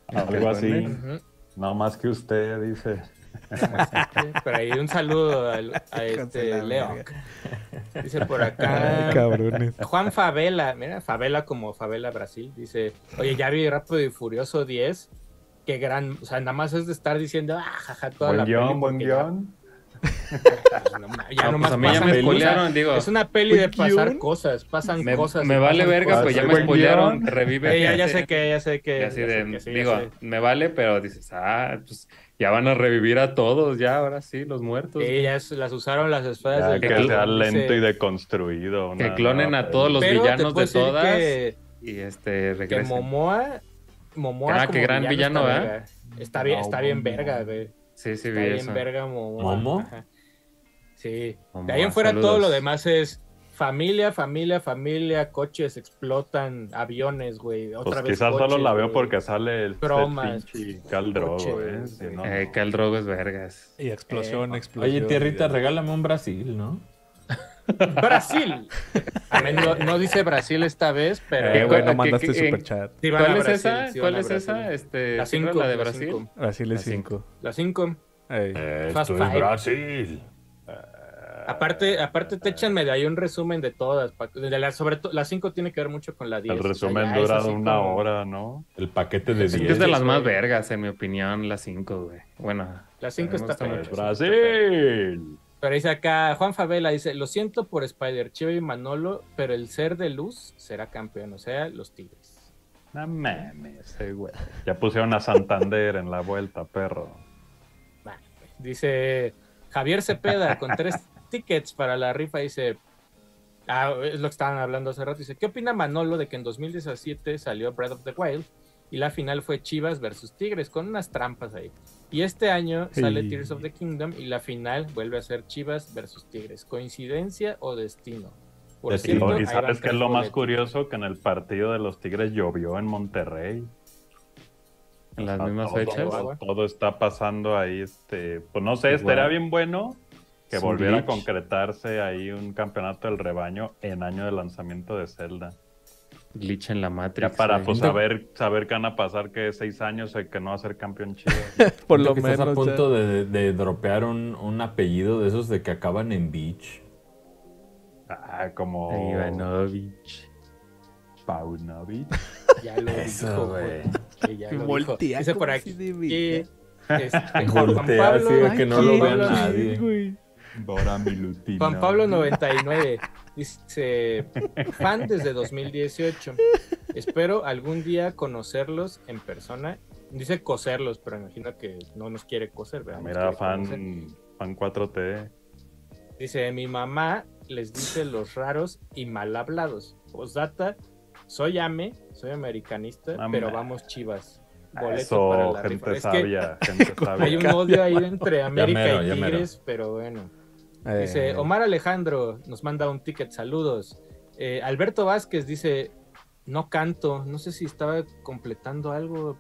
Ah,
Algo así.
Ujú.
No más que usted, dice.
Pero ahí un saludo al- a este
Cancelado,
Leo. Dice por
Ay,
acá.
cabrones.
Juan Favela, mira, Favela como Favela Brasil, dice, oye, ya vi Rápido y Furioso 10, qué gran, o sea, nada más es de estar diciendo, ah, jaja, toda la
Buen
peli,
guión, buen
porque ya-
guión.
pues, no ma- ya
No,
nomás
pues a mí ya
pasan
me
cosas.
spoilearon, digo.
Es una peli de
Buen
pasar
guión.
cosas, pasan
Me,
cosas.
me
y
vale
pasan
verga,
cosas.
pues ya me
Buen
spoilearon,
guión.
revive.
Eh, ya, ya sé que, ya sé que.
Y así
ya sé
de,
que sí, ya
digo,
sé.
me vale, pero dices, ah, pues ya van a revivir a todos, ya, ahora sí, los muertos.
Sí, ya se- las usaron las espadas
Ya
del
que
cl-
sea
dragón, dice,
lento y deconstruido.
que
una
clonen
nueva
a
peli.
todos los-
"Pero te puedo
villanos de
decir
todas
que-
Y este,
Que
regresa.
Momoa. Momoa.
Ah,
como
qué gran villano,
está
¿eh?
verga. Está bien,
No,
está bien
Momoa.
verga, güey.
Sí, sí,
Está
vi
bien
eso.
verga Momoa.
¿Momo?
Ajá. Sí. de
Momoa,
ahí en fuera
saludos.
todo lo demás es familia, familia, familia, coches explotan, aviones, güey.
Pues
Otra vez
quizás solo
coches,
la veo
güey.
porque sale el
Bromas,
pinche Khal Drogo,
coches,
¿eh? Si
güey.
no,
Eh,
no.
Khal Drogo es vergas.
Y explosión, explosión.
Oye, tierrita, regálame un Brasil, ¿no?
Brasil. A ver, no, no dice Brasil esta vez, pero.
Qué
Eh,
bueno,
¿qué-
mandaste
qué-
superchat.
Sí van a
¿Cuál es
Brasil,
esa?
sí van
¿Cuál
a
es
Brasil.
esa? Este,
La
¿sí fue
5.
la de Brasil.
Brasil es
Así.
5.
La 5.
Eh.
Fast
Esto es
five.
Brasil.
eh,
Aparte, aparte
Ah.
te echan medio ahí un resumen de todas. pa- de la- sobre todo, la 5 tiene que ver mucho con la 10.
El
o sea,
resumen
ya es
dura
así
una
como-
hora, ¿no?
El paquete de
Es que
Es que
10.
es de
Sí,
las
sí.
más vergas, en mi opinión, la 5, güey. Bueno,
La 5
Me
está
gusta
Eh,
padre.
mucho.
¡Brasil!
Pero dice acá, Juan Favela dice, lo siento por Spider, Chivo y Manolo, pero el ser de luz será campeón, o sea, los Tigres.
No mames, eh, güey. Ya pusieron a Santander en la vuelta, perro.
Dice Javier Cepeda con tres tickets para la rifa, dice, ah, es lo que estaban hablando hace rato, dice, ¿qué opina Manolo de que en 2017 salió Breath of the Wild y la final fue Chivas versus Tigres con unas trampas ahí? Y este año sale
Sí.
Tears of the Kingdom y la final vuelve a ser Chivas versus Tigres. ¿Coincidencia o destino? Por
Y,
Destino.
cierto,
y
ahí van
sabes que es
tres
lo más
boletos.
curioso que en el partido de los Tigres llovió en Monterrey.
en las
A
mismas
todo,
fechas.
a Todo está pasando ahí, este, pues no sé, estaría
Igual.
bien bueno que
Es un
volviera a
glitch.
concretarse ahí un campeonato del rebaño en año de lanzamiento de Zelda.
Glitch en la Matrix.
Ya para
güey.
pues
No,
saber, saber qué van a pasar que seis años el que no va a ser campeón chido.
[laughs]
Por lo
que
menos.
Estás a
ya.
punto de, de dropear un, un apellido de esos de que acaban en beach.
Ah, como
Eh, Ivanovich. [laughs]
Paunovic.
Ya lo dijo, güey. Sí, ya lo dijo.
Voltea
Dice por
como
aquí.
si de
que,
vida.
este, Juan, Juan
Voltea así
Pablo,
de que no lo vea
Pablo-
nadie.
Bora Milutina.
Juan Pablo 99 dice fan desde 2018. Espero algún día conocerlos en persona. Dice coserlos, pero imagino que no nos quiere coser, ¿verdad?
Ah,
Nos
Mira,
quiere conocer.
fan, fan 4T.
Dice, mi mamá les dice los raros y mal hablados. Posdata, soy ame, soy americanista,
Mamá.
pero vamos chivas. Boleto para
Ah, Eso,
la rifa.
gente
Es que
sabia, gente
[laughs] Hay un
sabia.
odio
[laughs]
ahí entre América
mero,
y
ya mero.
Tigres, pero bueno.
Eh,
Dice Omar Alejandro, nos manda un ticket, saludos. Eh, Alberto Vázquez dice, no canto, no sé si estaba completando algo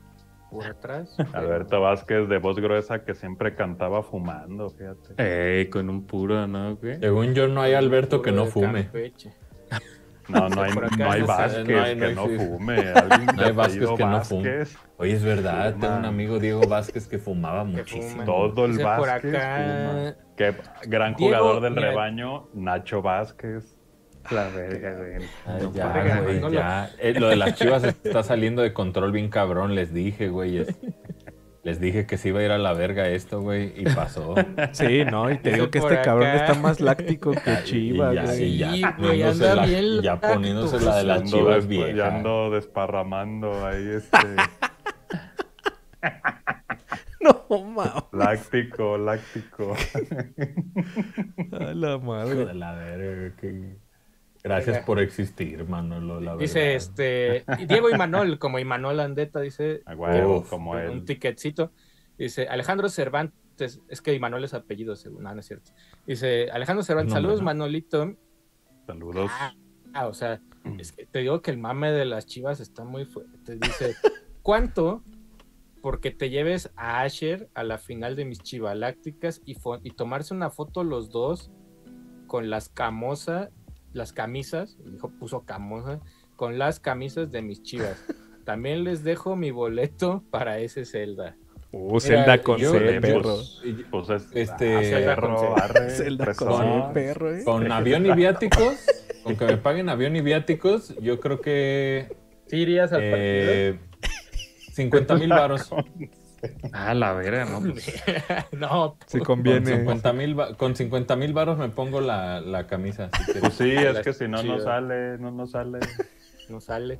por
[laughs]
atrás. pero-
Alberto Vázquez de voz gruesa que siempre cantaba fumando, fíjate.
Ey, Eh, con un puro, ¿no, güey?
Según yo, no hay Alberto que
Puro
no
de
fume.
Campeche.
No, no hay,
Por acá
no hay
no sé,
Vázquez
no hay- no
que
hay
no
fi- [laughs]
fume. Alguien
No hay
de
Vázquez
apellido
que no fume.
Vázquez,
Oye, es verdad,
Fuma.
tengo un amigo Diego Vázquez que fumaba
Que
muchísimo.
fuma.
Todo el
Dice por
Vázquez
acá,
Que gran
Diego,
jugador del
mira.
rebaño, Nacho Vázquez.
La verga, güey.
Ah,
Ay,
No,
Ah, ya,
verga,
güey,
Manolo.
ya. Eh, lo de las chivas está saliendo de control bien cabrón, les dije, güey. es- Les dije que se iba a ir a la verga esto, güey, y pasó.
Sí, no, y te [laughs]
Dice
digo que
por
este cabrón
acá.
está más láctico [laughs] que
Y
Chivas,
ya,
güey.
y ya,
Sí, güey,
poniéndose
anda
la-
bien
y ya
lacto.
poniéndose la de las
Ando
chivas
despa- ya
viejas.
ando desparramando ahí
[laughs]
este
No, mames.
láctico, láctico.
A la
Hijo
madre.
de la verga, qué- Gracias por existir, Manolo. la
Dice
verdad.
este Diego Imanol, [laughs] como Imanol Andeta, dice
A huevo,
Uf,
Ah, como
un
él.
ticketcito. Dice Alejandro Cervantes, es que Imanol es apellido, según, ah, no, no es cierto. Dice Alejandro Cervantes,
No,
saludos
no, no.
Manolito.
Saludos.
Ah, o sea, es que te digo que el mame de las chivas está muy fuerte. Dice, ¿cuánto? Porque te lleves a Asher a la final de mis chivalácticas y, fo- y tomarse una foto los dos con las camosas, las camisas, dijo, puso camosa, con las camisas de mis chivas. También les dejo mi boleto para ese Zelda.
Uh, Zelda con
yo-
C,
yo-
perro.
Y-
Pues es
Este,
ah,
con
perro,
C.
arre,
Zelda con
fresón.
C, perro, eh.
Con avión y viáticos, con que me paguen avión y viáticos, yo creo que
¿Sí irías al
eh, 50 mil
[laughs]
varos.
Ah, la verga, ¿no? Pues,
partido? [laughs] No,
Si
Con
conviene.
50 mil va- con 50 mil varos me pongo la, la camisa. si quieres.
Pues sí, es que si no,
Chido.
no sale, no, no sale.
no sale.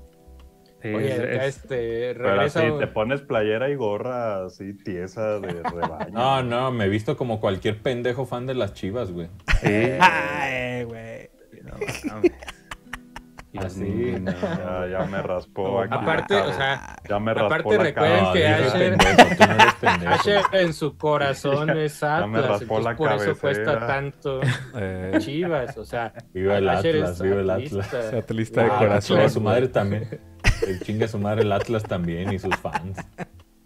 sí,
Oye,
eh, es-
acá,
es-
este,
Pero
regresa.
así te pones playera y gorra así
[laughs]
tiesa de rebaño.
[laughs] No, no, me he visto como cualquier pendejo fan de las chivas, güey.
Ay, güey.
eh, no mames.
Así.
[laughs] Ya, ya me raspó
No,
aquí.
Aparte,
cabrón.
o sea,
ya me raspó
aparte
la
recuerden
cara.
No,
que
dije
Asher-
pendejo, tú no eres
[laughs]
pendejo.
Asher en su
[laughs]
corazón es
ya me
Atlas,
raspó la
entonces por eso cuesta
cabecera.
tanto
Eh,
Chivas, o sea,
[laughs] Viva el
Asher es
Atlas, viva el
atlista.
Atlas.
satelista [laughs] de
Ah,
corazón.
Chinga su madre también. El chinga su madre el Atlas también y sus fans.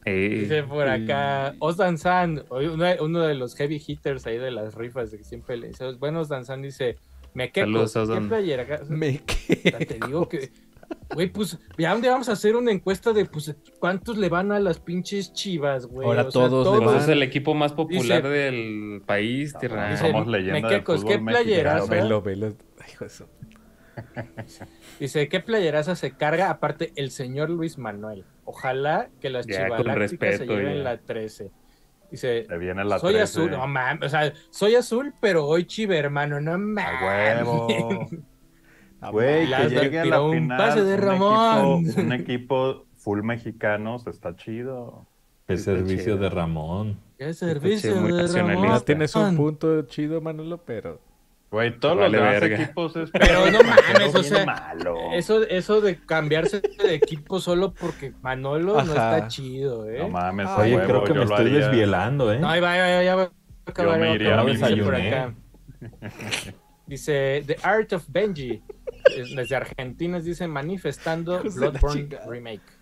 Sí.
Dice por acá, Osdan San, uno, de- uno de los heavy hitters ahí de las rifas de que siempre le dice, bueno, Osdan San dice, me queco,
Saludos, Ozdan.
¿qué playera?
[laughs] Me
O sea, te digo que, güey, pues, ¿ya dónde vamos a hacer una encuesta de, pues, cuántos le van a las pinches chivas, güey?
Ahora todos le
Pues
van.
es el equipo más popular
Dice-
del país, tierra.
dice,
Somos leyenda del
Mequecos,
fútbol
¿qué playerazo?
mexicano.
Velo, velo. Ay, hijo de su-
Dice, ¿qué playeraza se carga? Aparte, el señor Luis Manuel. Ojalá que las
Ya, con
chivalácticas se
respeto,
lleven
ya.
la 13. Dice,
Te viene la
soy
13.
azul, no mames, o sea, soy azul, pero hoy chiva, hermano, no
A
mames. [laughs]
huevo. Güey, que
Las del
llegue a la
Pirón,
final.
pase de
un
Ramón. [laughs]
equipo- un equipo full mexicano, se está chido.
El
Está
servicio
chido.
de Ramón.
Qué servicio
muy
de
nacionalista.
No
Ramón.
tienes un
Juan.
punto chido, Manolo, pero.
Güey, todos
Vale
los demás
verga.
equipos es
Pero no mames, o
bien
sea,
malo.
Eso, eso de cambiarse de equipo solo porque Manolo no
Ajá.
está chido, ¿eh.
No mames,
Ah,
a
Oye,
huevo,
creo que
yo
me
lo
estoy
haría.
desvielando, ¿eh?
No, ahí va, ahí va, ahí va, ya va a acabar.
me
ya va a
iría a
acabar.
mi
Dice por
desayuné.
acá. Dice The Art of Benji. Es- Desde Argentina dice manifestando
Hijos de la
Bloodborne
chingada.
Remake.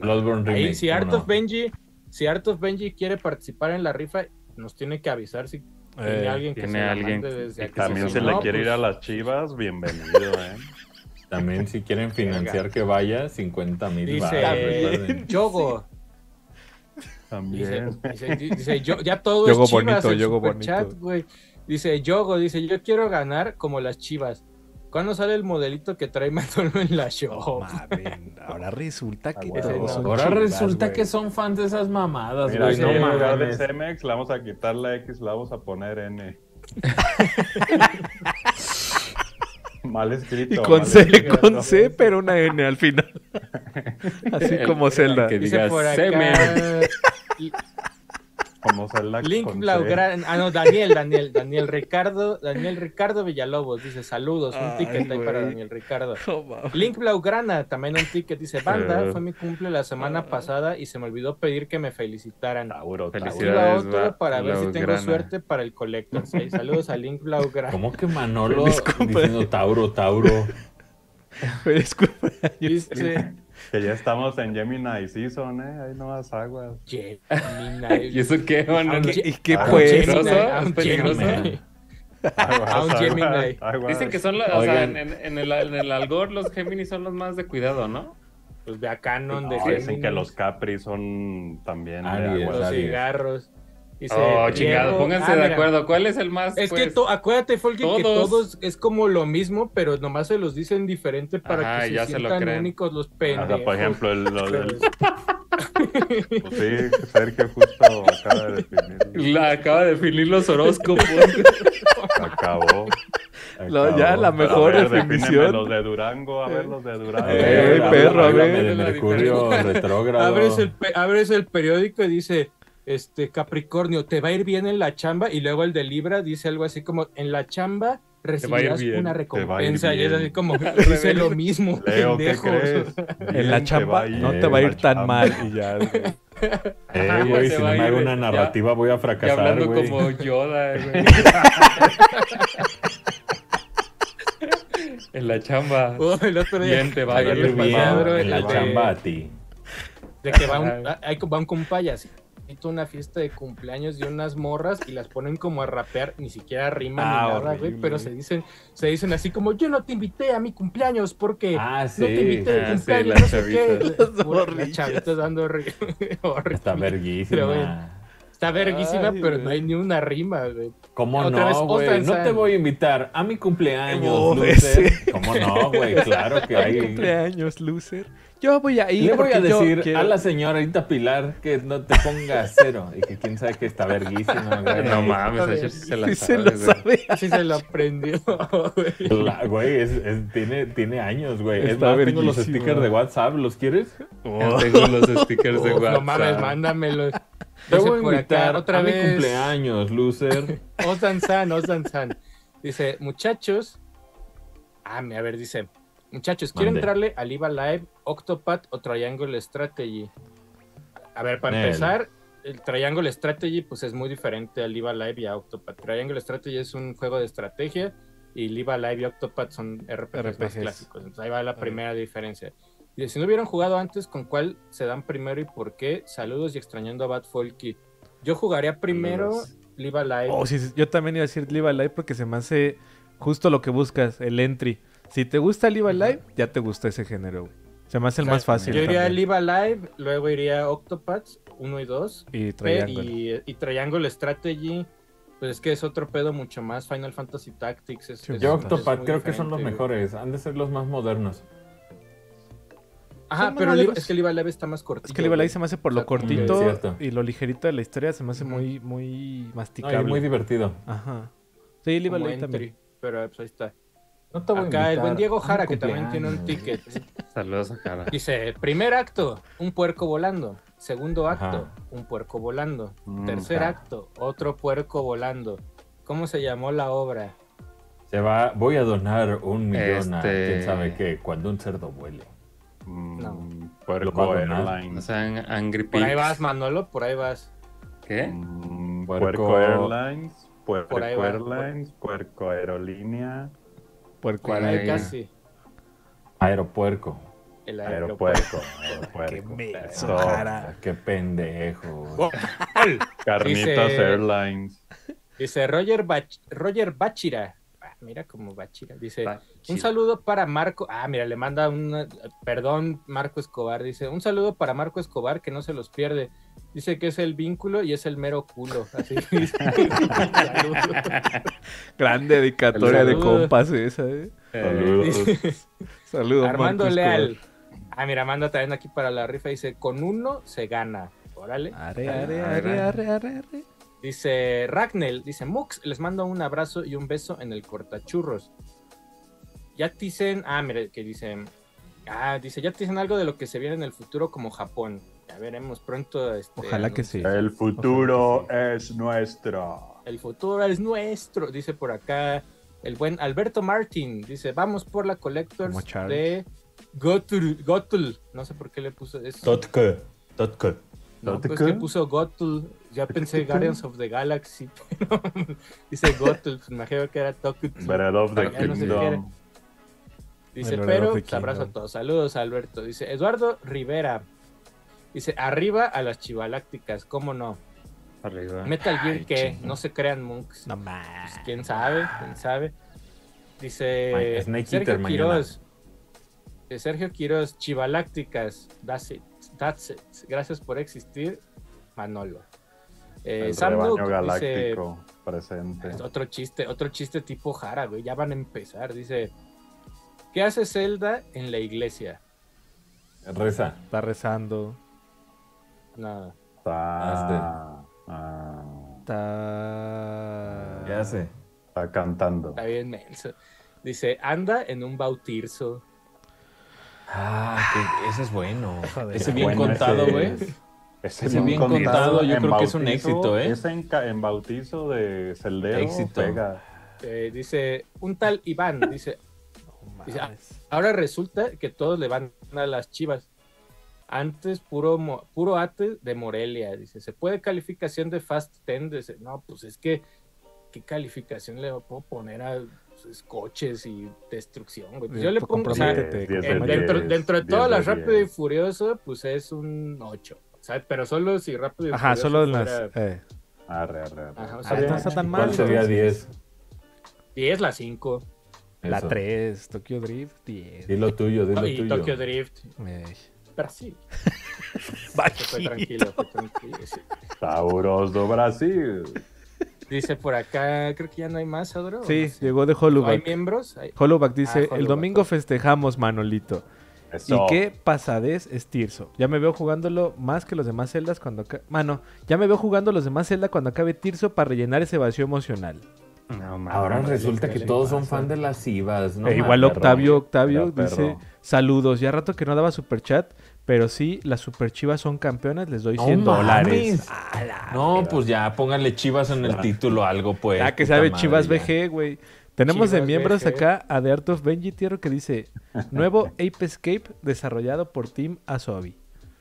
Bloodborne
Ahí,
Remake.
si
¿cómo
Art
no?
of Benji, si Art of Benji quiere participar en la rifa, nos tiene que avisar si tiene
eh, [laughs]
alguien que
tiene
se la
alguien
mande desde
que
acá.
También
Si
se le
no,
quiere ir
pues,
a las chivas, bienvenido, ¿eh?
También si quieren financiar que vaya, 50 mil
Dice-
Ah, pues,
Dice...
[laughs] Yogo. Dice,
También.
dice- dice, yo, ya todo
Yogo
es chivas
bonito,
en
yogo
Superchat,
bonito.
güey. Dice, Yogo, dice, yo quiero ganar como las chivas. ¿Cuándo sale el modelito que trae [laughs] Manolo en la show?
no mamen, ahora resulta que
Ah,
todos
bueno.
son
Ahora
chivas,
resulta
güey.
que son fans de esas mamadas,
Mira,
güey.
aquí en
No
lugar de
mames.
Cemex, le vamos a quitar la X, la vamos a poner N. mal escrito.
Y con
mal
C,
escrito.
con C, pero una N al final. Así
El-
como Zelda.
que
Dice
diga
por acá,
semen.
Como
[laughs]
Zelda
Link
con C.
Blaugrana, ah no, Daniel, Daniel, Daniel Ricardo, Daniel Ricardo Villalobos dice saludos, un
Ay,
ticket ahí para
güey.
Daniel Ricardo.
No mames.
Link Blaugrana, también un ticket, dice banda,
Eh.
fue mi cumple la
Ah.
semana pasada y se me olvidó pedir que me felicitaran.
Tauro, Tauro.
Ahí va
Felicidades,
otro
Bla-
para ver si tengo
Blaugrana.
suerte para el Collector. ¿sí? Saludos a Link Blaugrana.
¿Cómo
[laughs]
que Manolo
Feliz cumpleaños.
diciendo Tauro,
[laughs]
Tauro?
Feliz cumpleaños.
[laughs] Dice,
Que ya estamos en Gemini Season, ¿eh? Hay nuevas aguas.
[laughs] ¿Y
Gemini.
eso qué, Manolo?
Aunque-
¿Y qué
Ah,
pues?
¿peligroso?
Gemini,
¿Peligroso?
Gemini.
Aguas,
A un
aguas,
Gemini.
aguas.
Dicen que son, la- o sea,
Oigan.
en, en el, en el algor los Géminis son los más de cuidado, ¿no?
Pues de acá no, de
No, dicen
Gemini.
que los Capri son también
Aries,
de
Los
aguas.
Aries.
cigarros. Dice,
oh, chingado,
Diego-
pónganse
Ah,
de
mira,
acuerdo. ¿Cuál es el más?
Es que
pues?
to- acuérdate, Folky, que
todos.
todos es como lo mismo, pero nomás se los dicen diferente para
Ajá,
que
ya
se
se lo
sientan
creen.
únicos los
O
pendejos.
sea, por ejemplo, el,
[laughs]
lo del-
Pero-
pues sí, Sergio justo acaba de definir.
La acaba de definir los horóscopos.
Se acabó.
Lo- ya, la
Pero
mejor
a ver, defíneme
definición.
los de Durango, a ver los de Durango.
Eh,
Eh, perro, a
háblame
ver.
de Mercurio [laughs] retrógrado.
abres, el pe- abres el periódico y dice, este, Capricornio, te va a ir bien en la chamba, y luego el de Libra dice algo así como, en la chamba
va a ir
recibirás
bien,
una
te va a ir
recompensa. Y es
bien.
así como,
revés.
hice lo mismo,
Leo, ¿qué
pendejo.
crees?
En la
Bien, te va
chamba
a ir
no te va a
en
ir
la
tan
chamba.
mal y
[laughs]
ya. güey.
Eh, güey,
Se
si no
va a
me
ir,
hago
güey.
una
Ya-
narrativa voy a
Y
fracasar,
hablando
güey.
como Yoda,
[laughs]
güey. en la chamba.
[laughs] Oh, el otro día
Bien, te va a
había
ir
Dale
el
bien.
bien
cuadro
en la
de-
chamba a ti.
De que va un, ah, hay, va un compaya, así, invita a una fiesta de cumpleaños de unas morras y las ponen como a rapear, ni siquiera riman
Ah,
ni nada, güey,
horrible.
pero se dicen, se dicen así como, yo no te invité a mi cumpleaños porque
Ah, sí.
no te invité
ah,
de
sí,
cumpleaños,
las
no sé qué.
chavitas. Las
Pura-
morrillas.
Las chavitas dando [laughs] ri- horrible.
Está
Pero, güey,
verguísima.
Está verguísima,
Ay,
pero
güey.
no hay ni una rima, güey.
¿Cómo
Otra vez,
no, güey?
Ocean
No te
Sun.
voy a invitar a mi cumpleaños,
Oh,
loser.
ese.
¿Cómo no, güey? Claro
[laughs]
que
Ay,
hay.
cumpleaños, loser. Yo voy a ir.
Le voy a
porque yo
decir
quiero-
a la señorita Pilar que no te ponga cero y que quién sabe que
[laughs]
está verguísima, güey.
No mames, ayer sí se la
Sí se
sabe,
lo
güey.
sabe.
Así se lo aprendió, [laughs] güey.
La- güey, es, es- tiene, tiene años, güey. Es
Está
más, tengo los
verguísima.
stickers de WhatsApp, ¿los quieres?
Ya Tengo los stickers de WhatsApp.
Oh, No mames, mándamelo.
Te
Dice
voy a
por acá,
invitar
otra
a mi
vez. [laughs]
cumpleaños, loser.
Osan San, Osan San. Dice, muchachos. Ah, me- a ver, dice. Muchachos, quiero
Mande.
entrarle al IVA Live, Octopath o Triangle Strategy. A ver, para
Nel.
empezar, el Triangle Strategy pues es muy diferente al IVA Live y a Octopath. Triangle Strategy es un juego de estrategia y el IVA Live y Octopath son RPGs, más
RPGs.
clásicos. Entonces ahí va la primera diferencia. Dice, si no hubieran jugado antes, ¿con cuál se dan primero y por qué? Saludos y extrañando a Bad Folk Kid. Yo jugaría primero
Saludos.
Live Alive.
Oh, sí, sí, yo también iba a decir Live Alive porque se me hace justo lo que buscas, el entry. Si te gusta Live Alive, ya te gusta ese género, güey. Se me hace el
O sea,
más fácil.
Yo iría
también.
Live Alive, luego iría Octopaths 1 y 2.
y
pe-
Triangle.
Y, y Triangle Strategy. Pues es que es otro pedo mucho más. Final Fantasy Tactics. es-
Sí,
es-
Yo,
es
Octopath,
muy
creo que son los
diferente, güey.
mejores. Han de ser los más modernos.
Ajá,
Son
pero
más
Live-
lejos.
es que Live Alive está más cortito.
Es que Live Alive
güey.
se me hace por
O
lo
sea, como que-
cortito
Cierto.
y lo ligerito de la historia, se me hace
Ujú.
muy, muy
No, y es
masticable.
muy divertido.
Ajá. Sí, Live
como
Alive
entry,
también.
Pero pues ahí está.
No te voy a
Acá el
invitar
buen Diego
a mi
Jara, que también tiene
cumpleaños.
un ticket.
Saludos a cara.
Dice: primer acto, un puerco volando. Segundo acto,
Ajá.
un puerco volando.
Mm,
Tercer
ajá.
acto, otro puerco volando. ¿Cómo se llamó la obra?
Se va, voy a donar un millón a
Este-
quién sabe qué, cuando un cerdo vuele.
Mm,
No.
Puerco
Lo va a donar.
O
Airlines.
sea, an- Angry
Por ahí
Pigs.
vas, Manolo, por ahí vas.
¿Qué?
Mm,
Puerco-
Puerco, Airlines. Puerco
Por ahí va.
Airlines. Puerco Aerolínea.
Puerco.
Por
Ahí.
ahí casi.
Aeropuerco.
El
pues.
aeropuerto.
Aeropuerco.
Qué
Aeropuerco.
menso,
Eso.
Jara.
Qué pendejo.
Carnitas
Dice-
Airlines.
Dice Roger, Bach- Roger Bachira. Ah, mira como Bachira. Dice,
Está
un
chido.
saludo para Marco. Ah, mira, le manda un... Perdón, Marco Escobar. Dice, un saludo para Marco Escobar que no se los pierde. Dice que es el vínculo y es el mero culo. Así [laughs] dice. Saludos.
Gran dedicatoria de
Saludos.
compas esa, eh.
Eh,
Saludos.
Saludos,
Armando
Marcus
Leal. Ah, mira, manda también aquí para la rifa. Dice, con uno se gana. Órale.
Escobar. Are, are, are, are, are, are.
Dice Ragnel, dice Mux, les mando un abrazo y un beso en el cortachurros. Ya dicen, ah, mire, que dicen, ah, dice, ya dicen algo de lo que se viene en el futuro como Japón. Ya veremos pronto. este,
Ojalá que
anuncio.
sí.
El futuro es nuestro.
El futuro es nuestro, dice por acá el buen Alberto Martin. Dice, vamos por la Collectors
Como
de
Charles.
Gotul, Gotul. No sé por qué le puso eso.
Totke. Totke.
No, pues
¿Tótica?
que puso Gotul. Ya pensé
¿Tótica?
Guardians of the Galaxy, [laughs] pero dice Gotul. pues, Me imagino que era Tokutu.
Breath of the
Para que no se Eh,
Kingdom.
Dice,
El verdadero
pero
Pequín,
pues, abrazo
¿no?
a todos. Saludos, Alberto. Dice, Eduardo Rivera. Dice, arriba a las chivalácticas, ¿cómo no?
arriba.
Metal Gear,
Ay,
que
chinga.
no se crean monks.
No más.
Pues, ¿Quién sabe? ¿Quién sabe? Dice
Ma- Snake
Sergio
Eater mañana.
Quiroz. De Sergio Quiroz, chivalácticas. That's it. That's it. Gracias por existir, Manolo. Eh,
El
Sam
rebaño
Duke dice,
galáctico presente.
es otro chiste, otro chiste tipo Jara, güey. Ya van a empezar. Dice: ¿Qué hace Zelda en la iglesia?
Reza.
Está rezando.
Nada.
Está, ah,
Está.
¿Qué hace?
está cantando.
Está bien menso. Dice: anda en un bautizo.
Ah, que ese es bueno.
Joder.
Ese bien
Bueno,
contado,
ese
güey.
es-
Ese bien contado, yo
en
creo que es un
bautizo,
éxito, ¿eh?
Ese en, ca- en bautizo de celdeo
Éxito.
pega.
Eh, dice, un tal Iván, dice,
No
Dice, ah,
mames.
ahora resulta que todos le van a las chivas. Antes, puro, mo- puro ate de Morelia, dice, ¿se puede calificación de Fast 10? Dice, no, pues es que, ¿qué calificación le puedo poner a pues, coches y destrucción? güey? Pues yo le
Pues
pongo, o sea,
comprométete,
diez de
eh,
comprométete.
diez.
dentro, dentro de
10
todas
de
las
10.
Rápido y Furioso, pues es un 8, ¿sabes? Pero solo si Rápido y
Ajá,
Furioso
solo en las...
fuera-
eh.
Arre, arre, arre.
Ajá, o
Ah, no
sea,
está tan mal.
¿Cuál sería
entonces.
10?
10 la 5
La
Eso.
3, Tokyo Drift, 10.
Dilo tuyo, dilo
y
tuyo.
Tokyo Drift,
Ey.
Brasil.
Bajito.
Fue tranquilo, fue tranquilo. sí.
Tauros do Brasil.
Dice por acá, creo que ya no hay más, Adro.
Sí,
No sé.
llegó de
¿Hay
Hollowback.
miembros? Hay-
Hollowback dice,
Ah,
el
Hollowback,
domingo
ok.
festejamos, Manolito.
Eso.
Y qué pasadez es Tirso. Ya me veo jugándolo más que los demás celdas cuando... aca- Mano, ya me veo jugando los demás celdas cuando acabe Tirso para rellenar ese vacío emocional.
No, mames.
Ahora
Ándale,
resulta
¿qué
que
le
todos son
pasa?
fan de las IVAs, ¿no?
E igual
mames,
Octavio,
Ramón.
Octavio
Era
dice,
perro.
saludos, ya rato que no daba superchat, pero sí, las superchivas son campeonas, les doy 100
No
dólares. Ah,
mames. No, pues ya, pónganle Chivas en el título, algo pues.
Ya Ah, que
puta
sabe
madre,
Chivas
ya.
BG, güey. Tenemos de
Chivas
miembros
BG.
acá a The Art of Benji Tierro que
[laughs]
dice, nuevo Ape Escape desarrollado por Team Asobi.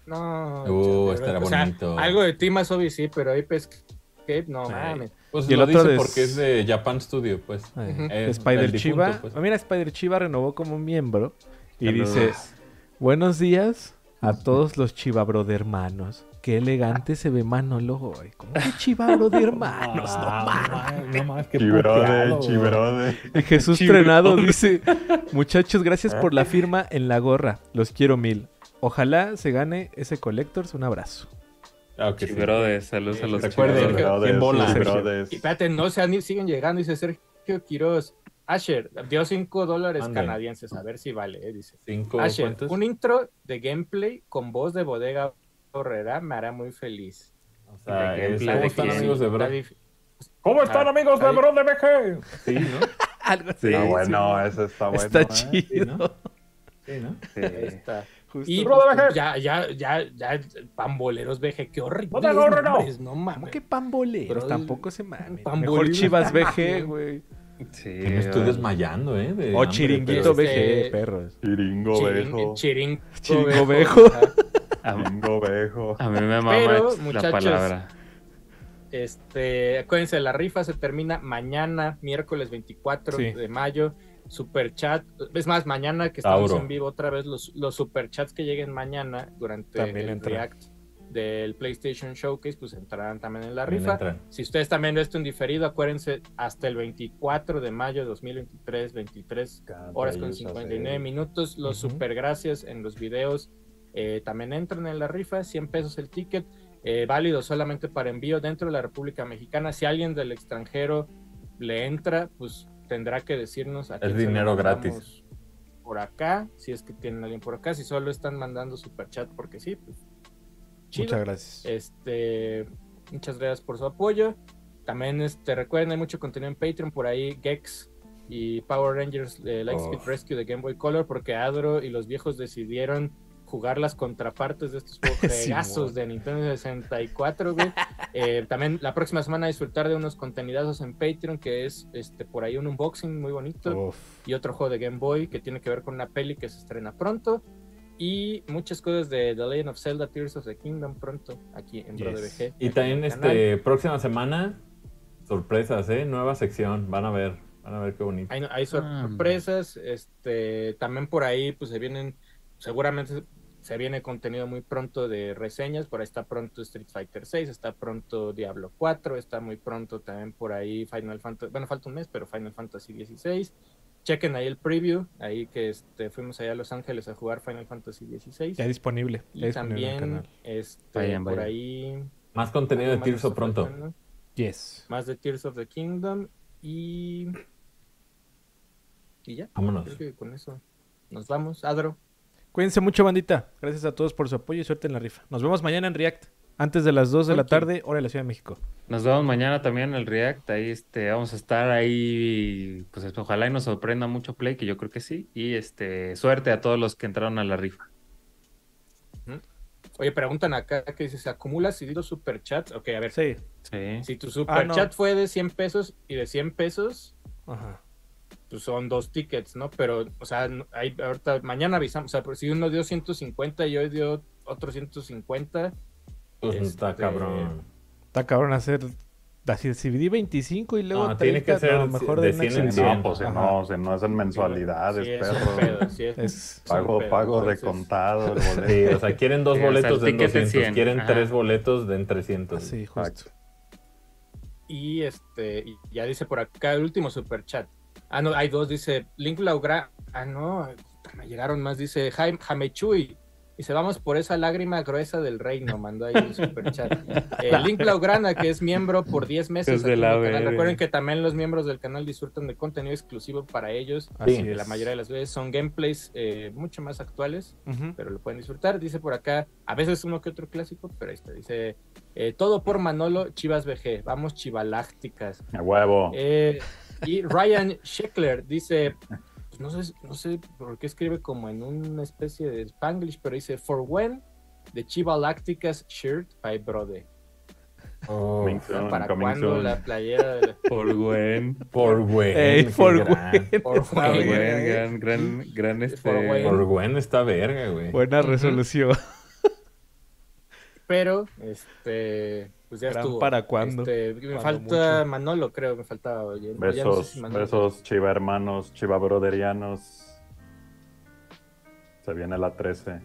No.
Uh,
chale,
estará
o sea,
bonito.
algo de ti más obvio, sí, pero hay Escape, no
Sí.
mames.
Pues
Y el
lo
otro
dice
de-
porque es de Japan Studio, pues.
Eh,
Ujú.
Eh,
Spider
el difunto,
Chiva.
pues.
Ah, Mira, Spider Chiva renovó como miembro y
Saludos.
dice: Buenos días a todos los Chiva Brother hermanos. Qué elegante se ve Manolo hoy. ¿Cómo que Chiva
[laughs]
Brother hermanos? No
mames, no mames, qué
Chibrode,
puteado,
chibrode.
Jesús Trenado dice: Muchachos, gracias por la firma en la gorra. Los quiero mil. Ojalá se gane ese Collectors. Un abrazo.
Ah, ok, sí.
Chibrodes, saludos a los
Recuerden,
chibrodes.
Chibrodes,
¿quién bola?
chibrodes.
Y espérate, no se han ido, siguen llegando, dice Sergio Quiroz. Asher dio 5 dólares
Ándale.
canadienses, a ver si vale, eh, dice.
Cinco,
Asher,
¿cuántos?
un intro de gameplay con voz de bodega horrera me hará muy feliz.
O sea,
de
es-
gameplay
¿Cómo
de
están
que-
amigos de
Está
Bro?
dif-
¿Cómo
están, Ah, amigos de ahí-
Bro de BG? Sí, ¿no?
Algo así.
Está bueno, eso está bueno.
Está
¿eh?
Sí,
chido.
¿no? Sí, ¿no?
Sí.
ahí está.
Justo.
Y
Brother
pues,
BG.
ya, ya, ya, ya, pamboleros BG, qué horrible.
No te agarro, no.
no
¿Cómo
mames.
que pamboleros?
Brother,
Tampoco se mamen. Mejor
pamboleros.
Chivas BG, güey.
Sí,
Sí, me estoy desmayando, ¿eh?
O
de hambre,
Oh,
pero-
chiringuito BG,
Este-
perros.
Chiringo
Chiring, [laughs]
bejo.
chiring, bejo.
Chiringo bejo.
Ajá.
A,
Chiringo bejo.
a mí me mama
Pero,
la
muchachos,
palabra.
Este, acuérdense, la rifa se termina mañana, miércoles 24
Sí.
de mayo. Superchat, es más, mañana que estamos
Tauro.
en vivo otra vez, los, los superchats que lleguen mañana durante
También
el
entra.
React del PlayStation Showcase, pues entrarán también en la
También
rifa.
entran.
Si ustedes están viendo esto en diferido, acuérdense, hasta el 24 de mayo de 2023, 23 [laughs] horas con 59 minutos. Los
Ujú.
supergracias en los videos eh, también entran en la rifa, 100 pesos el ticket, eh, válido solamente para envío dentro de la República Mexicana. Si alguien del extranjero le entra, pues tendrá que decirnos. A quién se lo
dinero
mandamos
gratis.
Por acá, si es que tienen alguien por acá, si solo están mandando superchat porque sí, pues chido.
Muchas gracias.
Este, muchas gracias por su apoyo. También este, recuerden, hay mucho contenido en Patreon, por ahí Gex y Power Rangers eh, Lightspeed
Oh.
Rescue de Game Boy Color, porque Adro y los viejos decidieron jugar las contrapartes de estos juegazos
Simón.
de Nintendo 64, güey. Eh, también la próxima semana disfrutar de unos contenidazos en Patreon, que es este por ahí un unboxing muy bonito
Uf.
y otro juego de Game Boy que tiene que ver con una peli que se estrena pronto y muchas cosas de The Legend of Zelda Tears of the Kingdom pronto aquí en
Yes.
Brother BG, aquí
Y también,
en el canal.
este, próxima semana, sorpresas, ¿eh? Nueva sección, van a ver, van a ver qué bonito.
hay, hay sor-
Ah,
sorpresas este también por ahí pues se vienen seguramente se viene contenido muy pronto de reseñas por ahí está pronto Street Fighter 6 está pronto Diablo 4 está muy pronto también por ahí Final Fantasy bueno falta un mes pero Final Fantasy 16 chequen ahí el preview ahí que este, fuimos allá a Los Ángeles a jugar Final Fantasy 16
Ya disponible. Ya
Y
disponible en el
también
canal.
este,
Vayan,
por
vayan.
ahí.
Más contenido de
algo más
Tirso
está
pronto.
faltando.
Yes.
Más de Tears of the Kingdom. Y. Y ya.
Vámonos.
Creo que con eso. Nos vamos. Adro.
Cuídense mucho, bandita. Gracias a todos por su apoyo y suerte en la rifa. Nos vemos mañana en React. Antes de las 2 de la
Ok.
tarde, hora de la Ciudad de México.
Nos vemos mañana también en el React. Ahí este, vamos a estar ahí. Pues ojalá y nos sorprenda mucho Play, que yo creo que sí. Y este, suerte a todos los que entraron a la rifa.
Oye, preguntan acá que dice: ¿se acumula si digo superchats? Ok, a ver.
Sí. Ah,
Sí.
Si tu superchat
no.
fue de 100 pesos y de 100 pesos,
Ajá.
pues son dos tickets, ¿no? Pero, o sea, no- hay, ahorita, mañana avisamos, o sea, pues, si uno dio 150 y hoy dio otro 150,
Pues, Está
Este-
cabrón.
Está cabrón hacer así dividí 25 y luego
Ah, tiene que
30,
ser
a lo mejor
de
una
100 en
Sí,
excepción.
Entiendo.
No, pues
Ajá.
no, se- no es en mensualidades,
sí, es un
perro.
pedo, sí es-
Es-
es un
Pago,
pedo,
pago de
entonces, [laughs]
contado, el boleto.
Sí, o sea, quieren dos
eh, [laughs] Sí, o sea, el
boletos de
ticket es
200,
100,
quieren
ajá.
tres boletos de en 300.
Así, justo.
Y este, y ya dice por acá el último super chat. Ah, no, hay dos, dice Link Laugra. Ah, no, puta, me llegaron más, dice Jaime Jamechuy. Dice, vamos por esa lágrima gruesa del reino, mandó ahí el
[laughs]
superchat. Eh, Link Laugrana, que es miembro por 10 meses.
Es de
aquí en
la
el canal.
verga.
Recuerden que también los miembros del canal disfrutan de contenido exclusivo para ellos.
Así
Sí.
que
es.
la mayoría de las veces son gameplays eh, mucho más actuales
Ujú.
pero lo pueden disfrutar. Dice por acá, a veces uno que otro clásico, pero ahí está. Dice, eh, todo por Manolo, Chivas BG, vamos Chivalácticas.
A huevo.
Eh, y Ryan Sheckler dice, pues, no, sé, no sé por qué escribe como en una especie de spanglish, pero dice, for when the Chivalácticas shirt by Brode.
Oh,
Coming
O sea,
soon,
¿Para
coming
cuándo
soon.
la playera de la-
[laughs]
[laughs] Por buen.
por Gwen.
Ey,
qué
for
gran.
Gwen.
Por
Por
when.
buen, gran, gran, gran
Por
este.
buen.
Por Gwen está verga, güey.
Buena resolución. [laughs]
Pero, este, pues ya
Gran
estuvo.
para cuándo.
Este, me
Cuando
falta
mucho.
Manolo, creo, me faltaba. oye, ya no sé
Besos,
si Manolo-
besos, chiva hermanos, chiva broderianos. Se viene la 13.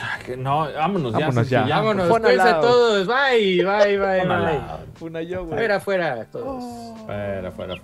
Ah, que No, vámonos, ya.
Vámonos
sí,
ya.
sí,
Vámonos,
Fun
cuídense
aloud.
todos. Bye, bye, bye,
Vámonos.
bye.
Una yo, güey.
Fuera, fuera, todos.
Fuera, fuera, fuera.